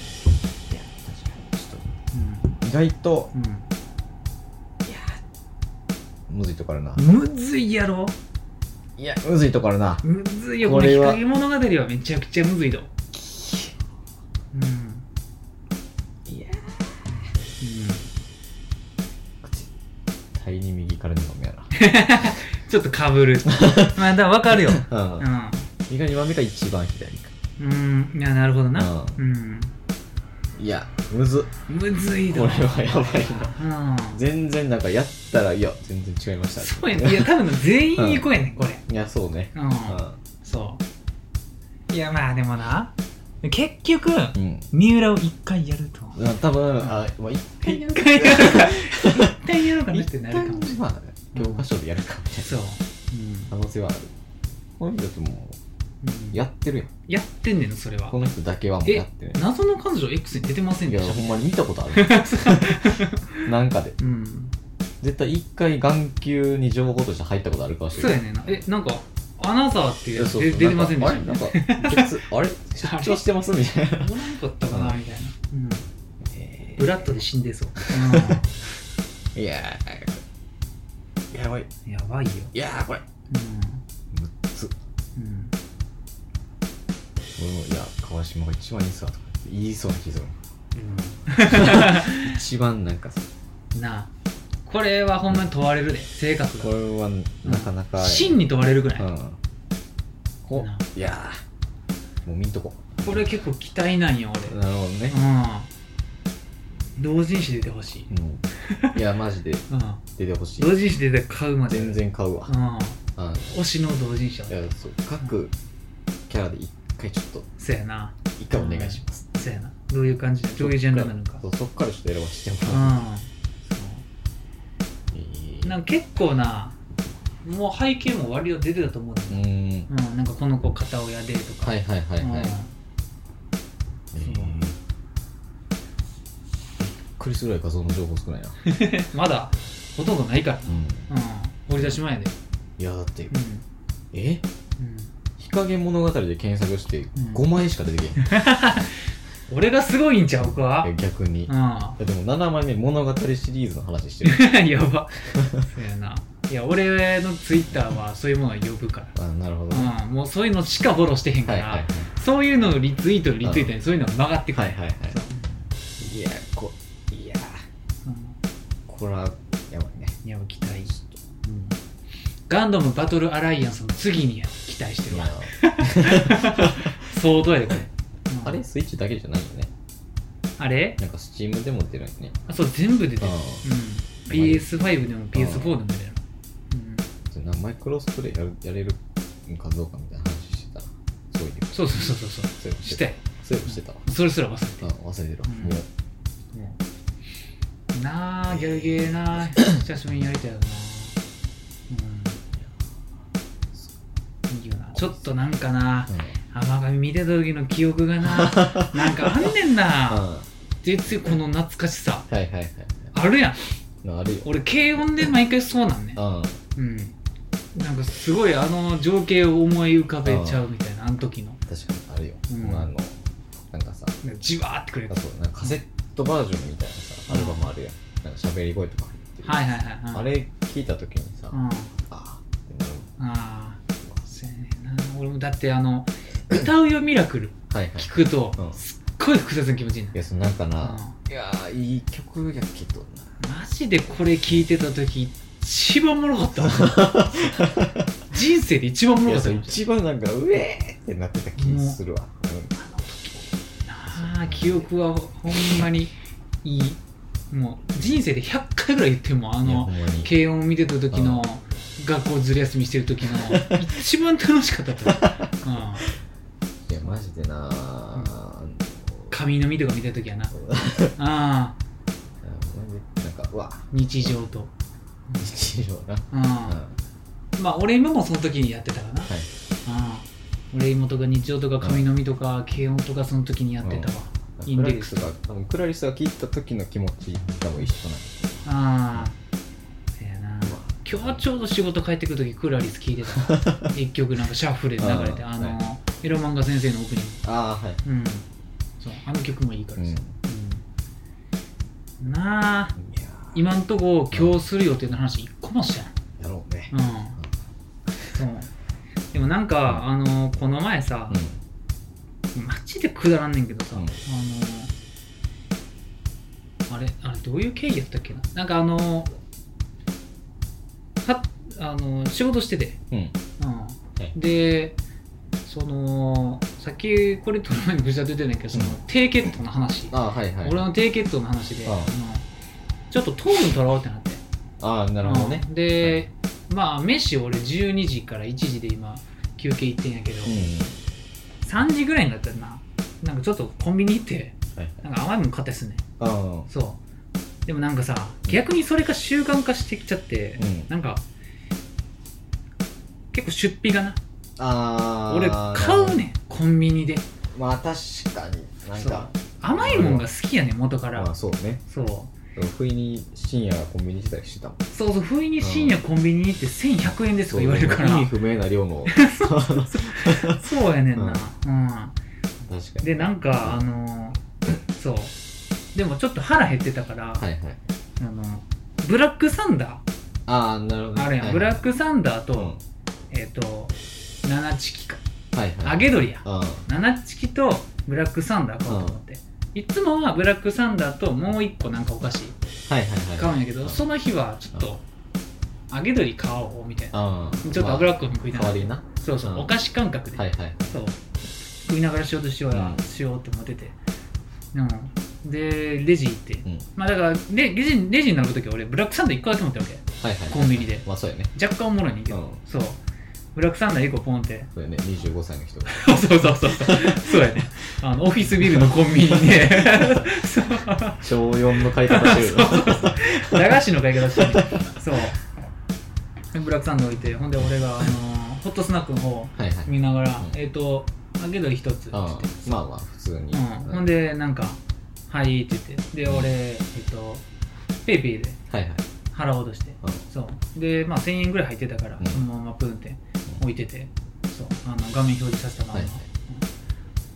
Speaker 1: にちょっと意外と
Speaker 2: うんうん
Speaker 1: むずいとこあるな、
Speaker 2: むずいやろ
Speaker 1: いやむずいとこあるな
Speaker 2: むずいよこ
Speaker 1: こ
Speaker 2: れ
Speaker 1: れ
Speaker 2: の
Speaker 1: は
Speaker 2: 日陰物語はめちゃくちゃむずいとうん
Speaker 1: いや口対に右から2番目や
Speaker 2: ちょっと
Speaker 1: *laughs*
Speaker 2: かぶるまあだから分かるよ
Speaker 1: なうん
Speaker 2: う
Speaker 1: 右から2番目が一番左か
Speaker 2: んうんいやなるほどな
Speaker 1: うん
Speaker 2: うん
Speaker 1: いやむず
Speaker 2: むずいだ
Speaker 1: これはやばいな
Speaker 2: うん
Speaker 1: 全然なんかやったらいや全然違いましたね
Speaker 2: そうやねいや多分全員いこうやねんこれ
Speaker 1: いやそうね
Speaker 2: うんそういやまあでもな結局
Speaker 1: うん、うん
Speaker 2: 三浦を一回やると
Speaker 1: まあ、多分あまあ一回
Speaker 2: 一回やるか一回やろうかなってなるかもしれない
Speaker 1: まあ教科書でやるかみたいな
Speaker 2: そう
Speaker 1: 可能性はあるこの人だっても
Speaker 2: うん
Speaker 1: うやってるやん
Speaker 2: やってんねんのそれは
Speaker 1: この人だけはもう
Speaker 2: え
Speaker 1: やってる
Speaker 2: 謎の彼女 X に出てません
Speaker 1: い
Speaker 2: で
Speaker 1: や
Speaker 2: した
Speaker 1: ほん
Speaker 2: ね
Speaker 1: まに見たことあ
Speaker 2: *laughs*
Speaker 1: るなんかで
Speaker 2: うん
Speaker 1: 絶対一回眼球に情報として入ったことあるかもし
Speaker 2: そ
Speaker 1: れ
Speaker 2: う
Speaker 1: な
Speaker 2: や
Speaker 1: い
Speaker 2: ねんなえなんかアナザーって
Speaker 1: い
Speaker 2: いう
Speaker 1: や
Speaker 2: やつ
Speaker 1: そう
Speaker 2: で
Speaker 1: そう
Speaker 2: 出てませんでした
Speaker 1: なん
Speaker 2: ね
Speaker 1: かあれなんか
Speaker 2: *laughs*
Speaker 1: 別あれ出張してますみたいな
Speaker 2: おらんかったかなみたいなうん
Speaker 1: え
Speaker 2: ブラッドで死んでそう
Speaker 1: ーいやーやばい
Speaker 2: うんやばいよ
Speaker 1: いやーこれ
Speaker 2: う
Speaker 1: むっつ
Speaker 2: んうん
Speaker 1: 俺もいや川島が一番いいさとか言いそうな気する一番なんかさ
Speaker 2: うんなあこれはほんまに問われるで性格
Speaker 1: こ
Speaker 2: が
Speaker 1: れはなかなか
Speaker 2: 真に問われるぐら
Speaker 1: う
Speaker 2: い
Speaker 1: んこ
Speaker 2: ない
Speaker 1: やーもう見んとこ
Speaker 2: これ結構期待なんよ俺
Speaker 1: なるほどね
Speaker 2: うん同人誌出てほしい
Speaker 1: うんいやマジで
Speaker 2: うん
Speaker 1: 出てほしい
Speaker 2: 同人誌出て買うまで
Speaker 1: 全然買うわ
Speaker 2: うん
Speaker 1: うん
Speaker 2: 推しの同人誌はい
Speaker 1: やそう各キャラで一回ちょっと
Speaker 2: そやな
Speaker 1: 一回お願いします
Speaker 2: そやなどういう感じでどういうジャンルなのか
Speaker 1: そうそっからちょっと選ばせて
Speaker 2: う
Speaker 1: もら
Speaker 2: ん
Speaker 1: うえ
Speaker 2: そ
Speaker 1: ー
Speaker 2: うなんか結構なもう背景も割と出てたと思うね
Speaker 1: うーん
Speaker 2: うん、なんかこの子片親でとか
Speaker 1: はいはいはいはいえーびっくりするぐらい画像の情報少
Speaker 2: *laughs*
Speaker 1: ないな
Speaker 2: うんまだほとんどないから
Speaker 1: うん
Speaker 2: なうん掘り出し前やで
Speaker 1: いやだって
Speaker 2: う
Speaker 1: え
Speaker 2: ん、うん
Speaker 1: 日陰物語で検索して
Speaker 2: ん
Speaker 1: 5枚しか出てけ
Speaker 2: *laughs*
Speaker 1: え
Speaker 2: 俺がすごいんちゃうか
Speaker 1: へん逆に
Speaker 2: う
Speaker 1: い
Speaker 2: ん *laughs*
Speaker 1: やでも7枚目物語シリーズの話してる
Speaker 2: やばそやないや俺のツイッターはそういうものは呼ぶから
Speaker 1: あなるほどね
Speaker 2: うん、もうそういうのしかフォローしてへんか
Speaker 1: はい
Speaker 2: ら、
Speaker 1: はいはい
Speaker 2: そういうのをリツイートリツイートにそういうのが曲がってくる、
Speaker 1: はいはいはいいやこいや
Speaker 2: うん
Speaker 1: これはやばいね
Speaker 2: いや期待、ガンダムバトルアライアンスの次に期待してるわ相当やでこれ、うん
Speaker 1: *laughs* あれスイッチだけじゃないよね
Speaker 2: あれ
Speaker 1: なんかスチームでも出るよね
Speaker 2: あそう全部出てる、
Speaker 1: あ
Speaker 2: うん、PS5 でも PS4 でも出てる、うん、
Speaker 1: それなマイクロスプレイやるやれるかどうかみたいな話してたそういえば
Speaker 2: そうそうそうそう
Speaker 1: そういえば
Speaker 2: し
Speaker 1: して
Speaker 2: て
Speaker 1: たそういえばしてたわ
Speaker 2: それすら忘れて
Speaker 1: あ忘れてるわ
Speaker 2: うん
Speaker 1: もう
Speaker 2: なあギャルゲーな久しぶりにやりたいよなうんいいよなちょっとなんかな甘神見てた時の記憶が
Speaker 1: *laughs*
Speaker 2: ななんかあんねん
Speaker 1: うん
Speaker 2: な
Speaker 1: は
Speaker 2: 絶対この懐かしさ
Speaker 1: いはいはい
Speaker 2: あるやん
Speaker 1: なあるよ
Speaker 2: 俺軽音で毎回そうなんね
Speaker 1: うん
Speaker 2: うんなんかすごいあの情景を思い浮かべちゃうみたいなあの時の
Speaker 1: 確かにあるよ
Speaker 2: うん
Speaker 1: まああのなんかさ
Speaker 2: なんかじわーってくれ
Speaker 1: あ
Speaker 2: た
Speaker 1: そうなんかカセットバージョンみたいなさアルバムあるやんなんか喋り声とか入ってる、
Speaker 2: はいはいはいはい
Speaker 1: あれ聞いた時にさ、
Speaker 2: うんあ
Speaker 1: あーってなる
Speaker 2: あ
Speaker 1: わ
Speaker 2: そうやねんな俺もだって
Speaker 1: *laughs*
Speaker 2: あの「歌うよミラクル
Speaker 1: はいは」い
Speaker 2: 聞くと
Speaker 1: うん
Speaker 2: すっごい複雑な気持ちにないる、
Speaker 1: やそのなんかな、
Speaker 2: う
Speaker 1: いやーいい曲やけどな
Speaker 2: マジでこれ聞いてた時一番おもろかった
Speaker 1: *laughs*
Speaker 2: 人生で一番おも
Speaker 1: い
Speaker 2: ろか
Speaker 1: やそう
Speaker 2: ったかもし
Speaker 1: 一番なんかうえーってなってた気するわ、
Speaker 2: れないなあ記憶はほんまにいいもう人生で100回ぐらい言ってもあ
Speaker 1: うん、いや
Speaker 2: の
Speaker 1: ほんまに
Speaker 2: 軽音見てた時の学校ずる休みしてる
Speaker 1: *laughs*
Speaker 2: 時の一番楽しかったと思う、うん、
Speaker 1: いやマジでなあの
Speaker 2: 髪の実とか見てた時
Speaker 1: *laughs*
Speaker 2: やなああ
Speaker 1: いやマジでなんかうわ
Speaker 2: 日常と、
Speaker 1: 日常な、
Speaker 2: うん
Speaker 1: うんは
Speaker 2: まあ俺今もその時にやってたかな、うん、俺妹が日常とか髪の実とか軽音とかその時にやってたわ、
Speaker 1: い、
Speaker 2: インデックス
Speaker 1: クラリスが多分クラリスが聴いた時の気持ち多分一緒なんです
Speaker 2: ああせやな今日ちょうど仕事帰ってくる時クラリス聞いて *laughs* た一曲なんかシャッフルで流れて
Speaker 1: あ
Speaker 2: あ
Speaker 1: ー
Speaker 2: の、
Speaker 1: は
Speaker 2: エロ漫画先生のオープニン
Speaker 1: ああはい
Speaker 2: グうんそうあの曲もいいから
Speaker 1: うんい
Speaker 2: さ
Speaker 1: や、
Speaker 2: うんなあ
Speaker 1: ー
Speaker 2: 今んとこ今日する予定の話一個もしてない
Speaker 1: やろうね
Speaker 2: うんそうでもなんか、あのこの前さ、
Speaker 1: う
Speaker 2: マジでくだらんねんけどさ、
Speaker 1: うん
Speaker 2: あのあれあれどういう経緯やったっけななんかあのはあの仕事してて、
Speaker 1: んうん
Speaker 2: うん、でそのさっきこれ撮る前にぐちゃ出てないけどその
Speaker 1: うん
Speaker 2: 低血糖の話、
Speaker 1: ああはいはい
Speaker 2: 俺の低血糖の話で、
Speaker 1: ああ
Speaker 2: あのちょっと糖分取ろうってなって
Speaker 1: ああなるほどね
Speaker 2: うんで、まあ飯俺12時から1時で今休憩行ってんやけど、
Speaker 1: うん
Speaker 2: 3時ぐらいになったらななんかちょっとコンビニ行って
Speaker 1: はい
Speaker 2: なんか甘いもん買ったりすんねん
Speaker 1: ああ
Speaker 2: そうでもなんかさ逆にそれが習慣化してきちゃって、
Speaker 1: うん
Speaker 2: なんか結構出費がな
Speaker 1: あー
Speaker 2: 俺買うねんコンビニで
Speaker 1: まあ確かになんか
Speaker 2: 甘いもんが好きやねん元から、
Speaker 1: まあそうね
Speaker 2: そう
Speaker 1: でも不意に深夜コンビニしたりしてたもん
Speaker 2: そうそう不意に深夜コンビニに行って1100円ですとか言われるから
Speaker 1: 意味不明な量の
Speaker 2: *laughs* そうやねんなうん
Speaker 1: 確かに
Speaker 2: でなんかあのーそうでもちょっと腹減ってたから、
Speaker 1: はいはい
Speaker 2: あのブラックサンダ
Speaker 1: ああなるほど
Speaker 2: ーあるやん、ブラックサンダーと、
Speaker 1: うん
Speaker 2: えっ、と七チキか
Speaker 1: はいはい
Speaker 2: 揚げ鶏や
Speaker 1: うん
Speaker 2: 七チキとブラックサンダー買おうと思って、いつもはブラックサンダーともう一個なんかお菓子
Speaker 1: はいはいはい
Speaker 2: 買うんやけど、その日はちょっと揚げ鶏買おうみたいなちょっと脂
Speaker 1: っ
Speaker 2: っこいの食いな
Speaker 1: 代
Speaker 2: が
Speaker 1: わ
Speaker 2: ら、
Speaker 1: りな
Speaker 2: そうそう、
Speaker 1: うん
Speaker 2: お菓子感覚で、
Speaker 1: はいはい
Speaker 2: そう食いながら仕事しようや、
Speaker 1: うん
Speaker 2: しようって思ってて、うん、でレジ行って、
Speaker 1: うん
Speaker 2: まあだからレレジレジに並ぶ時俺ブラックサンダー1個だけ持ってるわけ
Speaker 1: はいはい
Speaker 2: コンビニで
Speaker 1: まあそうやね
Speaker 2: 若干おもろいねんけ
Speaker 1: う
Speaker 2: ど、
Speaker 1: ん
Speaker 2: そうブラックサンダー1個ポンって
Speaker 1: そうやね25歳の人が
Speaker 2: *laughs* そうそうそうそう *laughs* そうやねあのオフィスビルのコンビニで *laughs* そう
Speaker 1: 小4の買い方してるの
Speaker 2: 駄菓子の買い方してねそうでブラックサンダー置いてほんで俺が、あのーホットスナックの方
Speaker 1: はいはい
Speaker 2: 見ながら、
Speaker 1: うん
Speaker 2: えっ、と揚げ鶏一つっつって、
Speaker 1: うんまあまあ普通に
Speaker 2: うん、ほんでなんか「はい」って言ってで俺えっとペイペイで
Speaker 1: はいはい
Speaker 2: 腹落として
Speaker 1: うん
Speaker 2: そうでまあ1000円ぐらい入ってたから、
Speaker 1: うん
Speaker 2: そのままプンって置いててそうあの画面表示させたまんま、
Speaker 1: はいはい
Speaker 2: うん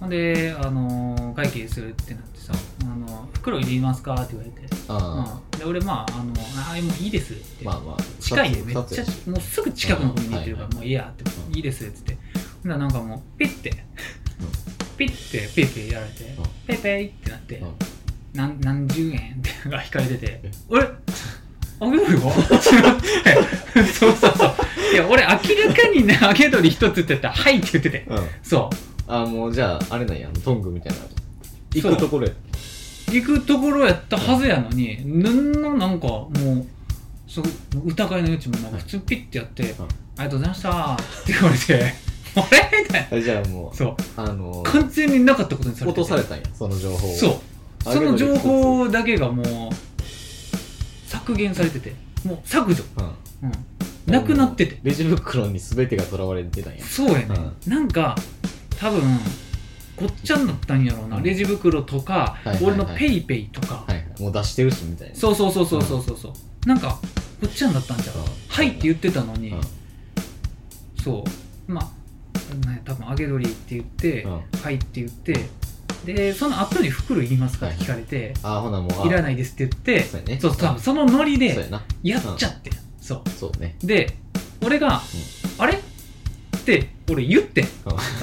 Speaker 2: ほんで、あの会計するってなってさ「あの袋入れますか?」って言われて、
Speaker 1: あ
Speaker 2: うん、で俺まあ「あのあもういいです」って、
Speaker 1: あまあまあ
Speaker 2: 近いでめっち
Speaker 1: 二
Speaker 2: ゃ
Speaker 1: つ
Speaker 2: もうすぐ近くのコンビニ行ってるから
Speaker 1: うん
Speaker 2: もういいやって
Speaker 1: うん
Speaker 2: いいですっつってほんならなんかもうピッてピッてペイペイやられて
Speaker 1: うん
Speaker 2: ペイペイってなって
Speaker 1: うん
Speaker 2: なん何十円
Speaker 1: *laughs*
Speaker 2: ってのが引かれてて
Speaker 1: え
Speaker 2: 俺揚げ鶏がそうそうそういや俺明らかにね揚げ鶏一つって言ったら「はい」って言ってて
Speaker 1: うん
Speaker 2: そ
Speaker 1: あもうじゃああれなんやあのトングみたいな行
Speaker 2: そう
Speaker 1: くところや
Speaker 2: う行くところやったはずやのに何のなんかもうそう疑いの余地もなんか普通にピッてやって
Speaker 1: うん
Speaker 2: 「ありがとうございました」って言われて「あれ?」みたいな
Speaker 1: えじゃあもう
Speaker 2: そう
Speaker 1: あのー
Speaker 2: 完全になかったことにされ
Speaker 1: 落
Speaker 2: てて
Speaker 1: とされたんやその情報を
Speaker 2: そう
Speaker 1: あ
Speaker 2: その情報だけがもう削減されててもう削除、
Speaker 1: う
Speaker 2: う
Speaker 1: ん
Speaker 2: ん、なくなってて
Speaker 1: レジ袋に全てがとらわれてたんや
Speaker 2: そうやね、なんか多分ごっちゃになったんやろうな、
Speaker 1: うん
Speaker 2: レジ袋とか、
Speaker 1: いはいはい
Speaker 2: 俺のペイペイとか、
Speaker 1: はいはいもう出してるしみたいな
Speaker 2: そうそうそうそうそうそうそうなんかごっちゃになったんじゃう、
Speaker 1: うん
Speaker 2: はいって言ってたのに、
Speaker 1: うん
Speaker 2: そうまあね多分揚げ鶏って言って、
Speaker 1: うん
Speaker 2: はいって言ってでその後に袋いりますかっ
Speaker 1: は
Speaker 2: て
Speaker 1: い
Speaker 2: 聞かれて、
Speaker 1: あほなもうあ
Speaker 2: い、らないですって言って
Speaker 1: そうやね
Speaker 2: そう多分そのノリ
Speaker 1: そうや
Speaker 2: で
Speaker 1: な
Speaker 2: やっちゃって、そ
Speaker 1: そうね
Speaker 2: うで俺が、あれって俺言ってん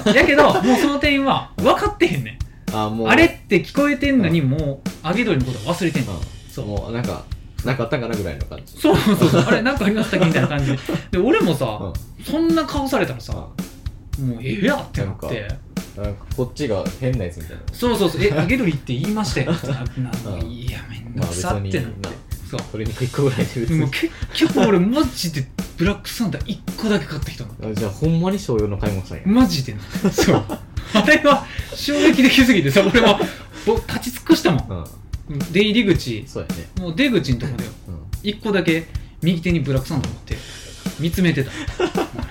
Speaker 1: うん
Speaker 2: *laughs* やけどもうその店員は分かってへんねん
Speaker 1: あもう
Speaker 2: あれって聞こえてんのにもう揚げ鶏のことは忘れてんの、
Speaker 1: う
Speaker 2: そ
Speaker 1: ん
Speaker 2: う
Speaker 1: もうなんかなんかあったんかなぐらいの感じ
Speaker 2: そうそう
Speaker 1: *laughs*
Speaker 2: そうあれなんかありましたっけみたいな感じでで俺もさ、
Speaker 1: うん
Speaker 2: そんな顔されたらさ、もうええやってなっ
Speaker 1: な
Speaker 2: て
Speaker 1: なんかこっちが変なやつみたいな
Speaker 2: そうそうそうえ揚げ鶏って言いました
Speaker 1: *laughs*
Speaker 2: よってなってなんか
Speaker 1: うん
Speaker 2: いやめんど
Speaker 1: まあ
Speaker 2: く
Speaker 1: 別
Speaker 2: さって
Speaker 1: に
Speaker 2: なって
Speaker 1: な
Speaker 2: そう
Speaker 1: 鶏肉1個ぐらいで別
Speaker 2: でも
Speaker 1: に
Speaker 2: 結局俺マジでブラックサンダー1個だけ買ってきたの
Speaker 1: あじゃあほんまに商用の買い物したんや
Speaker 2: マジで
Speaker 1: *laughs*
Speaker 2: なそうあれは衝撃的すぎてさ俺はぼ立ち尽くしたもん
Speaker 1: う
Speaker 2: 出入り口
Speaker 1: んそうやね
Speaker 2: もう出口のとこで
Speaker 1: うん
Speaker 2: 1個だけ右手にブラックサンダー持って見つめてた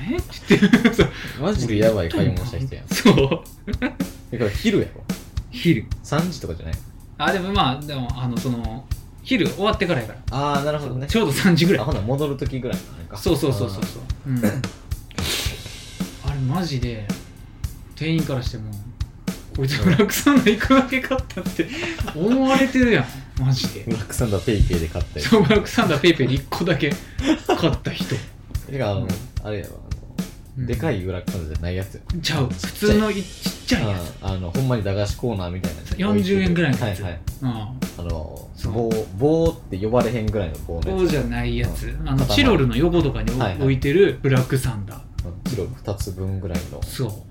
Speaker 2: えって言ってそう
Speaker 1: マジでやばい買い物した人やん
Speaker 2: そう
Speaker 1: だから昼やろ
Speaker 2: 昼
Speaker 1: 3時とかじゃない
Speaker 2: あでもまあでもあのその昼終わってからやから
Speaker 1: ああなるほどね
Speaker 2: ちょうど3時ぐら
Speaker 1: あ
Speaker 2: い
Speaker 1: ほな戻る時ぐらいななんか
Speaker 2: そうそうそうそうそううんあれマジで店員からしてもこいつブラックサンダー1個だけ買ったって思われてるやんマジで
Speaker 1: ブラックサンダーペイペイで買ったやつ
Speaker 2: そうブラックサンダーペイペイで1個だけ買った人
Speaker 1: てかあの、
Speaker 2: うん
Speaker 1: あれやろあの、
Speaker 2: うん
Speaker 1: でかいブラックサンダーじゃないやつよ
Speaker 2: ちゃう普通のいちっちゃいや
Speaker 1: ああのほんまに駄菓子コーナーみたいなやつ
Speaker 2: つ40円ぐらいのやつ
Speaker 1: はいはい
Speaker 2: うん
Speaker 1: あの
Speaker 2: そう
Speaker 1: 棒棒って呼ばれへんぐらいの棒の
Speaker 2: こ
Speaker 1: や
Speaker 2: う
Speaker 1: つ
Speaker 2: じゃないやつ
Speaker 1: うん
Speaker 2: あの
Speaker 1: 塊
Speaker 2: チロルの横とかに
Speaker 1: はいはい
Speaker 2: 置いてるブラックサンダー
Speaker 1: キロ2つ分ぐらいの
Speaker 2: そ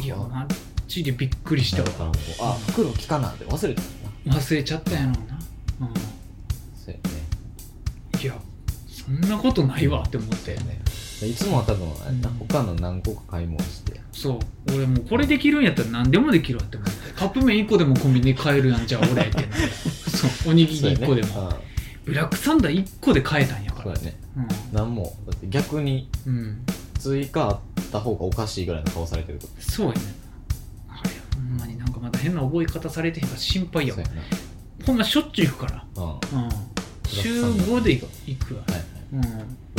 Speaker 2: ういやマジでびっくりし
Speaker 1: したた
Speaker 2: わ
Speaker 1: らもうあ袋効かなって忘れたんだな
Speaker 2: 忘れちゃったんやろうな、う
Speaker 1: そうや
Speaker 2: ん、いやそんなことないわって思って
Speaker 1: ねねいつもは多分あれな
Speaker 2: うん
Speaker 1: 他の何個か買い物して
Speaker 2: そう俺もうこれできるんやったら何でもできるわって
Speaker 1: *laughs*
Speaker 2: 思ってカップ麺1個でもコンビニで買えるやんじゃあ俺ってなってそうおにぎり1個でも、ブラックサンダー1個で買えたんやか
Speaker 1: そ
Speaker 2: ら
Speaker 1: うやね何もだって逆に
Speaker 2: うん、うん、
Speaker 1: 追加あった方がおかしいぐらいの顔されてると
Speaker 2: そうやねあれほんまになんかまた変な覚え方されてへんから心配や
Speaker 1: そ
Speaker 2: わ
Speaker 1: うやな
Speaker 2: ほんましょっちゅう行くから、
Speaker 1: うんは
Speaker 2: うん、週5で行くわ
Speaker 1: い、はい
Speaker 2: うん
Speaker 1: ブ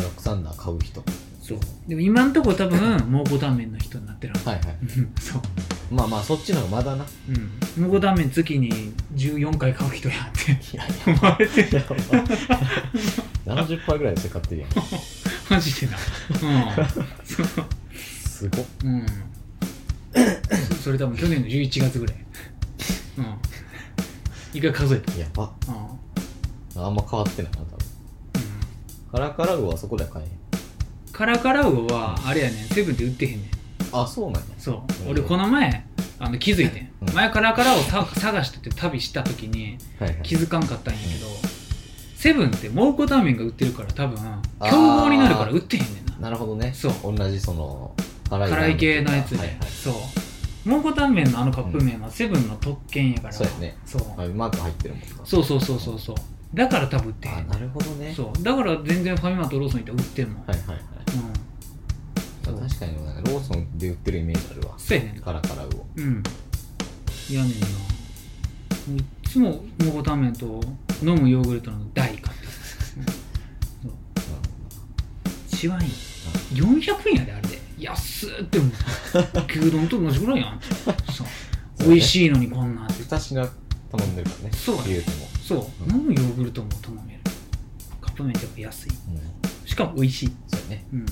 Speaker 1: ラックサンダー買う人は
Speaker 2: そうでも今んとこ多分蒙古タンメンの人になってるはず
Speaker 1: いはい
Speaker 2: うんそう
Speaker 1: まあまあそっちの方がまだな
Speaker 2: うん蒙古タンメン月に14回買う人やって思われてる
Speaker 1: 70%ぐらいでそれ買ってるやん
Speaker 2: マジでなうんそう
Speaker 1: すごっ
Speaker 2: うんそそれ多分去年の11月ぐらいうん一回数えた
Speaker 1: やば
Speaker 2: うん、うん、
Speaker 1: あんま変わってないな多分カラカラウはそこでは買えへん
Speaker 2: カラカラウオはあれやねんセブンで売ってへんねん
Speaker 1: あそうなんや
Speaker 2: そう
Speaker 1: うん
Speaker 2: 俺この前あの気づいてん
Speaker 1: うん
Speaker 2: 前カラカラウオさ探してて旅した時に
Speaker 1: はいは
Speaker 2: 気づかんかったんやけど、セブンって蒙古タンメンが売ってるから多分
Speaker 1: ー
Speaker 2: 競合になるから売ってへんねん
Speaker 1: な
Speaker 2: な
Speaker 1: るほどね
Speaker 2: そう
Speaker 1: 同じその辛
Speaker 2: 辛い系のやつで、
Speaker 1: はいはい
Speaker 2: そう蒙古タンメンのあのカップ麺はセブンの特権やから、
Speaker 1: そうやね
Speaker 2: そう
Speaker 1: あマーク入ってるもんな
Speaker 2: そうそうそうそうそうだから多分売ってへ
Speaker 1: あ
Speaker 2: ん
Speaker 1: なるほどね
Speaker 2: そうだから全然ファミマとローソン行ったら売ってんもん、
Speaker 1: はいはいはい
Speaker 2: うんそう
Speaker 1: 確かになんかローソンで売ってるイメージあるわ
Speaker 2: そうやねんな
Speaker 1: カラカラウを
Speaker 2: うんいやねんなもういつも蒙古タンメンと飲むヨーグルトの大買って一番いい400円やであれで安っって *laughs* 思う牛丼と同じぐらいやんそう
Speaker 1: そうね
Speaker 2: 美味しいのにこんなんって
Speaker 1: 2品頼んでるからね
Speaker 2: そうやね
Speaker 1: 言うても
Speaker 2: そううん飲むヨーグルトも頼めるカップ麺ってやっぱ安い
Speaker 1: うん
Speaker 2: しかも美味しい
Speaker 1: そうやね
Speaker 2: うん、うん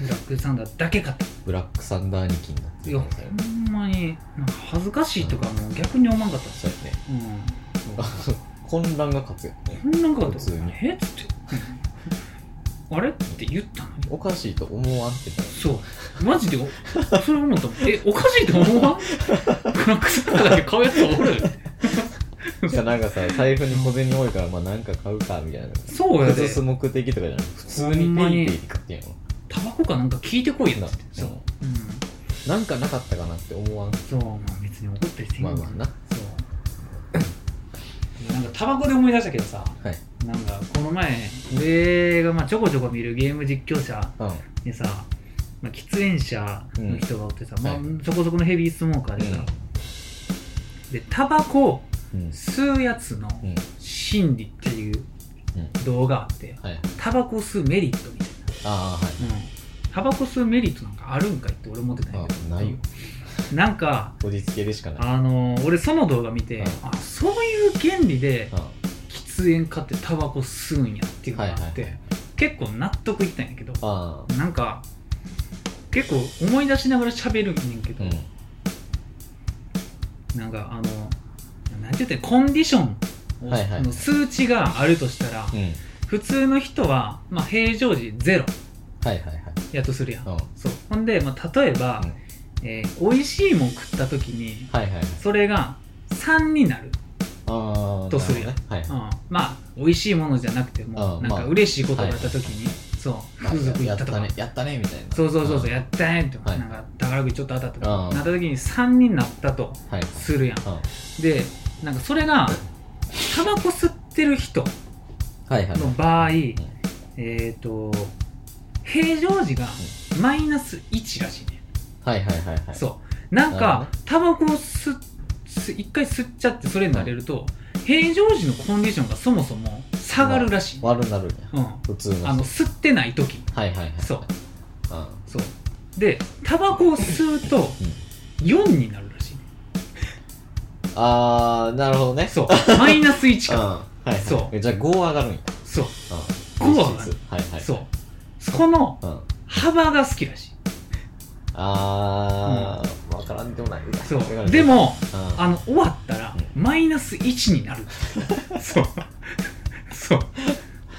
Speaker 2: ブラックサンダーだけ買った
Speaker 1: ブラックサンダーニキになって
Speaker 2: いや
Speaker 1: る
Speaker 2: ほんまになんか恥ずかしいとかもう逆に思わんかった
Speaker 1: そうやね
Speaker 2: うん
Speaker 1: あそう混乱が勝つよね
Speaker 2: こんなんかった
Speaker 1: 普通に
Speaker 2: えっつってあれって言ったのに
Speaker 1: おかしいと思わんってなる
Speaker 2: そう。マジでお、それ思ったもん。え、おかしいと思わんブラックサンダーだけ買うやつおる
Speaker 1: いやなんかさ財布に小銭多いからまあなんか買うかみたいな
Speaker 2: そうやで
Speaker 1: 崩。す目的とかじゃない普通
Speaker 2: ほん
Speaker 1: に
Speaker 2: ま
Speaker 1: ペ
Speaker 2: に
Speaker 1: イペイで買ってんやろ
Speaker 2: タバコかなんか聞いてこいや
Speaker 1: な
Speaker 2: つって。そう。うん。
Speaker 1: なんかなかったかなって思わん
Speaker 2: そう、まあ別に怒ったりせん
Speaker 1: ま
Speaker 2: か
Speaker 1: あ
Speaker 2: ら
Speaker 1: まあなは
Speaker 2: そう。なんかタバコで思い出したけどさ、
Speaker 1: い
Speaker 2: なんかこの前、俺がまあちょこちょこ見るゲーム実況者
Speaker 1: うん
Speaker 2: でさ、まあ、喫煙者の人がおってさ、
Speaker 1: ん
Speaker 2: まあ
Speaker 1: はい
Speaker 2: そこそこのヘビースモーカーでさ、で、タバコ
Speaker 1: うん
Speaker 2: 吸うやつの、
Speaker 1: うん
Speaker 2: 心理っていう
Speaker 1: うん
Speaker 2: 動画あって
Speaker 1: はい
Speaker 2: タバコ吸うメリットみたい
Speaker 1: ああはい
Speaker 2: な、タバコ吸うメリットなんかあるんかいって俺思ってたんやけ
Speaker 1: あないよ
Speaker 2: どなんか
Speaker 1: こじつけでしかない
Speaker 2: あの俺その動画見て
Speaker 1: うん
Speaker 2: あそういう原理で
Speaker 1: あ
Speaker 2: 喫煙家ってタバコ吸うんやっていうのがあって、
Speaker 1: はいはい
Speaker 2: 結構納得いったんやけど
Speaker 1: あ
Speaker 2: なんか結構思い出しながら喋るんやけ
Speaker 1: う
Speaker 2: ど、
Speaker 1: ん
Speaker 2: なんかあのなんて言ってコンディションを
Speaker 1: はいはい
Speaker 2: の数値があるとしたら、
Speaker 1: うん
Speaker 2: 普通の人は、まあ、平常時ゼロ
Speaker 1: はいはいはい
Speaker 2: やとするやん、
Speaker 1: うん
Speaker 2: そうほんで、まあ、例えば、
Speaker 1: うん
Speaker 2: えー美味しいもん食った時に
Speaker 1: はいはいはい
Speaker 2: それが3になる、
Speaker 1: ああ
Speaker 2: とするよね
Speaker 1: はいは
Speaker 2: う
Speaker 1: い
Speaker 2: ん、まあ美味しいものじゃなくても
Speaker 1: あ
Speaker 2: なん
Speaker 1: ま
Speaker 2: か
Speaker 1: あ
Speaker 2: 嬉しいことがあった時に、そう風俗行
Speaker 1: や
Speaker 2: っ
Speaker 1: った
Speaker 2: と
Speaker 1: た
Speaker 2: か
Speaker 1: ねやったねみたいな
Speaker 2: そうそうそうそうや
Speaker 1: っ
Speaker 2: ったねとか、
Speaker 1: はい
Speaker 2: なんか宝くじちょっと当たったと
Speaker 1: あ
Speaker 2: か
Speaker 1: ー
Speaker 2: なった時に3になったと
Speaker 1: はいはい
Speaker 2: するやん
Speaker 1: うん
Speaker 2: でなんかそれがタバコ吸ってる人
Speaker 1: はいはい
Speaker 2: の場合、えっ、と平常時がマイナス1らしいね、
Speaker 1: はいはいはいはい
Speaker 2: そうな
Speaker 1: なる
Speaker 2: ん
Speaker 1: ほ
Speaker 2: かタバコを吸っ吸一回吸っちゃってそれになれると、平常時のコンディションがそもそも下がるらしい、
Speaker 1: 悪なるんや
Speaker 2: うん、
Speaker 1: 普通の人
Speaker 2: あの吸ってない時
Speaker 1: はいはいはい
Speaker 2: そう
Speaker 1: あ
Speaker 2: そうでタバコを吸うと4になるらしいね
Speaker 1: あーなるほどね
Speaker 2: そう
Speaker 1: *laughs*
Speaker 2: マイナス1
Speaker 1: うん
Speaker 2: か
Speaker 1: はいはい
Speaker 2: そう
Speaker 1: じゃあ5上がるんや
Speaker 2: そう
Speaker 1: うん
Speaker 2: 五上がる
Speaker 1: はいはい
Speaker 2: そうこの
Speaker 1: うん
Speaker 2: 幅が好きらしい
Speaker 1: あーわからんでもない
Speaker 2: そ
Speaker 1: わからん
Speaker 2: う
Speaker 1: で
Speaker 2: で
Speaker 1: も
Speaker 2: も
Speaker 1: ないうん
Speaker 2: あの終わったら
Speaker 1: う
Speaker 2: マイナス1に
Speaker 1: *laughs*
Speaker 2: なるそうそう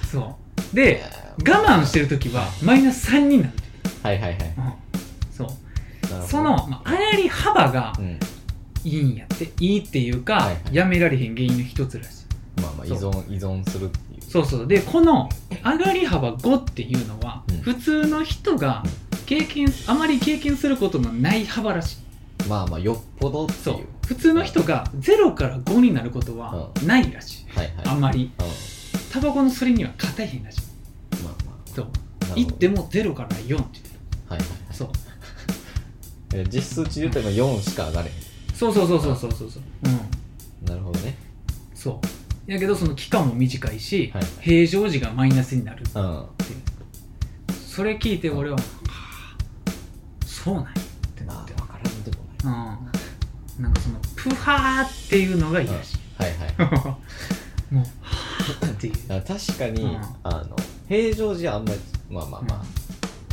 Speaker 2: そうで我慢してる時はマイナス3になる、
Speaker 1: はいはいはい
Speaker 2: うん、そう
Speaker 1: なるほど
Speaker 2: その、まあ、あやり幅が
Speaker 1: うん
Speaker 2: いいんやっていいっていうか、
Speaker 1: はいはい
Speaker 2: やめられへん原因の一つらしい
Speaker 1: まあまあ依
Speaker 2: そう
Speaker 1: 存依存するっていう
Speaker 2: そうそうでこの上がり幅5っていうのは、
Speaker 1: うん
Speaker 2: 普通の人が経験あまり経験することのない幅らしい
Speaker 1: まあまあよっぽどってい
Speaker 2: そうう普通の人が0から5になることはないらしい、
Speaker 1: はいはい
Speaker 2: あんまり
Speaker 1: うん
Speaker 2: タバコのそれには勝てへんらしい
Speaker 1: まあまあ
Speaker 2: そう
Speaker 1: なるほど
Speaker 2: 行っても0から4って言って
Speaker 1: はいはい
Speaker 2: るそう
Speaker 1: えー実数値で言うと4しか上がれへ
Speaker 2: そうそうそうそうそうそうそううん
Speaker 1: んなるほどね
Speaker 2: そうやけどその期間も短いし、
Speaker 1: はい
Speaker 2: 平常時がマイナスになるって
Speaker 1: うん
Speaker 2: それ聞いて俺は、はあそうなんやってな
Speaker 1: まあ
Speaker 2: って
Speaker 1: 分からんでもない
Speaker 2: うんなんかそのプハーっていうのがいいらしい、
Speaker 1: はいはい
Speaker 2: もうはーっていう
Speaker 1: だから確かに、
Speaker 2: うん
Speaker 1: あの平常時はあんまりまあまあまあ、
Speaker 2: うん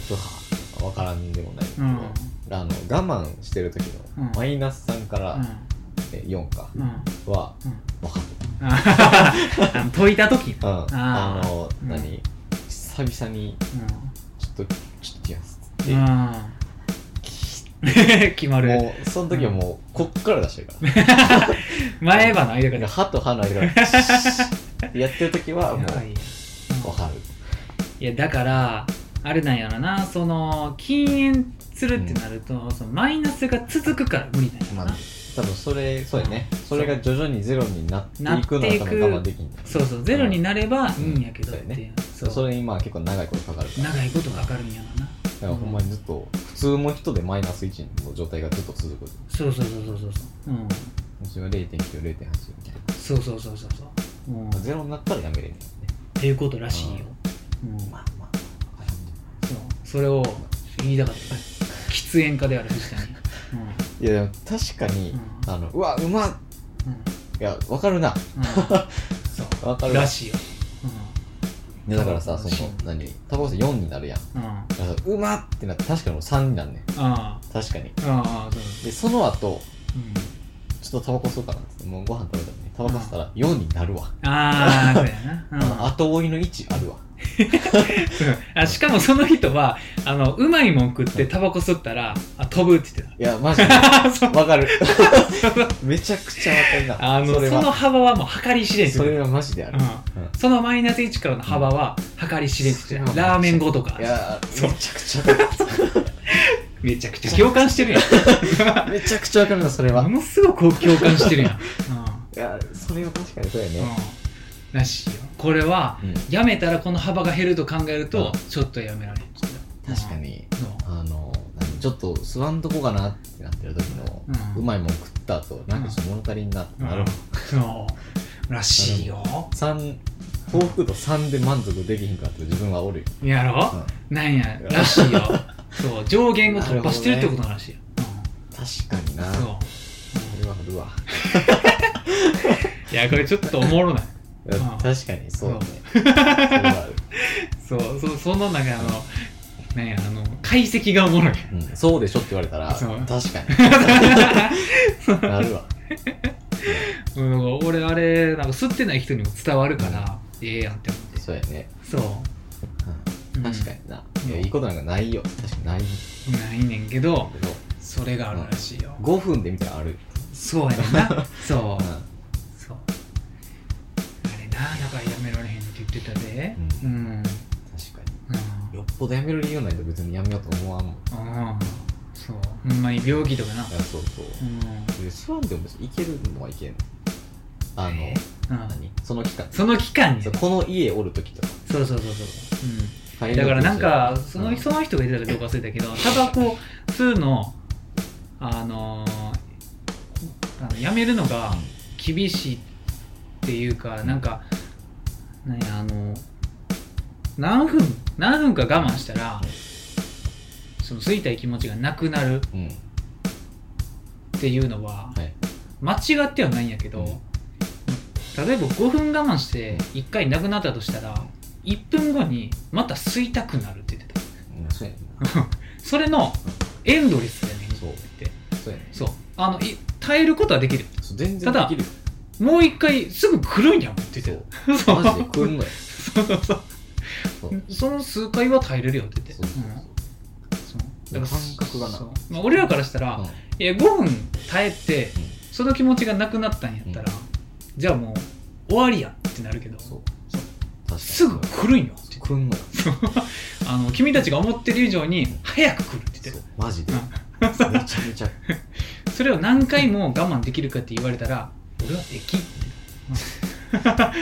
Speaker 1: 不破分からんでもないけど、
Speaker 2: うん
Speaker 1: あの我慢してる時の
Speaker 2: うん
Speaker 1: マイナス3から、え4か
Speaker 2: うんうん
Speaker 1: は
Speaker 2: うん
Speaker 1: 分かっ
Speaker 2: あの解いた時
Speaker 1: た、うん、
Speaker 2: あ
Speaker 1: あ
Speaker 2: ー
Speaker 1: の
Speaker 2: うん
Speaker 1: 何、久々にちょっとちょっと気がすっ
Speaker 2: う
Speaker 1: て、
Speaker 2: ん、うん、 *laughs* 決まる
Speaker 1: もうその時はもうこっから出してる
Speaker 2: *laughs*
Speaker 1: から
Speaker 2: 前歯の間
Speaker 1: な
Speaker 2: か
Speaker 1: んから歯と歯の間がシーってやってる時はもう
Speaker 2: やばい
Speaker 1: 分かる
Speaker 2: いやだからあれなんやろなその禁煙するってなると、そのマイナスが続くから無理なんやろ
Speaker 1: ま
Speaker 2: な、
Speaker 1: あ、多分それそうやねそれが徐々にゼロになっていくのは多分我慢できんね
Speaker 2: そうそうゼロになればいいんやけどっ
Speaker 1: うん
Speaker 2: て
Speaker 1: そう
Speaker 2: いう、
Speaker 1: やね
Speaker 2: そう
Speaker 1: それにまあ結構長いことかかるから
Speaker 2: 長いことかかるんやろな
Speaker 1: だからほんまにずっと普通の人でマイナス1の状態がずっと続く
Speaker 2: そうそうそうそうそうそう、うん、
Speaker 1: 私は0.9008みたい
Speaker 2: そうそうそうそうそう、うん、っ
Speaker 1: なゼロになったらやめれるよね
Speaker 2: ていうことらしいよ、うん
Speaker 1: まあまあわからんでも
Speaker 2: そうそれを言いたかった喫煙家である藤田
Speaker 1: *laughs*
Speaker 2: に、
Speaker 1: いやでも確かに、
Speaker 2: うん
Speaker 1: あのうわうまっ
Speaker 2: うんうん
Speaker 1: いやわかるな
Speaker 2: うん、そ
Speaker 1: わか
Speaker 2: う
Speaker 1: るわ
Speaker 2: らしいよ、
Speaker 1: いやだからさ
Speaker 2: うん
Speaker 1: その何タバコ吸4になるやん
Speaker 2: うんうん、あ
Speaker 1: だからうまっってなって確かにもう3になんねん
Speaker 2: あ
Speaker 1: 確かに
Speaker 2: ああそう
Speaker 1: でその後
Speaker 2: うん
Speaker 1: ちょっとタバコ吸おうかなっつってもうご飯食べたのにタバコ吸ったら4になるわ、
Speaker 2: ああ、そうやな。うん
Speaker 1: あの後追いの位置あるわ
Speaker 2: うんあしかもその人は、あの、うまいもん食ってタバコ吸ったら、あ飛ぶって言って
Speaker 1: いやマジで *laughs*
Speaker 2: た。 *laughs* そう
Speaker 1: わかる
Speaker 2: そう
Speaker 1: めちゃくちゃわかるな
Speaker 2: あの、そ
Speaker 1: それ
Speaker 2: の
Speaker 1: は
Speaker 2: 幅はもう計り知れんって
Speaker 1: そ
Speaker 2: 言っ
Speaker 1: れ
Speaker 2: て
Speaker 1: はマジである、
Speaker 2: た。うんそのマイナス1からの幅は計り知れんって言ってた。ラーメン5とか
Speaker 1: い。やー
Speaker 2: そう
Speaker 1: めちゃくちゃわか
Speaker 2: めちゃくちゃ共感 *laughs* してるやん。
Speaker 1: るめちゃくちゃわかるなそれは
Speaker 2: ものすごく共感してるやん。
Speaker 1: いやそれは確かにそうや
Speaker 2: うん。うん
Speaker 1: ね、
Speaker 2: らしいよ。これは、
Speaker 1: うん
Speaker 2: やめたらこの幅が減ると考えると
Speaker 1: う、
Speaker 2: ちょっとやめられんって言ってた。
Speaker 1: 確かに
Speaker 2: うん。そう
Speaker 1: あの何ちょっと吸わんとこかなってなってる時の、
Speaker 2: う
Speaker 1: うんまいもん食った後なんかちょっと物足りんなってなる、
Speaker 2: そうらしいよ
Speaker 1: 三幸福度3で満足できひんかって自分はおるよ
Speaker 2: *laughs* やろ、なんやらしいよそう上限を突破してるってことなんらしいよ、
Speaker 1: 確かにな
Speaker 2: うん、そ
Speaker 1: それはあるわ
Speaker 2: ういやこれちょっとおもろない
Speaker 1: いや
Speaker 2: うん
Speaker 1: 確かにそうだねそれはある
Speaker 2: そうそうそのなんかあの、なんやあの解析がお *laughs* もろい
Speaker 1: うんそうでしょって言われたら
Speaker 2: そう
Speaker 1: 確かになるわ
Speaker 2: うん、俺あれなんか吸ってない人にも伝わるから、ええやんって思って
Speaker 1: そうやね
Speaker 2: そう、
Speaker 1: う
Speaker 2: うんん
Speaker 1: 確かにな
Speaker 2: うん
Speaker 1: いやいいことなんかないよ確かにないんだ
Speaker 2: ないねんけど
Speaker 1: けど
Speaker 2: それがあるらしいよ、
Speaker 1: 5分で見たらある
Speaker 2: そうやねん *laughs* なそう、
Speaker 1: う
Speaker 2: そうあれなだからやめられへんって言ってたで
Speaker 1: う
Speaker 2: うんんうん
Speaker 1: ん確かによっぽどやめる理由ないと別にやめようと思わんもんい
Speaker 2: ああそうほんまに病気とかな
Speaker 1: やそうそう
Speaker 2: うん
Speaker 1: 別に座んでも別にいけるのはいけんのあの
Speaker 2: えうん
Speaker 1: 何その期間
Speaker 2: その期間に
Speaker 1: そ
Speaker 2: そう
Speaker 1: この家おる時とか
Speaker 2: うそうそうそう、うん
Speaker 1: 帰り
Speaker 2: だ
Speaker 1: の
Speaker 2: からなんか
Speaker 1: 時と
Speaker 2: そのその人が言ってたかどうか忘れたけどタバコ吸うのあのーあのやめるのが厳しいっていうかなんかなんやあの何分何分か我慢したらその吸いたい気持ちがなくなる
Speaker 1: うんうん
Speaker 2: っていうのは
Speaker 1: はい
Speaker 2: 間違ってはないんやけど、
Speaker 1: うん
Speaker 2: 例えば5分我慢して1回なくなったとしたら1分後にまた吸いたくなるって言ってた。
Speaker 1: うんそうやねんな
Speaker 2: それのエンドレスやねん
Speaker 1: そう
Speaker 2: って
Speaker 1: そうやねん
Speaker 2: そうあのい耐えることはできる
Speaker 1: そう全然
Speaker 2: ただ
Speaker 1: できるよ
Speaker 2: もう一回すぐ来るんやもんって言ってたそう
Speaker 1: マジ
Speaker 2: *laughs*
Speaker 1: で来んのよ
Speaker 2: そうそうそう
Speaker 1: そう
Speaker 2: その数回は耐えれるよって言って
Speaker 1: そうそう
Speaker 2: うんそう
Speaker 1: 感覚がな
Speaker 2: そうまあ、俺らからしたら、
Speaker 1: そう
Speaker 2: いや5分耐えてその気持ちがなくなったんやったら、じゃあもう終わりやってなるけど
Speaker 1: そうそう確かに
Speaker 2: すぐ来るんよって
Speaker 1: 来んのよ
Speaker 2: 言ってたあの君たちが思ってる以上に早く来るって言ってた
Speaker 1: そうマジで
Speaker 2: う
Speaker 1: め
Speaker 2: ん
Speaker 1: ちゃめちゃ
Speaker 2: それを何回も我慢できるかって言われたら俺はできん *laughs*
Speaker 1: 確か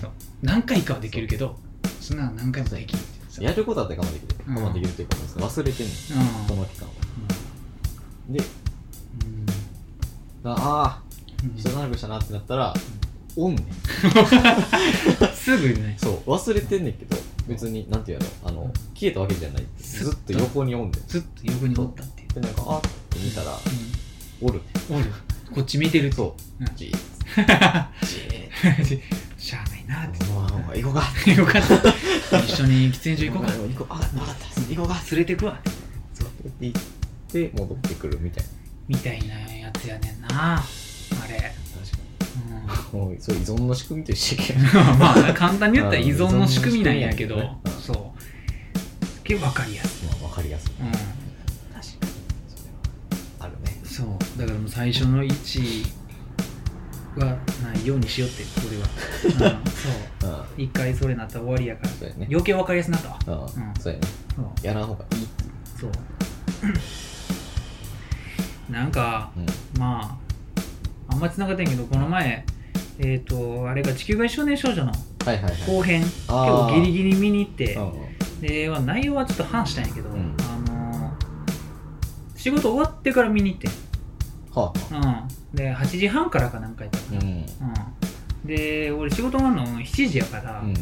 Speaker 2: そう何回かはできるけどそんなの何回もできんって
Speaker 1: にやることだって我慢できる
Speaker 2: うん
Speaker 1: 我慢できるっていうかもう忘れてんの
Speaker 2: うん
Speaker 1: この期間はで
Speaker 2: うん
Speaker 1: ああ
Speaker 2: うん
Speaker 1: 人並べしたなってなったらオンね
Speaker 2: すぐね
Speaker 1: そう忘れてんねんけど別になんていうのあの消えたわけじゃないずっと横にオンで
Speaker 2: ずっと横におったってい
Speaker 1: で
Speaker 2: う
Speaker 1: なんかあーって見たらおるね
Speaker 2: うんおるこっち見てると
Speaker 1: そ
Speaker 2: うん
Speaker 1: うじーじ
Speaker 2: *laughs* しゃあないなっ
Speaker 1: ーまあまあ行こうか
Speaker 2: てよかった一緒に喫煙所行こうか
Speaker 1: 行こうあ分かった行こうか
Speaker 2: 連れてくわ
Speaker 1: って行って戻ってくるみたいな
Speaker 2: みたいなやつやねんなあれ、
Speaker 1: 確か
Speaker 2: うん
Speaker 1: にもうそう依存の仕組みと一緒やけ
Speaker 2: *laughs* まあ簡単に言ったら依存の仕組みなんやけど、
Speaker 1: うん依存の仕組みやねうん
Speaker 2: そう結構わかりやすい、
Speaker 1: ど分かりやすい
Speaker 2: うん、
Speaker 1: 確かにそれはあるね
Speaker 2: そうだからもう最初の位置はないようにしようって俺 *laughs* は、うん、そう
Speaker 1: うん
Speaker 2: 一回それなったら終わりやから
Speaker 1: そうやね
Speaker 2: *laughs* 余計わかりやすくなったわ
Speaker 1: うん
Speaker 2: ん
Speaker 1: そうやね
Speaker 2: そう
Speaker 1: やらんほうがいい
Speaker 2: そう *clears throat* なんか
Speaker 1: うん
Speaker 2: まああんま繋がってんけどこの前えっ、とあれが地球外少年少女の
Speaker 1: はいはいはい
Speaker 2: 後編
Speaker 1: あ
Speaker 2: 今
Speaker 1: ー
Speaker 2: 日ギリギリ見に行って、
Speaker 1: うんうん
Speaker 2: で、まあ、内容はちょっと反したんやけど、
Speaker 1: うん
Speaker 2: あのー仕事終わってから見に行ってん、
Speaker 1: は
Speaker 2: うん、で8時半からかなんかやったか
Speaker 1: あう
Speaker 2: な、
Speaker 1: ん
Speaker 2: うんで俺仕事終わるの7時やから、
Speaker 1: うん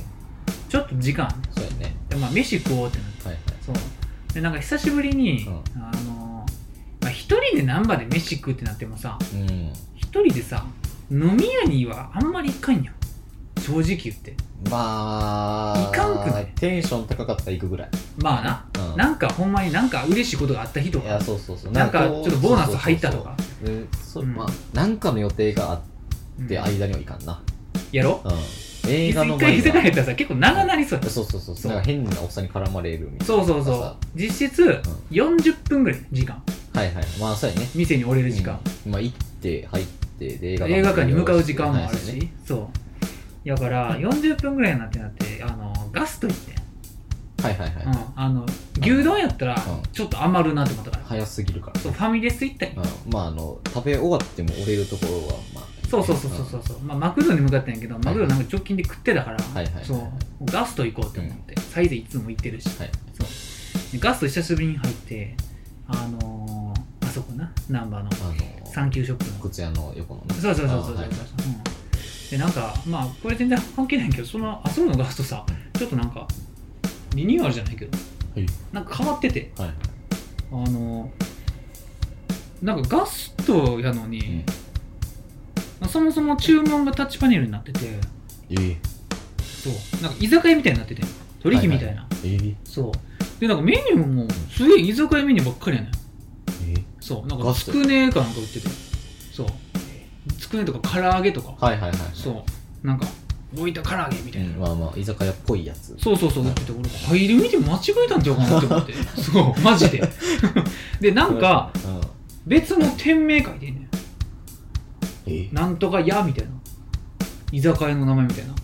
Speaker 2: ちょっと時間あんねん
Speaker 1: そうやね
Speaker 2: で、まあ、飯食おうってなって
Speaker 1: はいはい
Speaker 2: そうでなんか久しぶりに、
Speaker 1: うん
Speaker 2: あのーまあ、一人で難波で飯食うってなってもさ
Speaker 1: うん
Speaker 2: 一人でさ飲み屋にはあんまり行かんやん正直言って
Speaker 1: まあ
Speaker 2: いかんくない
Speaker 1: テンション高かったら行くぐらい
Speaker 2: まあな、
Speaker 1: うん
Speaker 2: なんかほんまになんか嬉しいことがあった日と
Speaker 1: い
Speaker 2: か
Speaker 1: やそうそうそう
Speaker 2: なんかちょ
Speaker 1: こう
Speaker 2: っとボーナス入ったとか
Speaker 1: そうそうそうでそう
Speaker 2: うん
Speaker 1: まあなんかの予定があって
Speaker 2: うん
Speaker 1: 間にはいかんな
Speaker 2: やろ
Speaker 1: うん映
Speaker 2: 一
Speaker 1: 画
Speaker 2: 回
Speaker 1: の
Speaker 2: 一
Speaker 1: 場合
Speaker 2: 回世界
Speaker 1: は
Speaker 2: やったらさ結構長なりそうや
Speaker 1: そうそうそう
Speaker 2: そう
Speaker 1: なんか変なおっさんに絡まれるみたいな
Speaker 2: そうそう
Speaker 1: なんか
Speaker 2: そう実質40分ぐらい時間
Speaker 1: さはいはいまあそうやね
Speaker 2: 店に折れる時間、
Speaker 1: うんまあ行って入ってで映
Speaker 2: 映画館に向かう時間もある
Speaker 1: はいそう
Speaker 2: し、
Speaker 1: やね
Speaker 2: そうだから40分ぐらいになってなってあのガスト行って、
Speaker 1: はいはいはい、
Speaker 2: うん、あの牛丼やったら
Speaker 1: ん
Speaker 2: ちょっと余るなって思ったから、
Speaker 1: 早すぎるから
Speaker 2: そうファミレス行ったり、
Speaker 1: うんまああの食べ終わっても折れるところはまあ
Speaker 2: そうそうそうそうそううそう、まあ、マクドに向かったんやけどマクドなんか直近で食ってたから、
Speaker 1: はいはいはい
Speaker 2: そうガスト行こうって思って、サイゼいつも行ってるし
Speaker 1: んはい
Speaker 2: そうでガスト久しぶりに入ってあのーあそこな難波の
Speaker 1: あの
Speaker 2: サンキューショップの
Speaker 1: 靴屋の横のね
Speaker 2: そうそうそうそうそう、
Speaker 1: あはい
Speaker 2: うん、でなんかまあこれ全然関係ないけどそのあそこのガストさちょっとなんかリニューアルじゃないけど
Speaker 1: はい
Speaker 2: なんか変わってて
Speaker 1: はい
Speaker 2: あのなんかガストやのに、そもそも注文がタッチパネルになってて
Speaker 1: ええ
Speaker 2: そうなんか居酒屋みたいになってて取引みたいな、
Speaker 1: ええ
Speaker 2: そうでなんかメニューもすげえ居酒屋メニューばっかりやねん
Speaker 1: ええ
Speaker 2: そうなんか
Speaker 1: ガ
Speaker 2: つ
Speaker 1: スト
Speaker 2: くねかなんか売っててそうつくねとか唐揚げとか
Speaker 1: はいはいはい
Speaker 2: そうなんか置いた唐揚げみた
Speaker 1: う
Speaker 2: い
Speaker 1: ん
Speaker 2: な、
Speaker 1: まあまあ居酒屋っぽいやつ
Speaker 2: そうそうそう売ってて俺入り見て間違えたんちゃうかなっ
Speaker 1: *laughs*
Speaker 2: て思ってそうマジで *laughs* でなんか
Speaker 1: うん
Speaker 2: 別の店名書いてんねん
Speaker 1: え
Speaker 2: なんとか屋みたいな居酒屋の名前みたいな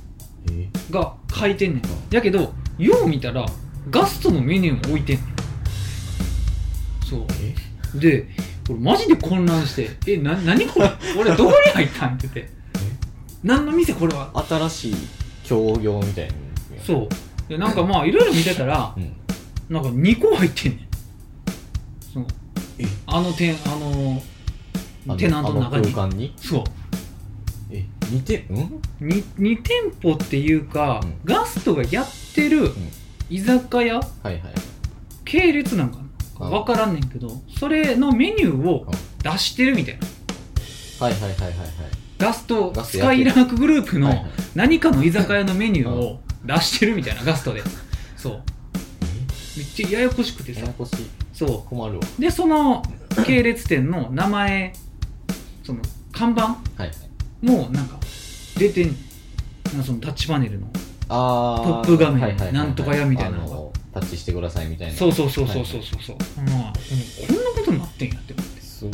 Speaker 1: え
Speaker 2: が書いてんねん
Speaker 1: うん
Speaker 2: やけどよう見たらガストのメニューも置いてんねんそう
Speaker 1: え
Speaker 2: で俺マジで混乱して「えな何これ俺どこに入ったん?」って言って「何の店これは?
Speaker 1: 新しい協業みたいな」う
Speaker 2: そうでなんかまあいろいろ見てたら
Speaker 1: うん
Speaker 2: なんか2個入ってんねんそう
Speaker 1: え
Speaker 2: あの店あの
Speaker 1: あの
Speaker 2: テナントの中に
Speaker 1: あの空間に
Speaker 2: そう
Speaker 1: え似てうん
Speaker 2: に2店舗っていうか、
Speaker 1: うん
Speaker 2: ガストがやってる居酒屋
Speaker 1: はいはい
Speaker 2: 系列なんかな
Speaker 1: あ
Speaker 2: 分からんねんけどそれのメニューを出してるみたいな
Speaker 1: はいはいはいはいはい
Speaker 2: ガスト
Speaker 1: ガス
Speaker 2: ス
Speaker 1: トやっ
Speaker 2: カ
Speaker 1: て
Speaker 2: イ
Speaker 1: る
Speaker 2: ラークグループ
Speaker 1: はい
Speaker 2: の
Speaker 1: はい
Speaker 2: 何かの居酒屋のメニューを出してるみたいなガストでそうめっちゃややこしくて
Speaker 1: え
Speaker 2: さ
Speaker 1: ややこしい
Speaker 2: そ
Speaker 1: 困るわ
Speaker 2: うでその系列店の名前その看板
Speaker 1: はいはい
Speaker 2: もなんか出てんなんかそのタッチパネルの
Speaker 1: あー
Speaker 2: トップ画面
Speaker 1: はいはいはいはい
Speaker 2: なんとか屋みたいなのが
Speaker 1: あのタッチしてくださいみたいな
Speaker 2: そうそうそうそうそうそうそう、まあこんなことになってんやって思って
Speaker 1: すごっ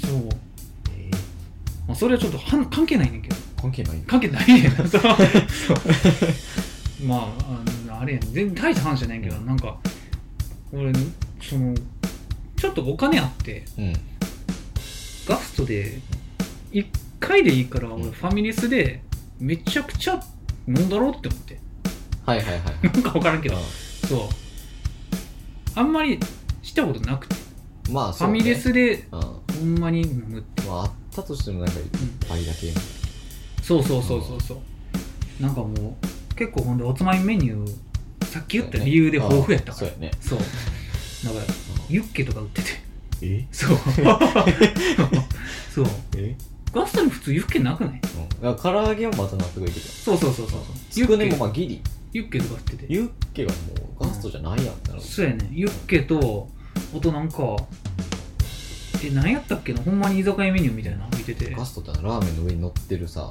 Speaker 2: そう、
Speaker 1: え
Speaker 2: まあ、それはちょっとはん関係ないねんけど
Speaker 1: 関係ない
Speaker 2: 関係ないねんなそうまああのあれやねん全然大した話じゃないけどなんか俺そのちょっとお金あって
Speaker 1: うん
Speaker 2: ガストで1回でいいから俺
Speaker 1: うん
Speaker 2: ファミレスでめちゃくちゃ飲んだろうって思って
Speaker 1: はいはいはいはい
Speaker 2: なんか分からんけど
Speaker 1: う
Speaker 2: そうあんまりしたことなくて
Speaker 1: んまあ
Speaker 2: フ
Speaker 1: そ
Speaker 2: ァ
Speaker 1: うね
Speaker 2: ミレスで
Speaker 1: うん
Speaker 2: ほんまに飲むって
Speaker 1: まああったとしてもなんかいっぱいだけ
Speaker 2: そうそうそうそうそうなんかもう結構ほんでおつまみメニューさっき言った理由で豊富やったか
Speaker 1: そ
Speaker 2: ら
Speaker 1: うやね
Speaker 2: そうだからユッケとか売ってて
Speaker 1: え
Speaker 2: そう
Speaker 1: *laughs*
Speaker 2: そう
Speaker 1: え
Speaker 2: ガストに普通ユッケなくない
Speaker 1: うんだから唐揚げはまた納得いくじ
Speaker 2: そうそうそうそう
Speaker 1: ゃんつ
Speaker 2: ユ
Speaker 1: く
Speaker 2: ッケ
Speaker 1: ねもまあギリ
Speaker 2: ユッケとか売ってて
Speaker 1: ユッケがもうガストじゃないやんってなる
Speaker 2: そうやねユッケとあとなんかえ何やったっけなほんまに居酒屋メニューみたいなの見てて、うん
Speaker 1: ガ、ストってあのラーメンの上に乗ってるさ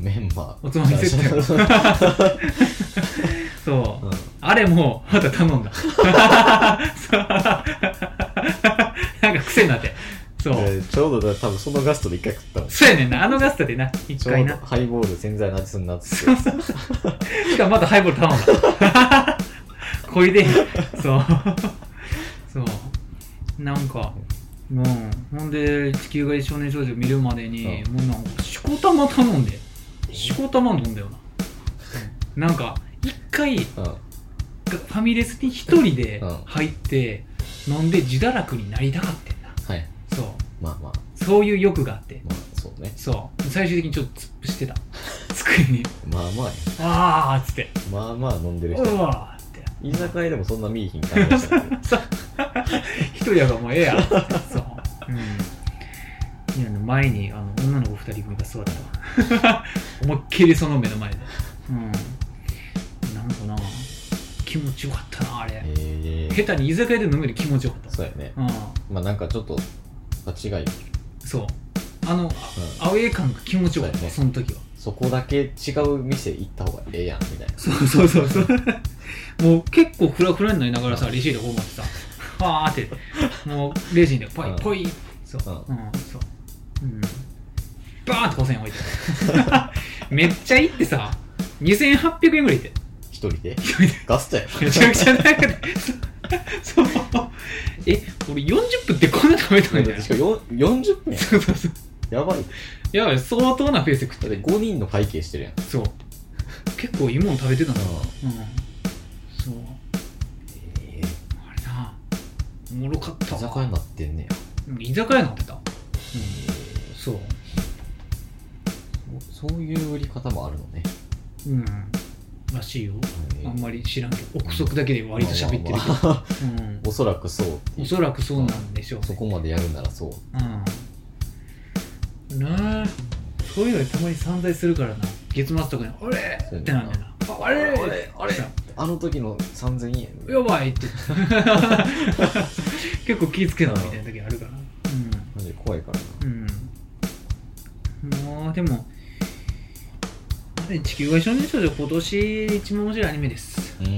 Speaker 1: メンバー
Speaker 2: おつまみセット *laughs* そううんあれも、また頼んだ。 *laughs* なんか癖になって。そう。
Speaker 1: えーちょうどだ多分そのガストで一回食ったの
Speaker 2: そうやねんな。あのガストでな、一
Speaker 1: ちょ
Speaker 2: 回
Speaker 1: うど
Speaker 2: な。
Speaker 1: ハイボール潜在の味すんなっつって
Speaker 2: そうそうそう。しかもまたハイボール頼んだ。これで、そう。そう。なんか、うん。ほんで、地球外少年少女見るまでに、
Speaker 1: う
Speaker 2: もうなんか、しこたま頼んで。しこたま飲んだよな。なんか、一回、
Speaker 1: うん
Speaker 2: ファミレスに一人で
Speaker 1: うん
Speaker 2: 入って飲んで自堕落になりたかってんな
Speaker 1: はい
Speaker 2: そう
Speaker 1: まあまあ
Speaker 2: そういう欲があって
Speaker 1: まあそうね
Speaker 2: そう最終的にちょっと突っ伏してた机に
Speaker 1: まあまあや
Speaker 2: ああっつって
Speaker 1: まあまあ飲んでる人
Speaker 2: うわーって
Speaker 1: 居酒屋でもそんな見いひん感じでしたけど
Speaker 2: そう一人やからもうええやそううんいや前にあの女の子二人組が座ってたわ思いっきりその目の前でうんなんかな気持ちよかったなあれ
Speaker 1: ええ
Speaker 2: 下手に居酒屋で飲むより気持ちよかった
Speaker 1: そうやね
Speaker 2: うん
Speaker 1: まあなんかちょっと違い
Speaker 2: そうあの、あアウェー感が気持ちよかった、
Speaker 1: そうやね
Speaker 2: その時は
Speaker 1: そこだけ違う店行った方がええやんみたいな
Speaker 2: そうそうそうそうもう結構フラフラになりながらさレシートこう持ってさパーってもうレジンでポイ
Speaker 1: うん
Speaker 2: ポイそうう、
Speaker 1: うん
Speaker 2: そううんバーンって5000円置いてめっちゃいいってさ2800円ぐらいで
Speaker 1: 一人でガストや
Speaker 2: めちゃくちゃ長くてそうえ俺40分ってこんな食べたのみたいな
Speaker 1: しかもよ40分や
Speaker 2: そうそうそう
Speaker 1: やばい
Speaker 2: やばい相当なペースで食った
Speaker 1: だっ
Speaker 2: で
Speaker 1: て5人の会計してるやん
Speaker 2: そう結構いいもの食べてたなうんそう
Speaker 1: ええ
Speaker 2: あれなおもろかった
Speaker 1: 居
Speaker 2: わ
Speaker 1: 酒屋になってんねや
Speaker 2: うん居酒屋になってたそう
Speaker 1: そそういう売り方もあるのね
Speaker 2: うんらしいよあんまり知らんけど憶測だけで割と喋ってるけど
Speaker 1: まあまあまあ
Speaker 2: う
Speaker 1: *laughs*
Speaker 2: ん
Speaker 1: おそらくそうってい
Speaker 2: お
Speaker 1: う
Speaker 2: そらくそうなんでしょうね
Speaker 1: そこまでやるならそう
Speaker 2: うんなあそういうのにたまに散財するからな月末とかに「あれ?」
Speaker 1: そうやね
Speaker 2: ってなんだよな「あれ
Speaker 1: あれあれあの時の3000円
Speaker 2: やばい!」 *laughs* って結構気ぃつけなみたいな時あるから
Speaker 1: マジで怖いからな
Speaker 2: うんうんもうでもあれ地球外少年少女今年一番面白いアニメです
Speaker 1: うん
Speaker 2: うん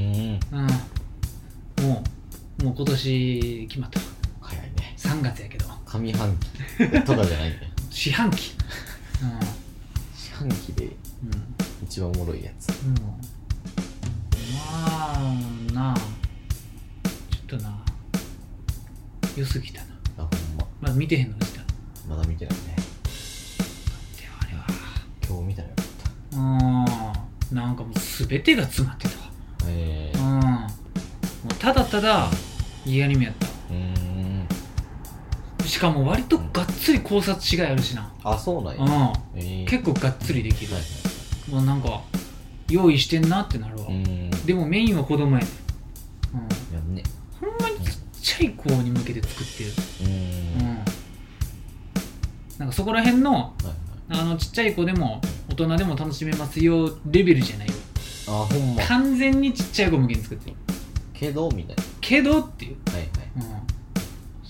Speaker 2: もうもう今年決まった
Speaker 1: 早いね
Speaker 2: 3月やけど
Speaker 1: 上半期とかじゃないね
Speaker 2: 四半期
Speaker 1: 四半期で
Speaker 2: うん、うん
Speaker 1: 一番おもろいやつ
Speaker 2: うん、まあなあちょっとな良すぎたな
Speaker 1: あほん
Speaker 2: まだ見てへんのにしたで
Speaker 1: ままだ見てないね
Speaker 2: も
Speaker 1: 今日見たらよかっ
Speaker 2: あれはうんなんかもう全てが詰まってたわ
Speaker 1: たえ
Speaker 2: うんもうただただいいアニメやった
Speaker 1: ー、うーん
Speaker 2: しかも割とがっつり考察しがいあるしな
Speaker 1: あそうなん
Speaker 2: う
Speaker 1: や、
Speaker 2: ん
Speaker 1: えー、
Speaker 2: 結構がっつりできる
Speaker 1: はい
Speaker 2: もうなんか用意してんなってなるわ
Speaker 1: はいうーん
Speaker 2: でもメインは子供やねうん
Speaker 1: やんね
Speaker 2: ほんまにちっちゃい子に向けて作ってる
Speaker 1: うーん
Speaker 2: う
Speaker 1: はい
Speaker 2: んなんかそこら辺の
Speaker 1: はい
Speaker 2: あのちっちゃい子でも大人でも楽しめますよレベルじゃないよ
Speaker 1: あほんま
Speaker 2: 完全にちっちゃい子向けに作ってる
Speaker 1: けどみたい
Speaker 2: けどっていう、
Speaker 1: なはいはい
Speaker 2: うん、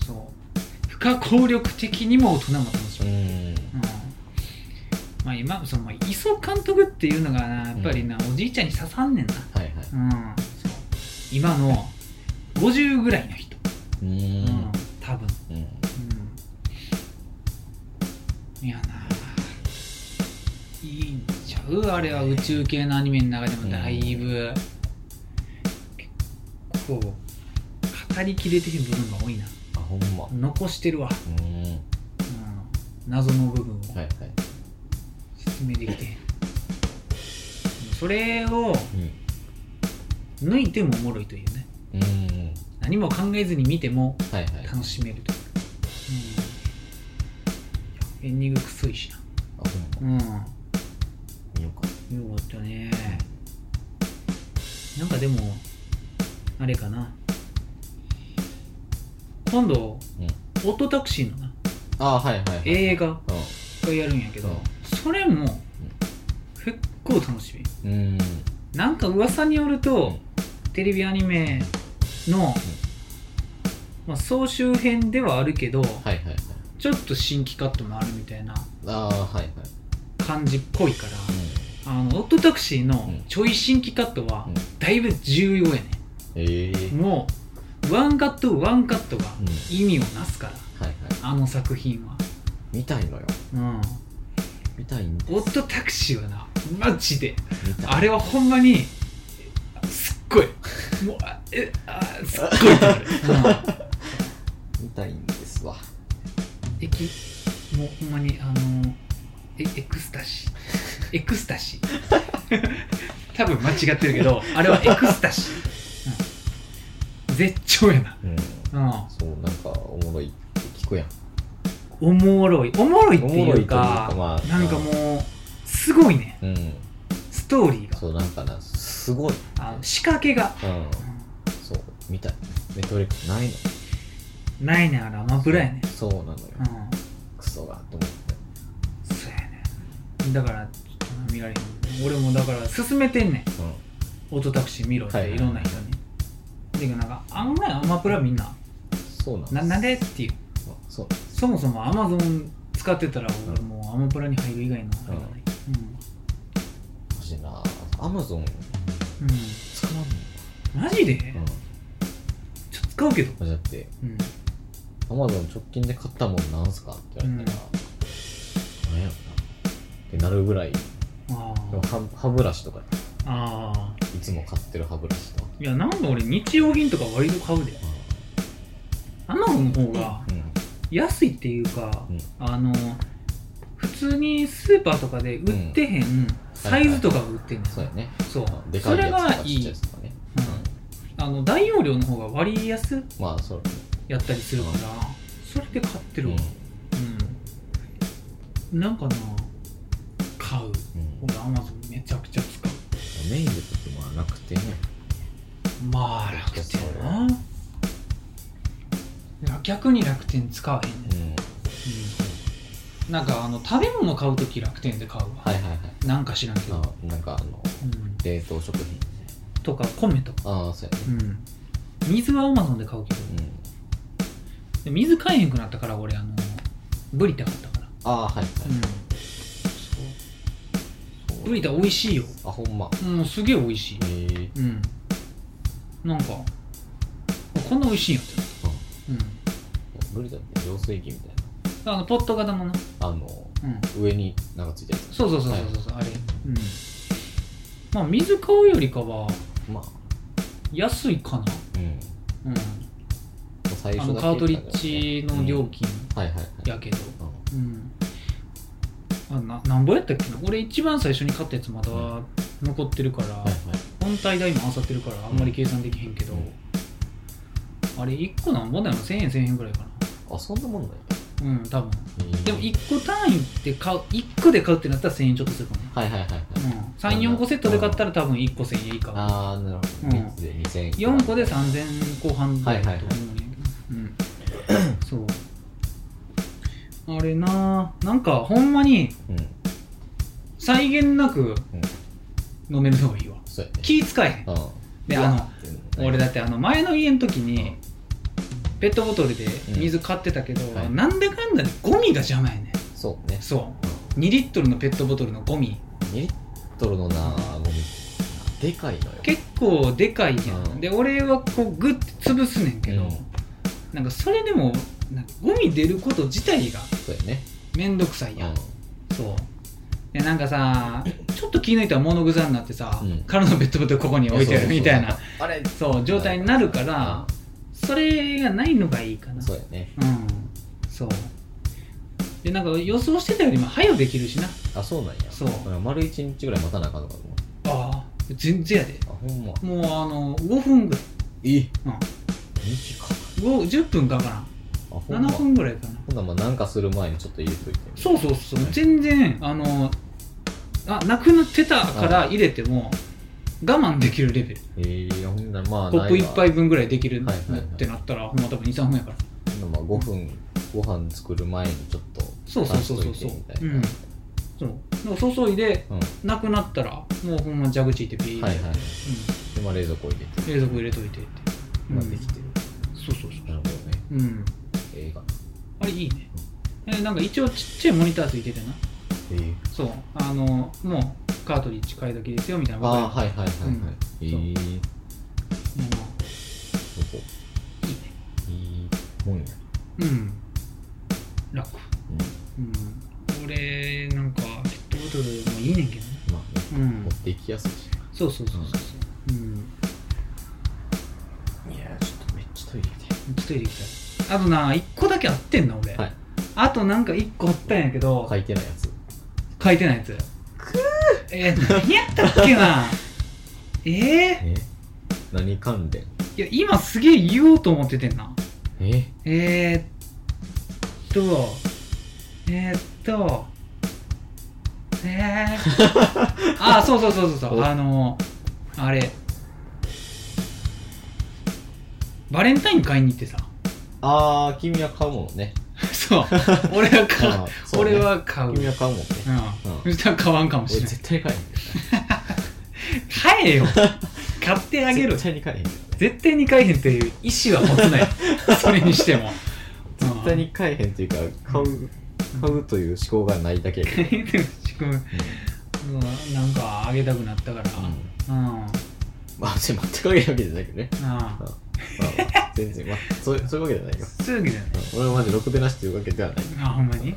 Speaker 2: そう不可抗力的にも大人も楽し
Speaker 1: う
Speaker 2: める、
Speaker 1: ーん
Speaker 2: うんまあ、今そのまあ磯監督っていうのがなやっぱりな、おじいちゃんに刺さんねんな、
Speaker 1: はいはい
Speaker 2: うん、そう今の50ぐらいの人、
Speaker 1: う
Speaker 2: う
Speaker 1: ー
Speaker 2: ん
Speaker 1: ん
Speaker 2: 多分
Speaker 1: うん
Speaker 2: うんいやないいんちゃうあれは宇宙系のアニメの中でもだいぶ、結構語りきれてる部分が多いな
Speaker 1: あほんまう
Speaker 2: 残してるわ、
Speaker 1: ーん
Speaker 2: うん、謎の部分を
Speaker 1: はいはい
Speaker 2: 説明できてへん、それを
Speaker 1: う
Speaker 2: 抜いてもおもろいというね
Speaker 1: んうーん
Speaker 2: 何も考えずに見ても
Speaker 1: はいはい
Speaker 2: 楽しめるという、うん、エンディングくそいしな
Speaker 1: あほんま
Speaker 2: うん
Speaker 1: 見ようか
Speaker 2: よかったねなんかでもあれかな今度
Speaker 1: うん
Speaker 2: オートタクシーのな
Speaker 1: あはいはいはい
Speaker 2: 映画
Speaker 1: うん
Speaker 2: がやるんやけど、
Speaker 1: うん
Speaker 2: それも結構楽しみ
Speaker 1: うーん
Speaker 2: なんか噂によると、テレビアニメの、まあ、総集編ではあるけど、
Speaker 1: はいはいはい
Speaker 2: ちょっと新規カットもあるみたいな
Speaker 1: ああはいはい
Speaker 2: 感じっぽいから、
Speaker 1: う
Speaker 2: あのオットタクシーの
Speaker 1: うん
Speaker 2: ちょい新規カットは
Speaker 1: うん
Speaker 2: だいぶ重要やね、
Speaker 1: んええー、
Speaker 2: もうワンカットワンカットが
Speaker 1: うん
Speaker 2: 意味をなすから、
Speaker 1: はいはい
Speaker 2: あの作品は
Speaker 1: 見たいのよ
Speaker 2: うん
Speaker 1: 見たいんです
Speaker 2: オットタクシーはなマジで
Speaker 1: 見たい
Speaker 2: あれはほんまにすっごいもうあえあすっごいってな
Speaker 1: *laughs*
Speaker 2: る、
Speaker 1: 見たいんですわ
Speaker 2: うん、駅もうほんまにあのえエクスタシーエクスタシー *laughs* 多分間違ってるけどあれはエクスタシー、うん、絶頂やな
Speaker 1: うん
Speaker 2: うん
Speaker 1: そうなんかおもろいって聞くやん
Speaker 2: おもろいおもろいって
Speaker 1: おも
Speaker 2: い
Speaker 1: ろいうという
Speaker 2: か
Speaker 1: かまあ
Speaker 2: なんかもうすごいね
Speaker 1: うん
Speaker 2: ストーリーが
Speaker 1: そうなんかなすごい
Speaker 2: あの仕掛けが、
Speaker 1: うんそう見たいネットフリックスないの
Speaker 2: ないねあらアマプラやね
Speaker 1: そうなのよ
Speaker 2: うん
Speaker 1: クソがと思って
Speaker 2: そうやねだからちょっと見られへん俺もだから勧めてんね
Speaker 1: うん
Speaker 2: んオートタクシー見ろっ
Speaker 1: はい
Speaker 2: て
Speaker 1: はい
Speaker 2: いろんな人に、でなんか案外アマプラみんな
Speaker 1: そうなん
Speaker 2: ななんでっていう
Speaker 1: そう
Speaker 2: そもそもアマゾン使ってたら俺もうアマプラに入る以外のあれがない
Speaker 1: マジなアマゾン
Speaker 2: うん、
Speaker 1: 使わんの
Speaker 2: うん、マジで、
Speaker 1: うん
Speaker 2: ちょっと使うけど
Speaker 1: マジだって
Speaker 2: うん
Speaker 1: アマゾン直近で買ったもんなんすかって言われたら、なんやろなってなるぐらい
Speaker 2: あ
Speaker 1: で
Speaker 2: ー
Speaker 1: も歯歯ブラシとか
Speaker 2: あー
Speaker 1: いつも買ってる歯ブラシとか
Speaker 2: いや、なんか俺、日用品とか割と買うで。アマゾンの方が
Speaker 1: うん
Speaker 2: 安いっていうか、
Speaker 1: うん
Speaker 2: あの、普通にスーパーとかで売ってへん、サイズとかが売ってんねん、
Speaker 1: そうやね
Speaker 2: そう
Speaker 1: うんでか
Speaker 2: そ
Speaker 1: いや
Speaker 2: れ
Speaker 1: つと
Speaker 2: が
Speaker 1: かちっ
Speaker 2: い
Speaker 1: ちゃい
Speaker 2: い
Speaker 1: やつとかね
Speaker 2: あの大容量の方が割安
Speaker 1: うんまあそう
Speaker 2: やったりするから、それで買ってるわうん、なんかな買う
Speaker 1: うんうん
Speaker 2: 俺アマゾンめちゃくちゃ使う
Speaker 1: メインでとっても楽天や
Speaker 2: まあ楽天なから逆に楽天使わへんねん、
Speaker 1: うん
Speaker 2: うんなんかあの食べ物買う時楽天で買うわ、
Speaker 1: はいはいはい
Speaker 2: なんか知らんけど、
Speaker 1: あなんかあの
Speaker 2: うん、
Speaker 1: 冷凍食品
Speaker 2: とか米とか、
Speaker 1: ああそうやね
Speaker 2: うん、水はアマゾンで買うけど
Speaker 1: うん
Speaker 2: で水買えへんくなったから俺あのブリタ買ったから
Speaker 1: ああはいはい、
Speaker 2: うん
Speaker 1: そう
Speaker 2: ブリタ美味しいよ
Speaker 1: あほんま
Speaker 2: うんすげえ美味しい
Speaker 1: へえ
Speaker 2: うんなんかあこんな美味しいんやってうん
Speaker 1: ブリタって浄水器みたい
Speaker 2: あのポット型の
Speaker 1: な
Speaker 2: な
Speaker 1: あの
Speaker 2: うん
Speaker 1: 上になんかついてるや
Speaker 2: そうそうそうそうそう、あれうんまあ水買うよりかは
Speaker 1: つまあ
Speaker 2: 安いかな
Speaker 1: うん
Speaker 2: うん
Speaker 1: 最
Speaker 2: あ
Speaker 1: 初だ
Speaker 2: の
Speaker 1: け
Speaker 2: カートリッジの料金
Speaker 1: はいはいはい
Speaker 2: やけど
Speaker 1: うん
Speaker 2: うんあななんぼやったっけな俺一番最初に買ったやつまだ残ってるから、
Speaker 1: はいはい
Speaker 2: 本体代もあさってるからあんまり計算できへんけど、
Speaker 1: うん
Speaker 2: あれ1個なんぼだよ1000円1000円ぐらいか
Speaker 1: あそんなもんだよ
Speaker 2: なうん多分
Speaker 1: へえ
Speaker 2: でも1個単位で買う1個で買うってなったら1000円ちょっとするかもね、
Speaker 1: はいはいはいはい
Speaker 2: うん、34個セットで買ったら多分1個1000円以下
Speaker 1: ああなるほど、
Speaker 2: うん
Speaker 1: 三つで2000円
Speaker 2: 4個で3000円後半ぐらいだと思うんやけど、うんそうあれななんかほんまに
Speaker 1: うん
Speaker 2: 際限なく
Speaker 1: うん
Speaker 2: 飲めるのがいいわ
Speaker 1: そうやね
Speaker 2: 気使えへ
Speaker 1: う
Speaker 2: ん
Speaker 1: ん
Speaker 2: で
Speaker 1: う
Speaker 2: あ
Speaker 1: わ
Speaker 2: の
Speaker 1: って
Speaker 2: 俺だってあの前の家の時に
Speaker 1: うん
Speaker 2: ペットボトルで水買ってたけど、
Speaker 1: うんはい
Speaker 2: なんだかんだでゴミが邪魔やね
Speaker 1: そうね
Speaker 2: そ
Speaker 1: うん
Speaker 2: う2リットルのペットボトルのゴミ
Speaker 1: 2リットルのなゴミでかいのよ
Speaker 2: 結構でかいやん、
Speaker 1: うん
Speaker 2: で俺はこうグッて潰すねんけど、
Speaker 1: うん
Speaker 2: なんかそれでもなんかゴミ出ること自体が
Speaker 1: そうやね
Speaker 2: めんどくさいやん、
Speaker 1: う
Speaker 2: そうでなんかさちょっと気抜いたら物臭になってさ、
Speaker 1: うん
Speaker 2: 空のペットボトルここに
Speaker 1: ん
Speaker 2: 置いてあるみたいな
Speaker 1: そうそうそうあれ
Speaker 2: そう状態になるから、それがないのがいいか
Speaker 1: う
Speaker 2: なん
Speaker 1: そうやね
Speaker 2: うんそうでなんか予想してたよりも早うできるしな
Speaker 1: あそうなんや
Speaker 2: そう
Speaker 1: だから丸一日ぐらい待たなあかんのかと思う
Speaker 2: ああ全然やで
Speaker 1: あほんま
Speaker 2: もうあの5分ぐらい
Speaker 1: え
Speaker 2: うん
Speaker 1: 短っ
Speaker 2: 5 10分かか
Speaker 1: あほ
Speaker 2: ら
Speaker 1: ん
Speaker 2: ん
Speaker 1: ま
Speaker 2: 7
Speaker 1: ほん
Speaker 2: 分ぐらいかな
Speaker 1: ならまあなんかする前にちょっと入れといて
Speaker 2: そうそうそう全然あのあなくなってたから入れても我慢できるレベル
Speaker 1: えー、ほんならまあ
Speaker 2: コップ
Speaker 1: ないわ
Speaker 2: 1杯分ぐらいできる
Speaker 1: はいはいはい
Speaker 2: ってなったらほんま多分23分やから
Speaker 1: ほんならまあ5分ご飯作る前にちょっと
Speaker 2: そうそうそうそう
Speaker 1: 出しと
Speaker 2: そ
Speaker 1: いうてみたいうなん
Speaker 2: そうでも注いで
Speaker 1: うん
Speaker 2: なくなったらもうほんま蛇口いてピー
Speaker 1: はいはい
Speaker 2: うん
Speaker 1: でまあ冷蔵庫入れて
Speaker 2: 冷蔵庫入れといてって、
Speaker 1: まあ
Speaker 2: うん
Speaker 1: できてる
Speaker 2: そうそうそう
Speaker 1: なるほどね
Speaker 2: うん
Speaker 1: ええかな
Speaker 2: あれいいねえなんか一応ちっちゃいモニターついててな
Speaker 1: えー
Speaker 2: そうあのもうカートリッジ買い時ですよみたいな
Speaker 1: ああ
Speaker 2: わか
Speaker 1: はいはいはいはい、
Speaker 2: うん
Speaker 1: えー
Speaker 2: るも
Speaker 1: そう
Speaker 2: ういいね
Speaker 1: いいもんや、
Speaker 2: うん楽
Speaker 1: うん、
Speaker 2: うん俺なんかペットボトルもいいねんけどね
Speaker 1: まあね
Speaker 2: うん
Speaker 1: 持っていきやすいし
Speaker 2: そうそうそうそうそううん
Speaker 1: いやーちょっとめっちゃトイレ
Speaker 2: ちょっと入れてきたいあとな1個だけあってんな俺、
Speaker 1: はい
Speaker 2: あとなんか1個あったんやけど、
Speaker 1: で書いてないやつ
Speaker 2: 書いてないやつくーえー、何やったっけなえー、
Speaker 1: え何関連
Speaker 2: いや、今すげえ言おうと思っててんな。
Speaker 1: え
Speaker 2: えー、っと、えー、っと、え
Speaker 1: *laughs*
Speaker 2: ー、あ、そうそうそうそうそう、
Speaker 1: お
Speaker 2: あの、あれ、バレンタイン買いに行って
Speaker 1: *laughs*
Speaker 2: さ、
Speaker 1: ああ君は買うものね
Speaker 2: そう、俺は買
Speaker 1: あ
Speaker 2: う
Speaker 1: ー、そうね
Speaker 2: 俺は買う。
Speaker 1: 君は買うものね
Speaker 2: う
Speaker 1: う
Speaker 2: ん。そしたら買わんかも
Speaker 1: 俺
Speaker 2: しれない。
Speaker 1: 絶対買えへん *laughs*
Speaker 2: 買えよ買ってあげろ
Speaker 1: 絶対に買えへんけどね
Speaker 2: 絶対に買えへんという意思は持つない
Speaker 1: *laughs*
Speaker 2: それにしても
Speaker 1: 絶対に買えへんというか買う買うという思考がないだけやけど
Speaker 2: *laughs* でもしかもうんなんかあげたくなったからうん、うん
Speaker 1: まあ別に全く買えるわけじゃないけどねまあまあ全然まあそうそういうわけじゃないよ
Speaker 2: そういうわけじゃない
Speaker 1: うん俺はマジろくでなしというわけではない
Speaker 2: あほんまに、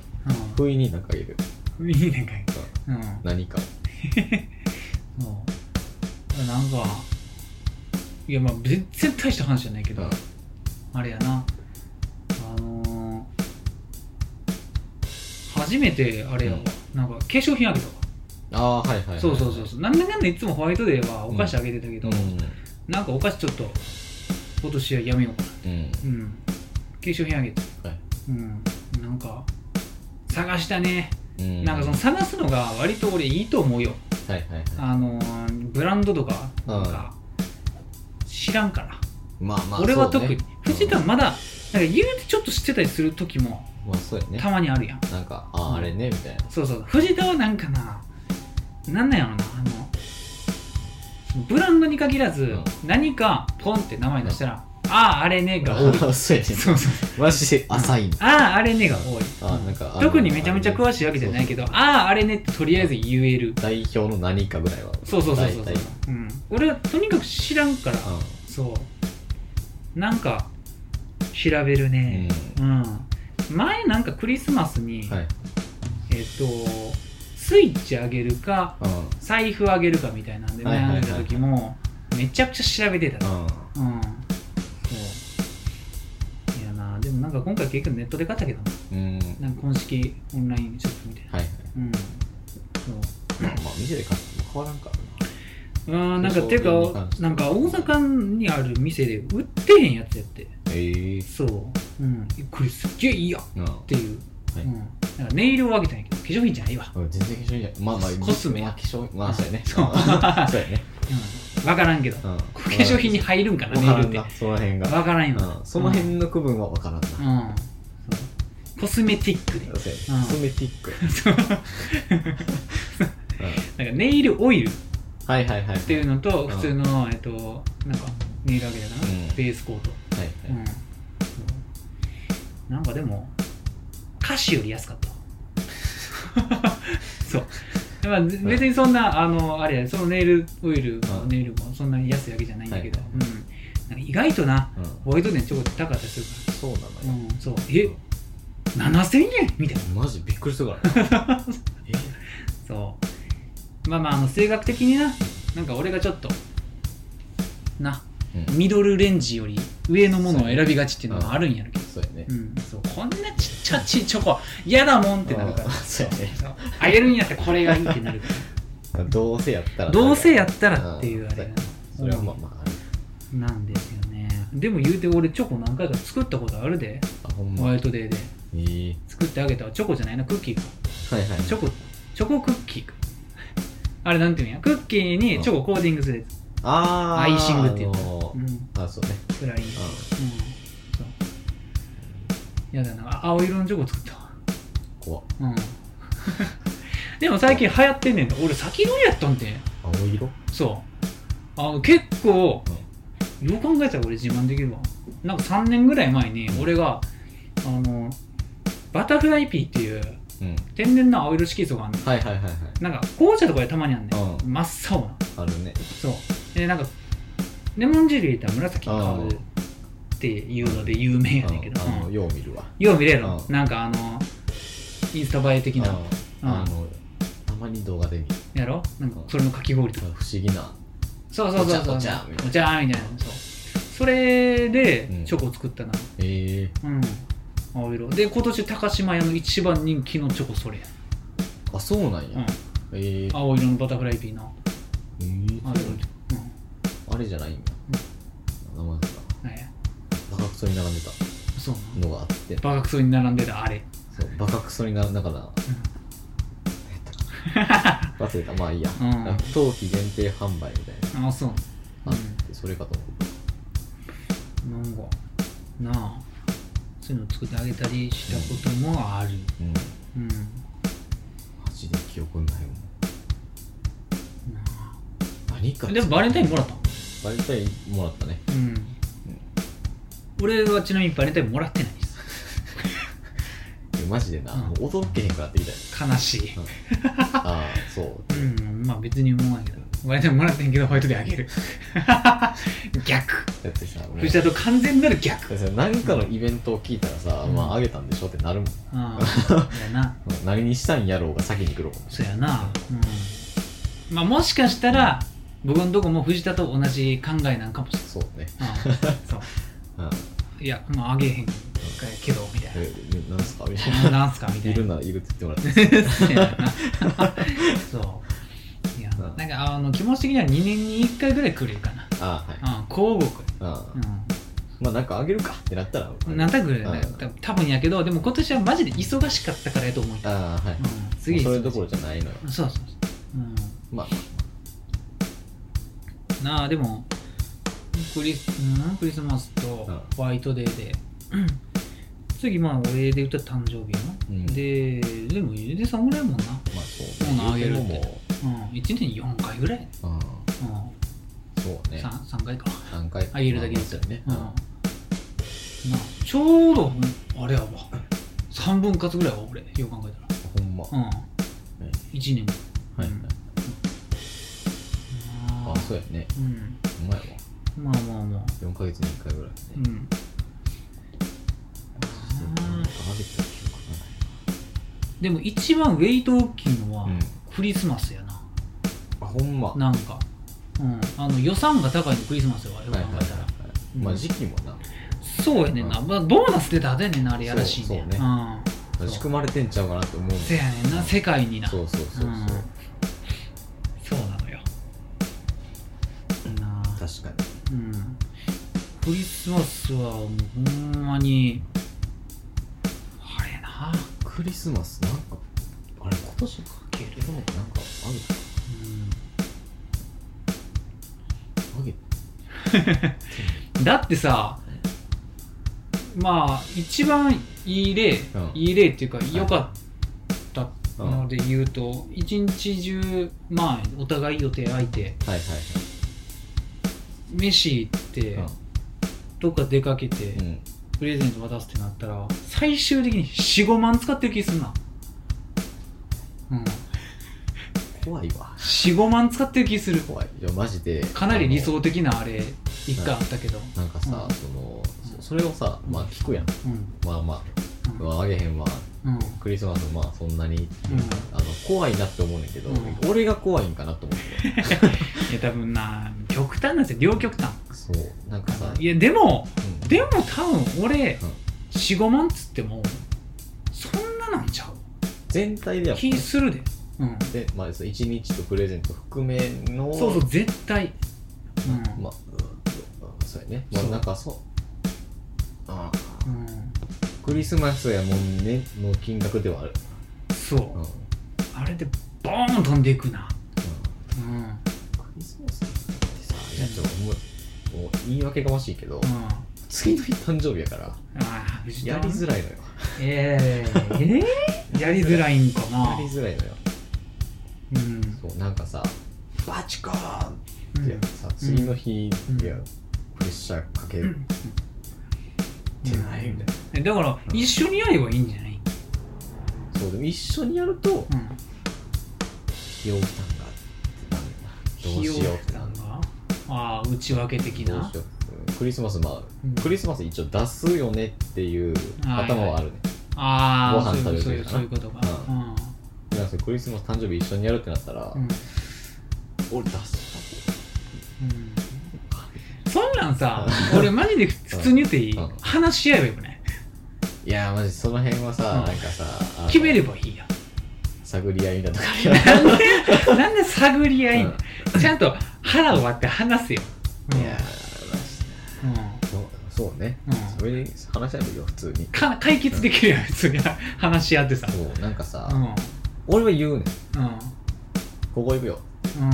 Speaker 1: 不意に何かあげる
Speaker 2: うん、いいねんかいうん
Speaker 1: 何かを
Speaker 2: そうなんかいやまあ全然大した話じゃないけど、
Speaker 1: うん
Speaker 2: あれやなあのー初めてあれやわ、なんか化粧品あげたわ
Speaker 1: ああはいはいはい
Speaker 2: そうそうそうそうなんだかんだいつもホワイトデーはお菓子あげてたけど、
Speaker 1: うん
Speaker 2: なんかお菓子ちょっと今年はやめようかな
Speaker 1: うん
Speaker 2: うん化粧品あげて
Speaker 1: はい
Speaker 2: うんなんか探したね、
Speaker 1: うん
Speaker 2: なんかその探すのが割と俺いいと思うよ
Speaker 1: はいはいはい
Speaker 2: あのーブランドとかなんか知らんから
Speaker 1: まあまあ
Speaker 2: 俺は特に、
Speaker 1: そうね
Speaker 2: 藤田まだなんか言うてちょっと知ってたりする時も
Speaker 1: まあそうやね
Speaker 2: たまにあるやん
Speaker 1: なんかあ
Speaker 2: うん
Speaker 1: ああれねみたいな
Speaker 2: そうそう藤田はなんかななんなんやろなあのブランドに限らず、
Speaker 1: うん
Speaker 2: 何かポンって名前出したら「あああれね」が多い
Speaker 1: そうやね
Speaker 2: そうそう
Speaker 1: マジで浅いんだ
Speaker 2: あああれねが多い
Speaker 1: あなんかあの
Speaker 2: 特にめちゃめちゃ詳しいわけじゃないけどあああれねってとりあえず言える
Speaker 1: 代表の何かぐらいは
Speaker 2: そうそうそうそ
Speaker 1: 大
Speaker 2: うそう
Speaker 1: 体、
Speaker 2: うん、俺はとにかく知らんから
Speaker 1: う
Speaker 2: そうなんか調べる
Speaker 1: んうん
Speaker 2: ねうん、前なんかクリスマスに、
Speaker 1: はい
Speaker 2: えっ、とスイッチあげるか
Speaker 1: うん
Speaker 2: 財布あげるかみたいなんで
Speaker 1: はいはいはい
Speaker 2: 悩んでた時もめちゃくちゃ調べてた
Speaker 1: うん
Speaker 2: うんそういやなでもなんか今回結局ネットで買ったけどな
Speaker 1: うん
Speaker 2: なんか公式オンラインショップみたいな
Speaker 1: はいはい
Speaker 2: うんそう
Speaker 1: まあまあ店で買っても変わらんからな
Speaker 2: あーなんか
Speaker 1: そう
Speaker 2: ていう
Speaker 1: そういう
Speaker 2: か
Speaker 1: 感じ
Speaker 2: なんか大阪にある店で売ってへんやつやって
Speaker 1: ええ
Speaker 2: そう、うん、これすっげえいいやっ
Speaker 1: うん
Speaker 2: ていう、
Speaker 1: はい
Speaker 2: うん、なんかネイルをあげたんやけど化粧品じゃないわ、
Speaker 1: 全然化粧品じゃないまあまあ
Speaker 2: コスメや
Speaker 1: まあ化粧まあそうやね
Speaker 2: そう
Speaker 1: そうやね
Speaker 2: うん、分からんけど、
Speaker 1: うん
Speaker 2: *laughs* 化粧品に
Speaker 1: *laughs*
Speaker 2: 入るんか
Speaker 1: わ
Speaker 2: なネ
Speaker 1: から
Speaker 2: イルっ
Speaker 1: ん
Speaker 2: て
Speaker 1: なその辺が
Speaker 2: 分からんよな、
Speaker 1: うんその辺の区分はわからんな
Speaker 2: うん、うんそうコスメティックで
Speaker 1: そうやね
Speaker 2: うん
Speaker 1: コスメティッ
Speaker 2: *laughs*
Speaker 1: ク
Speaker 2: そう
Speaker 1: うん
Speaker 2: *laughs* なんかネイルオイルっ
Speaker 1: はいはいはいって
Speaker 2: いうのと
Speaker 1: ん
Speaker 2: 普通の、えっとなんかネイルあげたかな、
Speaker 1: うん
Speaker 2: ベースコート、
Speaker 1: はい
Speaker 2: うん
Speaker 1: はい
Speaker 2: そうなんかでも歌詞より安かった *laughs* わそうまあ、別にそんな、あの、あれや、そのネイルオイルも、
Speaker 1: うん
Speaker 2: ネイルもそんなに安いわけじゃないんだけど、
Speaker 1: は
Speaker 2: うん、なんか意外とな、
Speaker 1: うん
Speaker 2: ボイド店ちょこっと高かったりするか
Speaker 1: そうな
Speaker 2: ら、
Speaker 1: のよ
Speaker 2: うん、そう、え、7000円みたいな。
Speaker 1: マジびっくり
Speaker 2: *laughs*
Speaker 1: するからなえ
Speaker 2: そう。まあまあ、あの、数学的にな、なんか俺がちょっと、な、
Speaker 1: うん
Speaker 2: ミドルレンジより上のものを選びがちっていうのはあるんやろけど、
Speaker 1: そうやね
Speaker 2: うん、そうこんなちっちゃちいチョコ嫌だもんってなるから
Speaker 1: あーそうやね
Speaker 2: そうあげるんやったらこれがいいってなるか
Speaker 1: どうせやったら
Speaker 2: らどうせやったらっていうあれが
Speaker 1: んそれはまあまああれ
Speaker 2: *laughs* なんですよねでも言うて俺チョコ何回か作ったことあるで
Speaker 1: あほん
Speaker 2: ホ
Speaker 1: ま
Speaker 2: ワ
Speaker 1: え
Speaker 2: イトデーで
Speaker 1: えー
Speaker 2: 作ってあげたわチョコじゃないなクッキーか
Speaker 1: はいはい
Speaker 2: チョコチョコクッキーかあれなんていうんやクッキーにチョココーティングするやつ、
Speaker 1: あー
Speaker 2: アイシングっていう
Speaker 1: あの
Speaker 2: うん、
Speaker 1: ーあそうね
Speaker 2: フライングうんそうやだな青色のチョコ作ったわ
Speaker 1: 怖っ
Speaker 2: うん *laughs* でも最近流行ってんねんな俺先取りやったんて
Speaker 1: 青色
Speaker 2: そうあの結構よう考えたら俺自慢できるわなんか3年ぐらい前に俺があのバタフライピーっていう
Speaker 1: うん
Speaker 2: 天然の青色色素があんね
Speaker 1: はいはいはいはい
Speaker 2: んなんか紅茶とかでたまにあんねん、
Speaker 1: う
Speaker 2: 真っ青な
Speaker 1: あるね
Speaker 2: そうでなんかレモン汁入れたら紫に変わ
Speaker 1: うん
Speaker 2: るっていうので有名やねんけど、
Speaker 1: あ
Speaker 2: う
Speaker 1: の
Speaker 2: ん
Speaker 1: よう見るわ
Speaker 2: よう見れるの
Speaker 1: うん
Speaker 2: なんかあのインスタ映え的な
Speaker 1: あのたまに動画で見る
Speaker 2: やろなんかそれのかき氷と
Speaker 1: 不
Speaker 2: か
Speaker 1: 思議な
Speaker 2: そうそうそうそう
Speaker 1: お茶お茶みたいな
Speaker 2: お茶みたいなそうそれで
Speaker 1: うん
Speaker 2: チョコを作ったな
Speaker 1: ええ
Speaker 2: うん青色で今年高島屋の一番人気のチョコそれや、
Speaker 1: あそうなんや
Speaker 2: うん、
Speaker 1: ええ
Speaker 2: 青色のバタフライピーの
Speaker 1: えー
Speaker 2: 青色のチョコ
Speaker 1: あれじゃないんや名前だ
Speaker 2: うん何や
Speaker 1: バカクソに並んでた
Speaker 2: そうな
Speaker 1: のがあって
Speaker 2: バカクソに並んでたあれ
Speaker 1: そうバカクソに並んだから忘れたまあいいや
Speaker 2: うん
Speaker 1: 冬季限定販売みたいな
Speaker 2: あそう
Speaker 1: あってそれかと思った
Speaker 2: なんかなあそういうの作ってあげたりしたこともある
Speaker 1: うん
Speaker 2: うんな
Speaker 1: マジで記憶ないもん
Speaker 2: あ
Speaker 1: 何か
Speaker 2: でもバレンタインもらったの
Speaker 1: バレンタインもらったね
Speaker 2: うん、俺はちなみにバレンタインもらってないです
Speaker 1: いやマジでな
Speaker 2: うん
Speaker 1: もう驚けへんからってき
Speaker 2: *laughs*
Speaker 1: たよ
Speaker 2: 悲しい
Speaker 1: ああそう
Speaker 2: うんまあ別に思わないけどバレンタインもらってんけどホワイトであげる *laughs* 逆
Speaker 1: だってさもう
Speaker 2: 藤田と完全なる逆
Speaker 1: でさ何かのイベントを聞いたらさ、
Speaker 2: うん
Speaker 1: まああげたんでしょってなるもん、
Speaker 2: ああそうやな
Speaker 1: うん何にしたんやろうが先に来るもん
Speaker 2: そうやなうんまあもしかしたら僕のとこも藤田と同じ考えなんかもしれ
Speaker 1: そうね
Speaker 2: ないああそう
Speaker 1: うん
Speaker 2: いやまああげへんけどみたいな
Speaker 1: え何すかみたい
Speaker 2: あ *laughs* なんすかみた
Speaker 1: ない
Speaker 2: な
Speaker 1: るならいるって言ってもらって
Speaker 2: *laughs* そうやなそういや
Speaker 1: うん
Speaker 2: なんかあの気持ち的には2年に1回ぐらい来るかな
Speaker 1: ああはい
Speaker 2: うん交互か
Speaker 1: ああ
Speaker 2: う
Speaker 1: まあなんかあげるかってなったら
Speaker 2: ん何だぐらい
Speaker 1: あ
Speaker 2: だよ多分やけどでも今年はマジで忙しかったからやと思うよ
Speaker 1: ああはい、も
Speaker 2: うん
Speaker 1: う
Speaker 2: 次
Speaker 1: それどころじゃないのよ
Speaker 2: そうそうそううん
Speaker 1: まあ
Speaker 2: なあでもクリスうんクリスマスと
Speaker 1: うん
Speaker 2: ホワイトデーで、次まあ俺で言ったら誕生日やな、
Speaker 1: うん
Speaker 2: ででも家でさもらえもんな
Speaker 1: まあそう
Speaker 2: そうなんあげるって
Speaker 1: でも
Speaker 2: うん1年4回ぐらい、
Speaker 1: も
Speaker 2: う
Speaker 1: うんそうね
Speaker 2: ん、3, 回か
Speaker 1: 何回
Speaker 2: あげるだけです
Speaker 1: よね
Speaker 2: うんなちょうどあれやわ3分割ぐらいは俺よう考え
Speaker 1: ほんま
Speaker 2: たらうん
Speaker 1: い
Speaker 2: 1年も
Speaker 1: はい
Speaker 2: うん
Speaker 1: あそうやね
Speaker 2: うん
Speaker 1: うまいわ
Speaker 2: まあまあまあ
Speaker 1: 4ヶ月に1回ぐらいね
Speaker 2: うん
Speaker 1: なんかあげた記憶がない
Speaker 2: でも一番ウェイト大きいのは
Speaker 1: うん
Speaker 2: クリスマスやな、
Speaker 1: あほんまは
Speaker 2: なんか、うん、あの予算が高いのクリスマスはよ
Speaker 1: い
Speaker 2: く
Speaker 1: は
Speaker 2: 考
Speaker 1: いはい
Speaker 2: えたら、
Speaker 1: はいまあ時期もな
Speaker 2: そうやねんな、まあ、ボーナス出た後やねんなあれやらしい
Speaker 1: そう
Speaker 2: ね
Speaker 1: そうんね
Speaker 2: うん
Speaker 1: 仕
Speaker 2: そう
Speaker 1: 組まれてんちゃうかなって思うもん
Speaker 2: せやねんな世界にな
Speaker 1: そうそうそうそう
Speaker 2: うんそうなのよなあ
Speaker 1: 確かに
Speaker 2: うんクリスマスはもうほんまにあれやな
Speaker 1: クリスマスなんかあれ今年かけるなんかあげたあげ
Speaker 2: うんだってさまあ一番いい例、
Speaker 1: うん
Speaker 2: いい例っていうか
Speaker 1: い
Speaker 2: 良かったので言うと一、日中まあお互い予定空いて
Speaker 1: はいはいはい
Speaker 2: 飯行って、
Speaker 1: う
Speaker 2: どっか出かけて、
Speaker 1: んうん
Speaker 2: プレゼント渡すってなったら最終的に45万使ってる気すんなうん
Speaker 1: 怖いわ
Speaker 2: 45万使ってる気する
Speaker 1: 怖いいやマジで
Speaker 2: かなり理想的なあれ一回あったけど
Speaker 1: あのなんかさ
Speaker 2: うん
Speaker 1: そのそそれをさまあ聞くやん
Speaker 2: うん
Speaker 1: まあま
Speaker 2: うん
Speaker 1: ああげへんわ
Speaker 2: うん
Speaker 1: クリスマスまあそんなに
Speaker 2: うん
Speaker 1: あの怖いなって思うねんけど
Speaker 2: うん
Speaker 1: 俺が怖いんかなと思って
Speaker 2: いや多分な極端なんですよ両極端
Speaker 1: そうなんかさ
Speaker 2: いやでも
Speaker 1: うん
Speaker 2: でも多分俺、
Speaker 1: うん
Speaker 2: 45万っつってもそんななんちゃう
Speaker 1: 全体では
Speaker 2: 気するで、うん、
Speaker 1: でまあそう1日とプレゼント含めの
Speaker 2: そうそう絶対、うん
Speaker 1: まあ、うん、そうやね。まあ、
Speaker 2: そう
Speaker 1: なんかそう。ああ
Speaker 2: うん、
Speaker 1: クリスマスやもんねの金額ではある。
Speaker 2: そう、
Speaker 1: うん。うん、ク
Speaker 2: あれでボーン飛んでいくな、うんうん、
Speaker 1: リスマスってさ、いや、ちょっと思う、もう言い訳がましいけど、次の日誕生日やから、
Speaker 2: ああ藤田
Speaker 1: やりづらいのよ。
Speaker 2: え *laughs* ー、えー、やりづらいんかな
Speaker 1: やりづらいのよ。
Speaker 2: うん
Speaker 1: そう、なんかさ、バチコーン
Speaker 2: うん
Speaker 1: ってさ、次の日、い
Speaker 2: うん
Speaker 1: や、プレッシャーかけ
Speaker 2: うん
Speaker 1: てないみたいな。
Speaker 2: えだから一緒にやればいいんじゃない、
Speaker 1: そう、でも一緒にやると、
Speaker 2: うん、
Speaker 1: 費用負担がってなるよな。どうしようってなる。
Speaker 2: がああ内訳的
Speaker 1: どう
Speaker 2: な
Speaker 1: しようクリスマスまあ、
Speaker 2: うん
Speaker 1: クリスマス一応出すよねっていう
Speaker 2: はいはい
Speaker 1: 頭はあるね、
Speaker 2: ああ
Speaker 1: ご飯
Speaker 2: そういう
Speaker 1: 食
Speaker 2: そ
Speaker 1: べる時かな
Speaker 2: ういうそういうことか
Speaker 1: うなんかそれクリスマス誕生日一緒にやるってなったら、
Speaker 2: うん、うん
Speaker 1: 俺出す
Speaker 2: うん、そんなんさ俺マジで普通に言っていい
Speaker 1: うん
Speaker 2: 話し合えばよくない
Speaker 1: いやーマジその辺はさ、
Speaker 2: うん
Speaker 1: なんかさあの
Speaker 2: 決めれば
Speaker 1: *laughs*
Speaker 2: いいやん
Speaker 1: 探り合いだとか
Speaker 2: なんでなんで探り合いな
Speaker 1: うん
Speaker 2: ちゃんと腹を割って話すよ
Speaker 1: いやーマジ
Speaker 2: うん
Speaker 1: そうそうね、
Speaker 2: うん
Speaker 1: それに話し合えばいいよ普通に
Speaker 2: か解決できるやん普通に話し合ってさ
Speaker 1: そうなんかさ、
Speaker 2: うんうん
Speaker 1: 俺は言うねんここ行くよ
Speaker 2: うん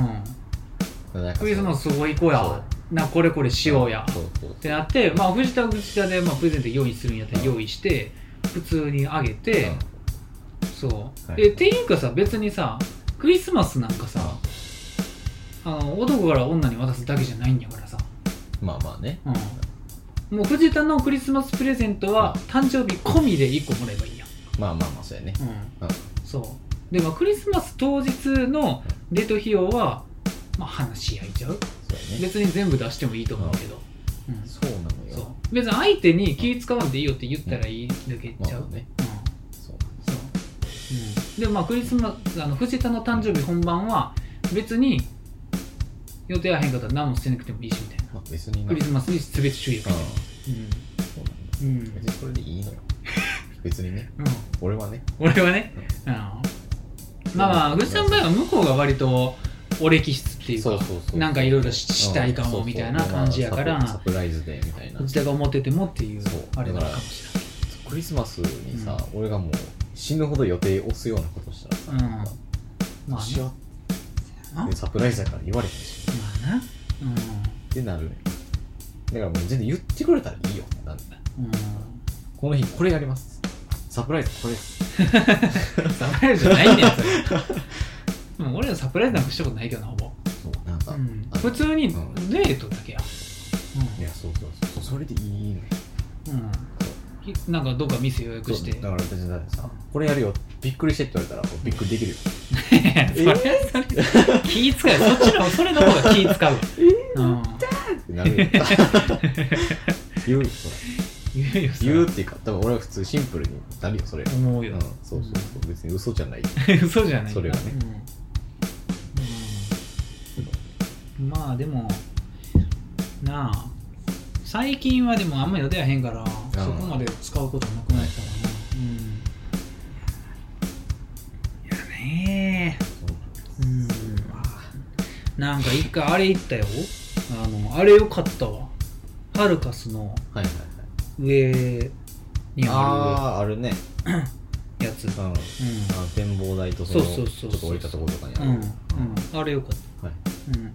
Speaker 1: なんか
Speaker 2: クリスマスそこ行こう
Speaker 1: そ
Speaker 2: やなこれこれしようや
Speaker 1: そうそう
Speaker 2: ってなって、まあ、藤田は藤田で、まあ、プレゼント用意するんやったら
Speaker 1: うん
Speaker 2: 用意して、普通にあげて、そう、
Speaker 1: はい
Speaker 2: えっていうかさ別にさクリスマスなんかさ、あの男から女に渡すだけじゃないんやからさ、
Speaker 1: うんまあまあね
Speaker 2: うん、もう藤田のクリスマスプレゼントは
Speaker 1: うん
Speaker 2: 誕生日込みで1個もらえばいいやん、
Speaker 1: まあまあまあそうやね
Speaker 2: うん
Speaker 1: うん
Speaker 2: そうで、まあ、クリスマス当日のデート費用は、まあ、話し合いちゃう
Speaker 1: そうやね
Speaker 2: 別に全部出してもいいと思うけど、うん
Speaker 1: そうなの
Speaker 2: そう
Speaker 1: よ
Speaker 2: 別に相手に気使わんでいいよって言ったらいいだけ
Speaker 1: まあ
Speaker 2: ちゃう、
Speaker 1: まあね
Speaker 2: うん
Speaker 1: そう
Speaker 2: そう、うん、でまあクリスマスあの藤田の誕生日本番は別に予定あへんかったら何もしてなくてもいいしみたいな
Speaker 1: まあ別にな
Speaker 2: クリスマスに全て注意や
Speaker 1: う
Speaker 2: か
Speaker 1: ん
Speaker 2: ら
Speaker 1: そうなんだ
Speaker 2: うん、うん
Speaker 1: 別にそれでいいのよ別にね
Speaker 2: うん、
Speaker 1: 俺はね
Speaker 2: 俺はね、うん、まあまあ藤田の場合は向こうが割と俺気質っていうか
Speaker 1: そう
Speaker 2: なんかいろいろししたいかも
Speaker 1: うん
Speaker 2: みたいな感じやから
Speaker 1: そうそうサプサプライズでみたいな
Speaker 2: 藤田が思っててもっていう
Speaker 1: そう
Speaker 2: あれなのかもし
Speaker 1: クリスマスにさ、俺がもう死ぬほど予定押すようなことしたらさ、
Speaker 2: うん
Speaker 1: なんか
Speaker 2: れないまあ
Speaker 1: しよ
Speaker 2: ね
Speaker 1: う
Speaker 2: まあ
Speaker 1: でサプライズだから言われへんし
Speaker 2: まあなうん
Speaker 1: ってなるねだからもう全然言ってくれたらいいよなんでこの日これやりますサプライズこれです
Speaker 2: サプライズじゃないねんそれでも俺らサプライズなんかしたことないけどなほぼ、
Speaker 1: そうなんか、
Speaker 2: うん
Speaker 1: あの
Speaker 2: 普通に
Speaker 1: うん
Speaker 2: デートだけや
Speaker 1: いやそうそうそうそれでいいね
Speaker 2: うん、うんいなんかどっか店予約して
Speaker 1: そうだから別にだってさこれやるよびっくりしてって言われたらびっくりできるよ
Speaker 2: *laughs* それそれ気使うよそっちのそれの方が気使うわ、うん、
Speaker 1: ってな
Speaker 2: *laughs*
Speaker 1: るよ言うよそれ
Speaker 2: 言うよそれ
Speaker 1: 言うっていうか多分俺は普通シンプルになるよそれうん
Speaker 2: 思うよ、
Speaker 1: そうそうそう別に嘘じゃない
Speaker 2: *laughs* 嘘じゃない
Speaker 1: それはね
Speaker 2: うんうんまあでもなあ最近はでもあんま予定はへんからそこまで使うことなくなったかなうん
Speaker 4: いやね
Speaker 2: うんなんか一回あれ行ったよあのあれよかったわハルカスの
Speaker 1: はいはいはい
Speaker 2: 上にあ
Speaker 1: あああるね
Speaker 2: るやつ
Speaker 1: うんあ
Speaker 2: う
Speaker 1: の展望台とその
Speaker 2: そうそうそうそう
Speaker 1: ちょっと置いたところとかにある
Speaker 2: ん、うんうん、あれよかった
Speaker 1: はい
Speaker 2: うん、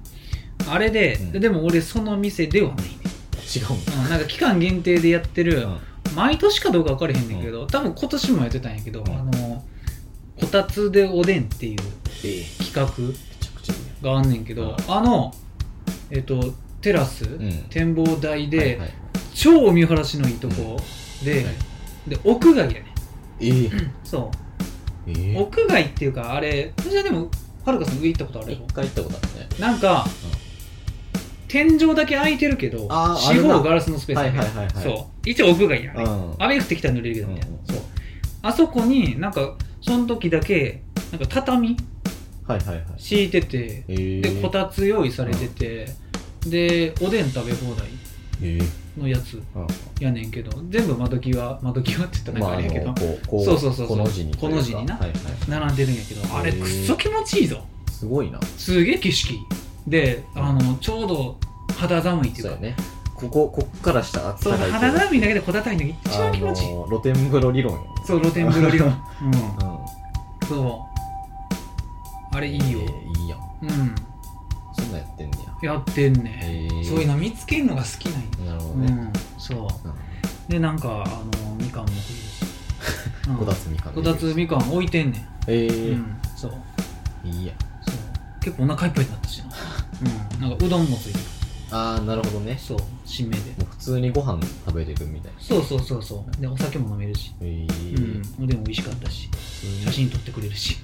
Speaker 2: あれで、
Speaker 1: うん
Speaker 2: でも俺その店ではないね、
Speaker 1: 違うんだ
Speaker 2: うん、なんか期間限定でやってる、
Speaker 1: うん
Speaker 2: 毎年かどうか分からへんねんけど、多分今年もやってたんやけど、
Speaker 1: うん
Speaker 2: あのこたつでおでんっていう
Speaker 1: ええ
Speaker 2: 企画
Speaker 1: めちゃくちゃいいね
Speaker 2: があんねんけど、あのえっとテラス、
Speaker 1: ん
Speaker 2: 展望台で、
Speaker 1: はいはい
Speaker 2: 超見晴らしのいいとこ、で,、
Speaker 1: はい
Speaker 2: で屋外やね
Speaker 1: ええ
Speaker 2: そ
Speaker 1: え
Speaker 2: う
Speaker 1: え
Speaker 2: 屋外っていうかあれじゃあでもはるかさん上行ったことあるやろ
Speaker 1: 一回行ったことあるね
Speaker 2: なんか、天井だけ空いてるけど
Speaker 1: あーある
Speaker 2: 四方
Speaker 1: な
Speaker 2: ガラスのスペースあるやん
Speaker 1: はいはいはいはい
Speaker 2: そう一応屋外やね、
Speaker 1: うん
Speaker 2: 雨降ってきたら濡れるけどみたいな、
Speaker 1: うん
Speaker 2: そうあそこになんかその時だけなんか畳
Speaker 1: はいはいはい
Speaker 2: 敷いてて
Speaker 1: ええ
Speaker 2: でこたつ用意されてて、でおでん食べ放題
Speaker 1: ええ
Speaker 2: のやつ
Speaker 1: うん
Speaker 2: やねんけど全部窓際窓際って言ったら
Speaker 1: まああ
Speaker 2: なんかあれやけど、
Speaker 1: のこうこう
Speaker 2: そうそうそうそ
Speaker 1: こ
Speaker 2: う
Speaker 1: の字にというか
Speaker 2: この字にな
Speaker 1: はいはい
Speaker 2: 並んでるんやけどあれ
Speaker 1: へー
Speaker 2: くっそ気持ちいいぞ
Speaker 1: すごいな
Speaker 2: すげえ景色であのちょうど肌寒いっていう
Speaker 1: そう
Speaker 2: か
Speaker 1: やねこここっから下あった
Speaker 2: そう
Speaker 1: かいけど
Speaker 2: 肌寒いだけでこたたいのが一番気持ちいい、
Speaker 1: あの露天風呂理論やね
Speaker 2: そう露天風呂理論うん
Speaker 1: うん
Speaker 2: そうあれいいよ、
Speaker 1: ええいいやん
Speaker 2: うん
Speaker 1: そんなんやってんねや
Speaker 2: やってんね、
Speaker 1: へえ
Speaker 2: そういうの見つけるのが好きなんよ
Speaker 1: なるほどね
Speaker 2: うんそうでなんかあのみかんも来るし、う
Speaker 1: うん
Speaker 2: ん
Speaker 1: こたつみかん
Speaker 2: こたつみかん置いてんね
Speaker 1: え
Speaker 2: ん、
Speaker 1: え
Speaker 2: うんそう
Speaker 1: いいや
Speaker 2: そう結構お腹いっぱいになったしな、うん、なんかうどんもついてる
Speaker 1: ああなるほどね
Speaker 2: そう締めで
Speaker 1: もう普通にご飯食べれるみたいな
Speaker 2: そうそうそうそうでお酒も飲めるし、
Speaker 1: ええ
Speaker 2: うん、おでんも美味しかったし写真撮ってくれる
Speaker 1: *laughs*
Speaker 2: し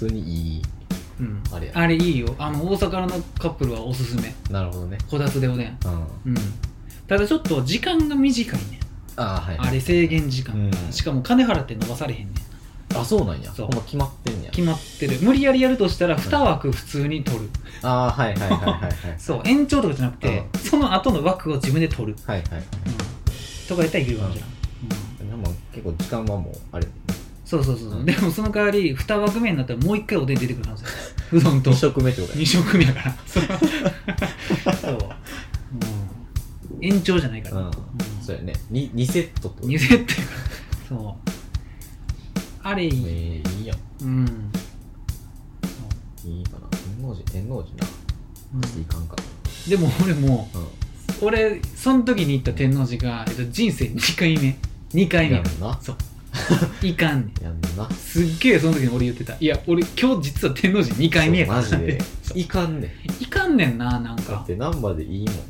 Speaker 1: 普通にいい
Speaker 2: うん、うん、
Speaker 1: あれや
Speaker 2: あれいいよあの大阪のカップルはおすすめ
Speaker 1: なるほどね
Speaker 2: こたつでおでん
Speaker 1: うん
Speaker 2: うんただちょっと時間が短いね
Speaker 1: ああはい
Speaker 2: あれ制限時
Speaker 1: う
Speaker 2: 間、
Speaker 1: ん
Speaker 2: しかも金払って伸ばされへんねん
Speaker 1: あそうなんや
Speaker 2: そう
Speaker 1: ほんま決まってんねや
Speaker 2: 決まってる無理やりやるとしたら2枠普通に取る
Speaker 1: ああはいはいはいはいはい
Speaker 2: そう延長とかじゃなくてその後の枠を自分で取る、 *laughs*
Speaker 1: はいはい
Speaker 2: うん、とかやったらいけるわじゃん、うん
Speaker 1: でも結構時間はもうあれ
Speaker 2: そうそうそう、
Speaker 1: うん
Speaker 2: でもその代わり2枠目になったらもう1回おでん出てくるはずやうどんと
Speaker 1: 2食目ってことや
Speaker 2: 二食目やからそう *laughs* そう、うん、延長じゃないから、
Speaker 1: う
Speaker 2: うん
Speaker 1: んそうやね 2, 二セットってこと
Speaker 2: 2セットやからそうあれい
Speaker 1: え
Speaker 2: い、
Speaker 1: えいいやん
Speaker 2: うんそ
Speaker 1: いいかな天王寺天王寺な
Speaker 2: う、
Speaker 1: いかんか
Speaker 2: うん、でも俺も
Speaker 1: うん
Speaker 2: 俺その時に行った天王寺が、えっと、人生2回目2回目
Speaker 1: やんな
Speaker 2: そういかんねん
Speaker 1: やんな
Speaker 2: すっげえその時に俺言ってたいや俺今日実は天王寺2回目やから
Speaker 1: そうマジで
Speaker 2: そう
Speaker 1: いかんね
Speaker 2: *laughs* いかんねんななん
Speaker 1: だ
Speaker 2: か
Speaker 1: って難波でいいもんっ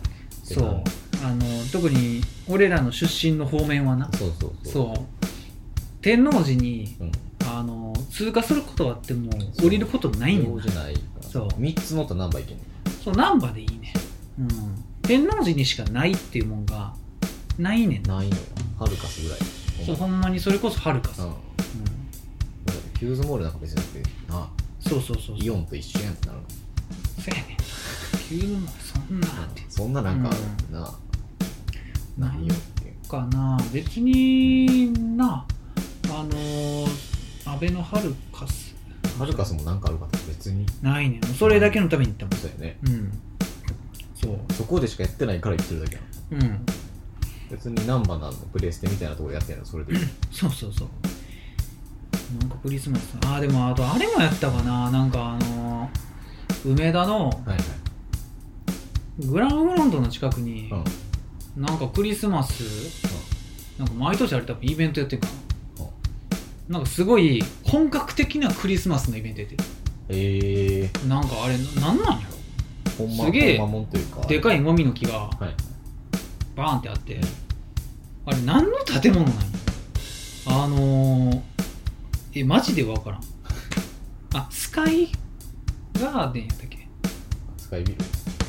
Speaker 1: て
Speaker 2: そ
Speaker 1: な
Speaker 2: うあの特に俺らの出身の方面はな
Speaker 1: そうそうそう
Speaker 2: そう天王寺に
Speaker 1: うん
Speaker 2: あの通過することはあっても
Speaker 1: そう
Speaker 2: 降りることないん
Speaker 1: 天王
Speaker 2: や
Speaker 1: 寺ないから
Speaker 2: そう
Speaker 1: 3つ乗ったら難波いけんね
Speaker 2: そう難波でいいね、うん、天王寺にしかないっていうもんがないねんな
Speaker 1: ないのよハルカスぐらい
Speaker 2: そうほんまにそれこそはるかさ、
Speaker 1: う
Speaker 2: うん
Speaker 1: んだってヒューズモールなんか別にだってな
Speaker 2: そうそうそうそう
Speaker 1: イオンと一緒やんってなる
Speaker 2: そうやねん急にそんなって
Speaker 1: そんななんか
Speaker 2: う
Speaker 1: な
Speaker 2: な
Speaker 1: ないよっていう
Speaker 2: かな別になあの阿部のハルカス
Speaker 1: ハルカスもなんかあるかって別に
Speaker 2: ないねんそれだけのために行ったもん
Speaker 1: そうやね
Speaker 2: うんそう
Speaker 1: そこでしかやってないから言ってるだけやん
Speaker 2: うん
Speaker 1: 別に難波なんのプレイステみたいなところやってんのそれでいい
Speaker 2: そうそうそうなんかクリスマスああでもあとあれもやったかななんかあのー梅田の
Speaker 1: はいはい
Speaker 2: グランフロントの近くに、
Speaker 1: うん
Speaker 2: なんかクリスマス、なんか毎年あれ多分イベントやってるかな、なんかすごい本格的なクリスマスのイベントやってる
Speaker 1: ええ
Speaker 2: なんかあれななんなんやろ
Speaker 1: ー、ほんます
Speaker 2: げえ
Speaker 1: ほんまもんというか
Speaker 2: でかいもみの木が
Speaker 1: はい
Speaker 2: バーンってあって、あれ何の建物なんやあのー、えマジで分からんあスカイガーデンやったっけ
Speaker 1: スカイビル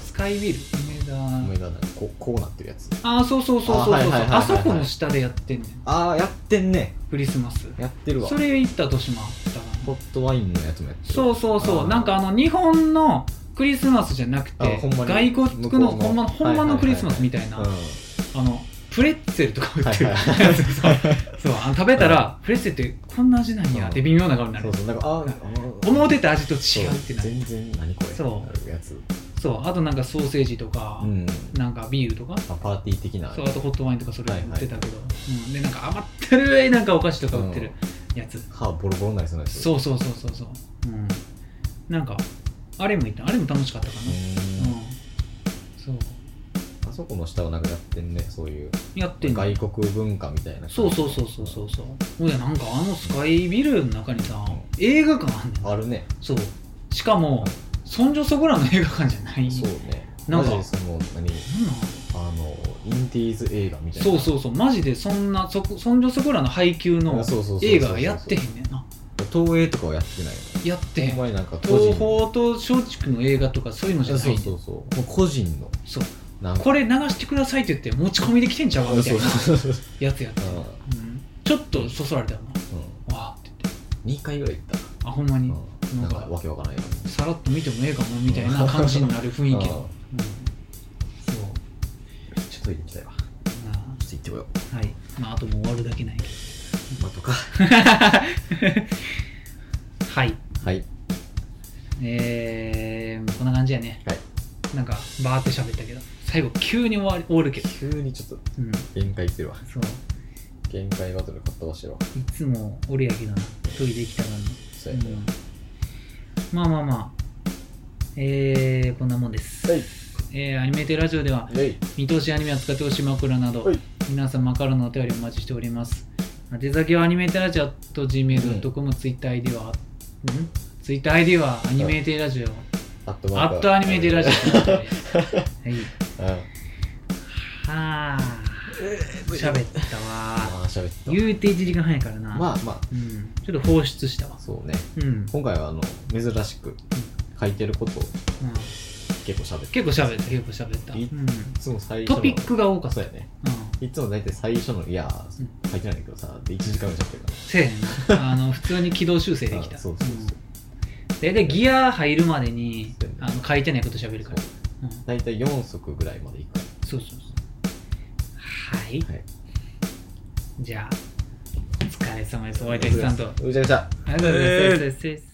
Speaker 2: スカイビル梅田
Speaker 1: 梅田なんかこうこうなってるやつ
Speaker 2: ああそうそうそうそうそう、
Speaker 1: あはいはいはいはいはい
Speaker 2: あそこの下でやってんねん
Speaker 1: ああやってんね
Speaker 2: クリスマス
Speaker 1: やってるわ
Speaker 2: それ行った年もあったか
Speaker 1: ホ
Speaker 2: な
Speaker 1: ットワインのやつもやってる
Speaker 2: そうそうそ
Speaker 1: あ
Speaker 2: う
Speaker 1: ー
Speaker 2: なんかあの日本のクリスマスじゃなく
Speaker 1: あ
Speaker 2: て
Speaker 1: ほんま
Speaker 2: 外
Speaker 1: に
Speaker 2: 国の
Speaker 1: 向こ
Speaker 2: ほ
Speaker 1: うんの
Speaker 2: まほんま
Speaker 1: はいはいはいは
Speaker 2: の
Speaker 1: い
Speaker 2: クリスマスみたいな、
Speaker 1: うん
Speaker 2: あのプレッツェルとか売ってる、
Speaker 1: はいはい
Speaker 2: そうあの食べたら、プレッツェルってこんな味なんやって微妙な顔にな
Speaker 1: そ
Speaker 2: る
Speaker 1: うそうなんかあーあー
Speaker 2: 思ってた味と違うってなる
Speaker 1: 全然何これ
Speaker 2: そう
Speaker 1: なるやつ
Speaker 2: そうあとなんかソーセージとか、
Speaker 1: うん
Speaker 2: なんかビールとか
Speaker 1: あパーティー的な
Speaker 2: そうあとホットワインとかそれ売ってたけど、うん、でなんか余ってるなんかお菓子とか売ってるやつ、
Speaker 1: 歯ボロボロになりそうなやつう
Speaker 2: そうそうそうそうそう、うん、なんかあれもいたあれも楽しかったかな
Speaker 1: ー
Speaker 2: うん
Speaker 1: ん
Speaker 2: そう
Speaker 1: あそこの下はなんかやってんねそういう
Speaker 2: やってんの
Speaker 1: 外国文化みたいな感じ
Speaker 2: そうそうそうそうそうそうほいでなんかあのスカイビルの中にさ
Speaker 1: うん
Speaker 2: 映画館あんねん
Speaker 1: あるね
Speaker 2: そうしかもそんじょそこらの映画館じゃない
Speaker 1: そうね
Speaker 2: なんか
Speaker 1: マジでその何
Speaker 2: なんなん
Speaker 1: あのインディーズ映画みたいな
Speaker 2: そうそうそうマジでそんなそこそんじょそこらの配給の
Speaker 1: そうそうそうそう
Speaker 2: 映画がやってへんねんな
Speaker 1: 東映とかはやってないよ
Speaker 2: やってへ
Speaker 1: お
Speaker 2: ん
Speaker 1: 前なんか個人
Speaker 2: 東宝と松竹の映画とかそういうのじゃない
Speaker 1: そ
Speaker 2: ね
Speaker 1: うんそうそうもう個人の
Speaker 2: そう
Speaker 1: なんか
Speaker 2: これ流してくださいって言って持ち込みで来てんちゃうかみたいな
Speaker 1: そうそうそう
Speaker 2: やつやった、
Speaker 1: うん
Speaker 2: うん、ちょっとそそられたよ
Speaker 1: うん
Speaker 2: なわーって言って
Speaker 1: 2回ぐらい行っ
Speaker 2: あほんまに
Speaker 1: たうんな
Speaker 2: な
Speaker 1: んん
Speaker 2: か
Speaker 1: かわけわからないよ
Speaker 2: さらっと見てもええかもみたいな感じになる雰囲
Speaker 1: う
Speaker 2: 気の、うん、そう
Speaker 1: ちょっとトイレ行きたいわち
Speaker 2: な
Speaker 1: ょっと行ってこよ
Speaker 2: あはいまああともう終わるだ *laughs* けないけど
Speaker 1: うまとか
Speaker 2: はい
Speaker 1: はい
Speaker 2: えー、こんな感じやね
Speaker 1: はい
Speaker 2: なんかバーって喋ったけど最後急に終わり終わるけど
Speaker 1: 急にちょっと
Speaker 2: うん
Speaker 1: 限界来てるわ
Speaker 2: そう
Speaker 1: 限界バトル買ったわしろ
Speaker 2: いつも俺やけどなトイレ行きたがるの
Speaker 1: そうやね
Speaker 2: うんまあまあまあえー、こんなもんです、
Speaker 1: はい
Speaker 2: えーアニメテラジオでは
Speaker 1: イェイ
Speaker 2: 見通しアニメを使ってほしい枕など、
Speaker 1: はい
Speaker 2: 皆様からのお便りをお待ちしております宛先はアニメテラジオ .gmail.com、ツイッター ID はんツイッター ID はアニメテラジオ
Speaker 1: アットマ
Speaker 2: ア
Speaker 1: ーク
Speaker 2: ットアニメテラジオはい
Speaker 1: うんあ
Speaker 2: はあ喋ったわ
Speaker 1: あ喋った
Speaker 2: 言うて1時間半やからな、
Speaker 1: まあま
Speaker 2: うん、ちょっと放出したわ
Speaker 1: あそうね
Speaker 2: うん、うん
Speaker 1: 今回はあの珍しく書いてることを結構喋って
Speaker 2: 結構喋った結構喋った、
Speaker 1: い
Speaker 2: うん
Speaker 1: いつも最初の
Speaker 2: トピックが多かった
Speaker 1: そう
Speaker 2: よ
Speaker 1: やね
Speaker 2: うん
Speaker 1: いつも大体最初の「いやー
Speaker 2: うん
Speaker 1: 書いてないんだけどさ」で1時間ぐらい喋ってるか
Speaker 2: せえへんあの普通に軌道修正で
Speaker 1: ら
Speaker 2: きた
Speaker 1: あそうそうそう
Speaker 2: うん大体ギア入るまでに
Speaker 1: そうやね
Speaker 2: あの書いてないこと喋るから
Speaker 1: そう
Speaker 2: うん
Speaker 1: 大体4足ぐらいまでいくか
Speaker 2: そうそうそうはい、
Speaker 1: はい
Speaker 2: じゃあお疲れ様ですお相手さんとあ
Speaker 1: らうじゃうじゃ
Speaker 2: りがとうございます